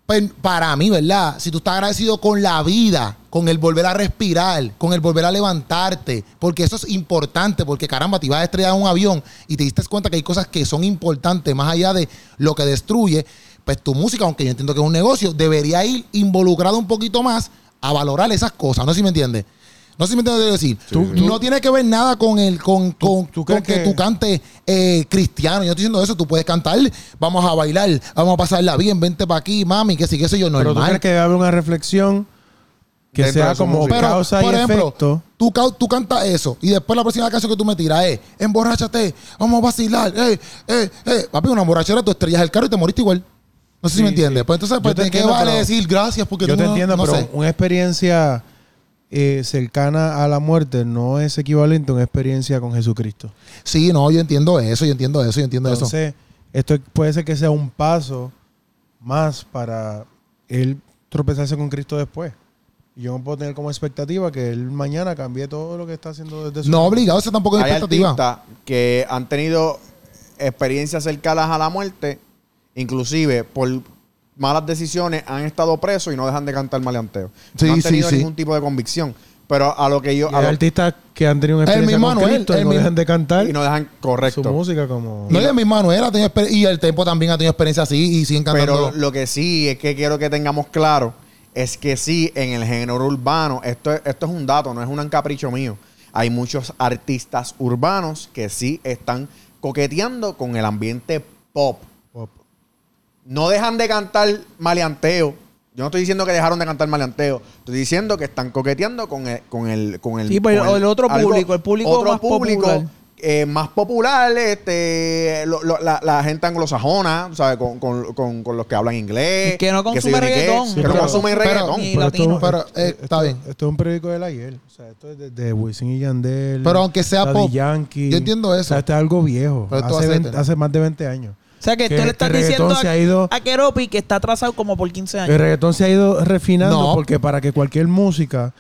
Speaker 1: pues, para mí, ¿verdad? Si tú estás agradecido con la vida, con el volver a respirar, con el volver a levantarte, porque eso es importante, porque caramba, te ibas a estrellar en un avión y te diste cuenta que hay cosas que son importantes más allá de lo que destruye, pues tu música, aunque yo entiendo que es un negocio, debería ir involucrado un poquito más a valorar esas cosas, ¿no sé si me entiendes? No sé si me entiendes lo que quiero decir.
Speaker 4: sí.
Speaker 1: no tiene que ver nada con el con, con, con
Speaker 4: tú crees
Speaker 1: que,
Speaker 4: que-
Speaker 1: tú cantes eh, cristiano. Yo no estoy diciendo eso. Tú puedes cantar, vamos a bailar, vamos a pasarla bien, vente para aquí, mami, que sí, que eso yo
Speaker 4: Pero tú
Speaker 1: normal.
Speaker 4: crees que debe haber una reflexión que
Speaker 3: Dentro de
Speaker 4: sea
Speaker 3: su
Speaker 4: como
Speaker 3: música.
Speaker 4: causa y efecto.
Speaker 1: tú, ca- tú cantas eso y después la próxima canción que tú me tiras es emborráchate, vamos a vacilar, eh, eh, eh. Papi, una borrachera, tú estrellas el carro y te moriste igual. No sé si me entiendes. Pues entonces, pues,
Speaker 4: te
Speaker 1: ¿de qué
Speaker 4: entiendo,
Speaker 1: vale
Speaker 4: pero-
Speaker 1: decir gracias? Porque
Speaker 4: Yo
Speaker 1: tú
Speaker 4: te
Speaker 1: no-
Speaker 4: entiendo,
Speaker 1: no
Speaker 4: pero
Speaker 1: sé.
Speaker 4: una experiencia eh, cercana a la muerte no es equivalente a una experiencia con Jesucristo.
Speaker 1: Sí, no, yo entiendo eso, yo entiendo eso, yo entiendo eso.
Speaker 4: Entonces, esto puede ser que sea un paso más para él tropezarse con Cristo después. Y yo no puedo tener como expectativa que él mañana cambie todo lo que está haciendo desde su...
Speaker 1: No obligado, eso tampoco es
Speaker 3: Hay
Speaker 1: expectativa.
Speaker 3: artistas que han tenido experiencias cercanas a la muerte, inclusive por malas decisiones han estado presos y no dejan de cantar maleanteo.
Speaker 1: Sí,
Speaker 3: no han
Speaker 1: sí,
Speaker 3: tenido
Speaker 1: sí.
Speaker 3: ningún tipo de convicción. Pero a lo que yo...
Speaker 4: Y
Speaker 3: a
Speaker 4: hay
Speaker 3: lo-
Speaker 4: artistas que han tenido una
Speaker 1: El
Speaker 4: experiencia
Speaker 1: mismo
Speaker 4: con
Speaker 1: Anuel,
Speaker 4: Cristo
Speaker 1: el
Speaker 4: y no
Speaker 1: mi-
Speaker 4: dejan de cantar
Speaker 3: y no dejan
Speaker 4: su
Speaker 3: correcto.
Speaker 4: música como...
Speaker 1: No, y el mismo Manuel ha tenido exper- y el Tempo también ha tenido experiencia así y siguen cantando.
Speaker 3: Pero lo que sí es que quiero que tengamos claro es que sí, en el género urbano, esto, es- esto es un dato, no es un capricho mío. Hay muchos artistas urbanos que sí están coqueteando con el ambiente pop.
Speaker 4: Pop.
Speaker 3: No dejan de cantar maleanteo. Yo no estoy diciendo que dejaron de cantar maleanteo. Estoy diciendo que están coqueteando con el... Con el, con el,
Speaker 2: Sí, pero
Speaker 3: con
Speaker 2: el otro público, el público más popular.
Speaker 3: eh, más popular, este, lo- lo- la, la gente anglosajona, ¿sabes? Con, con, con, con los que hablan inglés.
Speaker 2: Que no
Speaker 3: sé
Speaker 2: consume
Speaker 3: yo ni qué,
Speaker 2: reggaetón.
Speaker 3: que
Speaker 4: Pero-
Speaker 3: no consumen
Speaker 1: pero-
Speaker 3: reggaetón.
Speaker 2: Ni
Speaker 4: Pero
Speaker 2: latino.
Speaker 4: esto-
Speaker 1: Pero, eh,
Speaker 4: esto-
Speaker 1: está bien.
Speaker 4: Esto es un periódico del ayer. E O sea, esto es de, de Wisin y Yandel.
Speaker 1: Pero aunque sea
Speaker 4: Daddy
Speaker 1: pop,
Speaker 4: Yankee.
Speaker 1: yo entiendo eso.
Speaker 4: O sea, esto es algo viejo.
Speaker 1: Pero tú
Speaker 4: hace,
Speaker 1: acéptalo.
Speaker 4: 20 hace más de 20 años.
Speaker 2: O sea que,
Speaker 4: Que-
Speaker 2: tú le
Speaker 4: que
Speaker 2: estás
Speaker 4: el reggaetón
Speaker 2: diciendo
Speaker 4: se
Speaker 2: a,
Speaker 4: ha ido-
Speaker 2: a Keropi que está atrasado como por 15 años.
Speaker 4: El reggaetón se ha ido refinando
Speaker 1: No.
Speaker 4: porque para que cualquier música,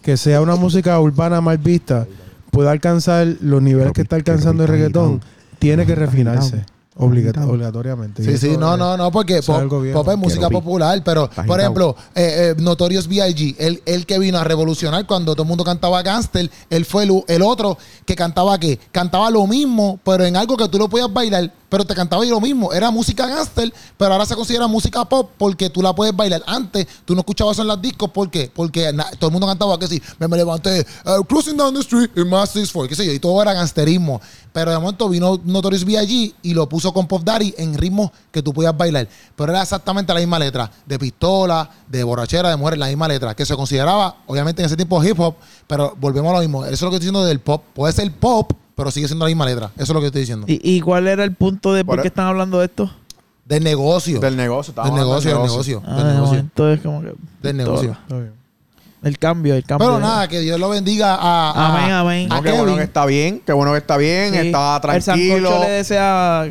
Speaker 4: que sea una música urbana mal vista, pueda alcanzar los niveles que está alcanzando el reggaetón, tiene que refinarse obligat- obligatoriamente. Y
Speaker 1: Sí, sí,
Speaker 4: eso
Speaker 1: no,
Speaker 4: es-
Speaker 1: no, no, porque
Speaker 4: eso es
Speaker 1: pop,
Speaker 4: algo bien.
Speaker 1: pop es música popular, pero por ejemplo, eh, eh, Notorious B.I.G., el, el que vino a revolucionar cuando todo el mundo cantaba Gangster, él fue el, u- el otro que cantaba qué? Cantaba lo mismo, pero en algo que tú lo podías bailar. pero te cantaba y lo mismo. Era música gangster, pero ahora se considera música pop porque tú la puedes bailar. Antes tú no escuchabas eso en las discos. ¿Por qué? Porque na- todo el mundo cantaba que sí, me, me levanté, uh, cruising down the street in my 64, qué sé yo, y todo era gangsterismo. Pero de momento vino Notorious B.I.G. y lo puso con Pop Daddy en ritmos que tú podías bailar. Pero era exactamente la misma letra, de pistola, de borrachera, de mujeres, la misma letra, que se consideraba, obviamente en ese tiempo hip hop, pero volvemos a lo mismo. Eso es lo que estoy diciendo del pop. Puede ser pop, pero sigue siendo la misma letra. Eso es lo que estoy diciendo.
Speaker 2: ¿Y, y cuál era el punto de por
Speaker 3: Por-
Speaker 2: qué están hablando de esto?
Speaker 1: Del negocio.
Speaker 3: Del negocio, estamos
Speaker 1: Del
Speaker 3: hablando
Speaker 1: negocio, del negocio.
Speaker 2: Ah,
Speaker 1: Del negocio.
Speaker 2: Entonces, como que.
Speaker 1: Del negocio.
Speaker 2: todo.
Speaker 4: Está bien.
Speaker 2: El cambio, el cambio.
Speaker 1: Pero nada, que Dios lo bendiga a. a-
Speaker 2: Amén, amén.
Speaker 1: a
Speaker 3: No, qué bueno
Speaker 1: Kevin.
Speaker 3: que está bien, qué bueno que está bien,
Speaker 2: Sí.
Speaker 3: está
Speaker 2: El
Speaker 3: tranquilo.
Speaker 2: sancocho le desea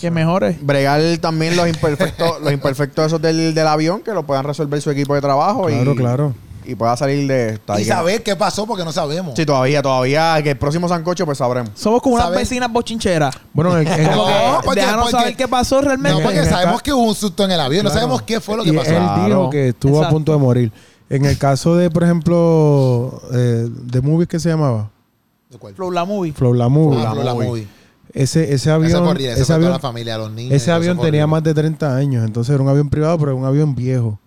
Speaker 2: que mejore.
Speaker 3: Bregar también los imperfectos, los imperfectos esos del, del avión, que lo puedan resolver su equipo de trabajo
Speaker 4: Claro,
Speaker 3: y,
Speaker 4: claro.
Speaker 3: y pueda salir de esta.
Speaker 1: Y
Speaker 3: Y que-
Speaker 1: saber qué pasó porque no sabemos.
Speaker 3: Sí, todavía, todavía, que el próximo sancocho pues sabremos.
Speaker 2: Somos como unas
Speaker 1: ¿Saben?
Speaker 2: vecinas bochincheras.
Speaker 4: Bueno, en el- en el-
Speaker 2: Como que
Speaker 1: Eh, No, porque-
Speaker 2: déjanos
Speaker 1: porque-
Speaker 2: saber qué pasó
Speaker 1: No,
Speaker 2: realmente.
Speaker 1: porque
Speaker 4: Mira,
Speaker 1: sabemos que hubo un susto en el avión. No
Speaker 4: Claro.
Speaker 1: sabemos qué fue lo que
Speaker 4: Y
Speaker 1: pasó.
Speaker 4: Él
Speaker 3: Claro.
Speaker 4: dijo que estuvo a
Speaker 2: Exacto.
Speaker 4: punto de morir. En el caso de, por ejemplo, eh, The Movie, que se llamaba?
Speaker 1: ¿De cuál?
Speaker 2: Flow la movie.
Speaker 4: Flow la Movie.
Speaker 1: Ah, Flow la movie.
Speaker 4: Ese, ese
Speaker 1: Ese
Speaker 4: avión,
Speaker 1: fue horrible, ese fue
Speaker 4: ese
Speaker 1: toda
Speaker 4: avión,
Speaker 1: la familia, los niños.
Speaker 4: ese
Speaker 1: eso
Speaker 4: avión
Speaker 1: fue
Speaker 4: tenía
Speaker 1: horrible.
Speaker 4: más de 30 años. Entonces era un avión privado, pero era un avión viejo.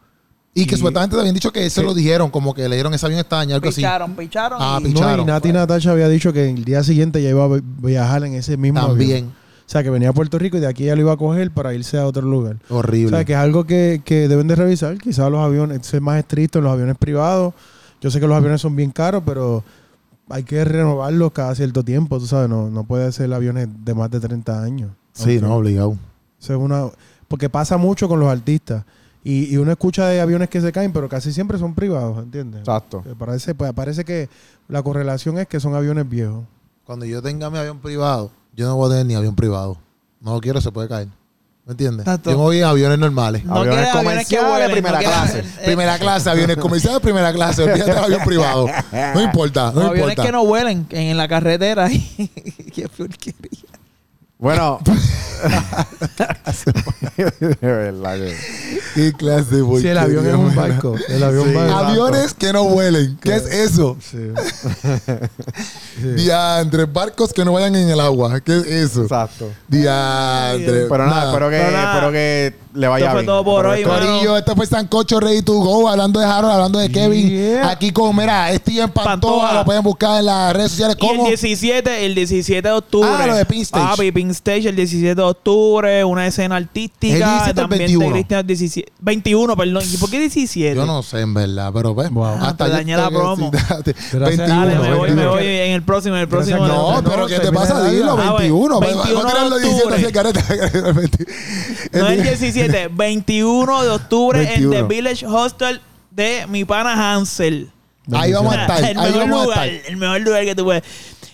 Speaker 1: Y que
Speaker 4: y-
Speaker 1: supuestamente te habían dicho que se lo dijeron, como que le dieron ese avión este año, algo así.
Speaker 2: Picharon, picharon.
Speaker 1: Ah,
Speaker 2: y-
Speaker 1: picharon.
Speaker 4: No, y Nati Natasha había dicho que el día siguiente ya iba a vi- viajar en ese mismo avión.
Speaker 1: También.
Speaker 4: O sea, que venía a Puerto Rico y de aquí ya lo iba a coger para irse a otro lugar. O
Speaker 1: Horrible.
Speaker 4: sea, que es algo que, que deben de revisar. Quizás los aviones, ser más estrictos en los aviones privados. Yo sé que los aviones son bien caros, pero hay que renovarlos cada cierto tiempo. Tú sabes, no, no puede ser aviones de más de 30 años.
Speaker 1: sí, no, obligado.
Speaker 4: Eso es una, porque pasa mucho con los artistas. Y, y uno escucha de aviones que se caen, pero casi siempre son privados, ¿entiendes?
Speaker 3: Exacto.
Speaker 4: Eh, Parece, pa- parece que la correlación es que son aviones viejos.
Speaker 1: Cuando yo tenga mi avión privado, yo no voy a tener ni avión privado. No lo quiero, se puede caer. ¿Me entiendes?
Speaker 2: Exacto.
Speaker 1: Yo me voy en aviones normales.
Speaker 2: No
Speaker 3: Aviones
Speaker 2: quieres aviones que
Speaker 3: comerciales,
Speaker 2: vuelen,
Speaker 3: primera
Speaker 2: no quieres-
Speaker 3: clase.
Speaker 2: eh,
Speaker 1: Primera clase, aviones comerciales, primera clase. Olvídate del avión privado. No importa, no
Speaker 2: aviones
Speaker 1: importa.
Speaker 2: que no vuelen en, en la carretera. Qué porquería.
Speaker 3: Bueno. de verdad que-
Speaker 1: ¿Qué clase de
Speaker 4: Si el avión es
Speaker 1: porquería,
Speaker 4: un
Speaker 1: mano?
Speaker 4: barco. El avión
Speaker 3: Sí.
Speaker 4: va-
Speaker 1: Aviones que no vuelen. ¿Qué es eso?
Speaker 4: Sí.
Speaker 1: Diantres, barcos que no vayan en el agua. ¿Qué es eso?
Speaker 3: Exacto.
Speaker 1: Diantres.
Speaker 3: Pero nada, espero que,
Speaker 2: Pero nada.
Speaker 3: espero que le vaya
Speaker 2: Esto fue
Speaker 3: bien.
Speaker 2: todo por hoy, mano.
Speaker 3: eh,
Speaker 1: Corillo, esto fue Sancocho Ready to Go, hablando de Harold, hablando de Kevin.
Speaker 4: Yeah.
Speaker 1: Aquí con, mira, Steven Pantoja,
Speaker 2: Pantoja.
Speaker 1: lo pueden buscar en las redes sociales
Speaker 2: Y el
Speaker 1: como
Speaker 2: 17, el 17 de octubre.
Speaker 1: Ah, lo de Pink Stage.
Speaker 2: Papi, Pink Stage, el 17 de octubre, una escena
Speaker 1: El
Speaker 2: artística.
Speaker 1: 17 o
Speaker 2: también
Speaker 1: 21.
Speaker 2: te Cristian el 17, 21, perdón. ¿Y por qué 17?
Speaker 1: Yo no sé, en verdad, pero pues.
Speaker 4: Wow.
Speaker 2: Ah, te
Speaker 1: yo
Speaker 2: dañé la
Speaker 1: tengo
Speaker 2: promo.
Speaker 1: que decirte,
Speaker 4: Gracias.
Speaker 1: 21,
Speaker 2: Dale, me voy, me
Speaker 1: 21.
Speaker 2: voy en el próximo, en el
Speaker 4: Gracias,
Speaker 2: próximo.
Speaker 1: No,
Speaker 4: No,
Speaker 1: pero
Speaker 4: no,
Speaker 1: ¿qué te
Speaker 4: termina
Speaker 1: pasa?
Speaker 4: la
Speaker 1: Dilo,
Speaker 2: vida. Ah,
Speaker 1: 21.
Speaker 2: bueno,
Speaker 1: pero no tirarlo
Speaker 2: 21
Speaker 1: 17
Speaker 2: de
Speaker 1: hacia careta. mentira.
Speaker 2: No es el 17, 21 de octubre en
Speaker 1: 21.
Speaker 2: The Village Hostel de mi pana Hansel.
Speaker 1: Ahí vamos a estar,
Speaker 2: el
Speaker 1: ahí
Speaker 2: mejor
Speaker 1: vamos a
Speaker 2: lugar,
Speaker 1: estar.
Speaker 2: el mejor lugar que tú puedes.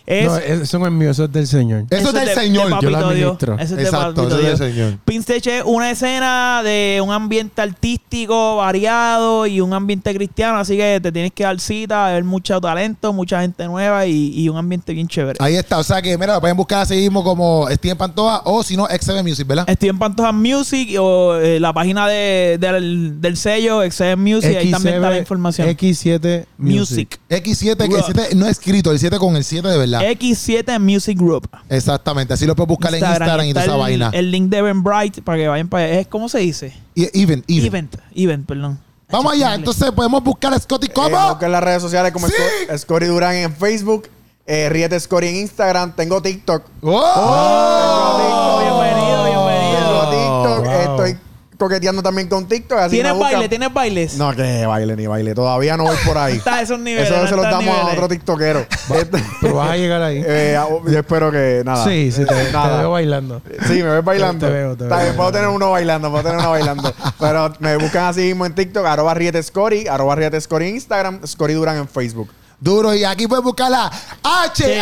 Speaker 2: Es
Speaker 4: No, eso no es mío, eso es del Señor.
Speaker 1: Eso es del
Speaker 2: de-
Speaker 1: Señor, yo
Speaker 2: de
Speaker 1: lo
Speaker 2: Papito Dios.
Speaker 4: administro.
Speaker 2: Eso es de
Speaker 1: Exacto,
Speaker 2: Papito
Speaker 1: eso es del
Speaker 2: Dios.
Speaker 1: Señor.
Speaker 2: Pink Stage es una escena de un ambiente artístico variado y un ambiente cristiano, así que te tienes que dar cita, ver mucho talento, mucha gente nueva y, y un ambiente bien chévere.
Speaker 1: Ahí está, o sea que, mira, lo pueden buscar así mismo como Steven Pantoja o si no, XB Music, ¿verdad?
Speaker 2: Estoy en Pantoja Music o eh, la página de- del, del sello Excel Music, ahí también está la información.
Speaker 4: X7 Music.
Speaker 2: Music.
Speaker 1: X7, que el 7 no es escrito, el 7 con el 7 de verdad.
Speaker 2: X7 Music Group.
Speaker 1: Exactamente, así lo puedes buscar en Instagram y toda
Speaker 2: está
Speaker 1: esa
Speaker 2: el,
Speaker 1: vaina.
Speaker 2: El link de Event Bright para que vayan para allá. Es- ¿Cómo se dice?
Speaker 1: Y- Even, even.
Speaker 2: Event. Event, perdón.
Speaker 1: Vamos allá, entonces podemos buscar a Scotty
Speaker 3: Eh,
Speaker 1: Cobo.
Speaker 3: busca en las redes sociales como
Speaker 1: Sí.
Speaker 3: Sco- Scori Durán en Facebook, eh, Riete Scori en Instagram. Tengo TikTok.
Speaker 1: ¡Oh!
Speaker 2: Oh, bienvenido, bienvenido.
Speaker 3: Tengo TikTok.
Speaker 4: Wow.
Speaker 3: Estoy coqueteando también con TikTok. Así
Speaker 2: ¿Tienes
Speaker 3: me buscan.
Speaker 2: baile? ¿Tienes bailes?
Speaker 3: No, que baile ni baile. Todavía no voy por ahí.
Speaker 2: Está a esos niveles.
Speaker 3: Eso
Speaker 2: no
Speaker 3: se los
Speaker 2: está a
Speaker 3: damos a
Speaker 2: niveles.
Speaker 3: otro tiktokero. Este-
Speaker 4: Pero vas a llegar ahí.
Speaker 3: eh, yo espero que nada.
Speaker 4: sí, sí, te, te
Speaker 3: Ah, Nada.
Speaker 4: veo bailando.
Speaker 3: Sí, me ves bailando.
Speaker 4: Te veo, te
Speaker 3: Está
Speaker 4: veo.
Speaker 3: bien, puedo tener uno bailando, puedo tener uno bailando. Pero me buscan así mismo en TikTok, arroba Riete Scori, arroba Riete Scori en Instagram, Scori Durán en Facebook.
Speaker 1: Duro, y aquí puedes buscar a
Speaker 2: E
Speaker 1: H-A-N-S-E-L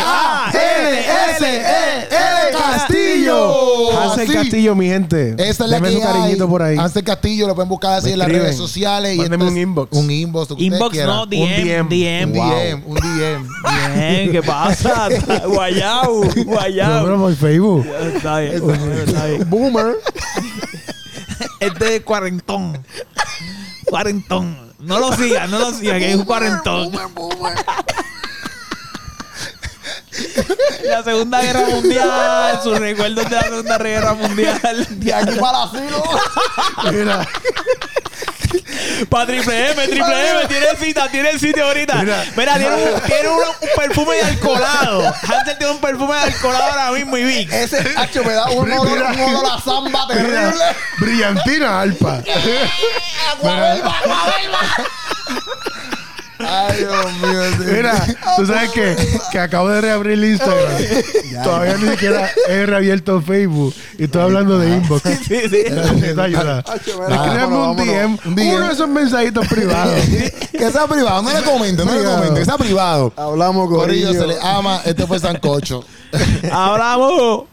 Speaker 1: E Castillo.
Speaker 4: Hansel
Speaker 1: Así.
Speaker 4: Castillo, mi gente.
Speaker 1: Esa es la
Speaker 4: Deme
Speaker 1: que
Speaker 4: su cariñito
Speaker 1: hay.
Speaker 4: por ahí.
Speaker 1: Hansel Castillo lo pueden buscar así
Speaker 4: Me
Speaker 1: en las
Speaker 4: escriben.
Speaker 1: redes sociales. y
Speaker 4: Mándenme
Speaker 1: entonces-
Speaker 4: un inbox.
Speaker 1: Un inbox. lo que ustedes
Speaker 2: Inbox
Speaker 1: quieran.
Speaker 2: no, DM.
Speaker 4: DM.
Speaker 1: Un
Speaker 2: DM.
Speaker 1: DM, un DM.
Speaker 2: Bien, ¿Qué pasa? Guayao.
Speaker 4: Yo
Speaker 2: Guayao.
Speaker 4: pero por Facebook.
Speaker 2: Está bien, está bien.
Speaker 3: Boomer.
Speaker 2: Este es cuarentón. Cuarentón. No lo sigas, no lo sigas, que es un cuarentón. La Segunda Guerra Mundial, sus recuerdos de la Segunda Guerra Mundial.
Speaker 3: De aquí para asilo.
Speaker 4: Mira,
Speaker 2: Pa' Triple M, Triple M, tiene cita, tiene sitio ahorita. Mira,
Speaker 4: Mira.
Speaker 2: tiene, un, tiene un- un perfume de alcoholado. Hansel tiene un perfume de alcoholado ahora mismo y Vic.
Speaker 3: Ese hacho me da un olor,
Speaker 4: Mira.
Speaker 3: un olor a samba
Speaker 4: mira,
Speaker 3: terrible.
Speaker 4: brillantina alpa.
Speaker 3: Aguavelva, aguavelva. Ay, Dios mío. sí.
Speaker 4: Mira, tú sabes que, que acabo de reabrir el Instagram. Todavía ni siquiera he reabierto Facebook y estoy hablando de inbox.
Speaker 2: Sí, sí.
Speaker 4: Necesito ayuda.
Speaker 3: Ay, qué bueno.
Speaker 4: Escríbame
Speaker 3: Vámonos,
Speaker 4: un DM,
Speaker 3: vámonos.
Speaker 1: Un DM.
Speaker 4: uno de esos mensajitos privados.
Speaker 1: que sea privado, no le comenten, no le
Speaker 4: Privado.
Speaker 1: comenten, que sea privado.
Speaker 3: Hablamos,
Speaker 1: Corillo,
Speaker 3: Corillo.
Speaker 1: se le ama, este fue Sancocho.
Speaker 2: Hablamos.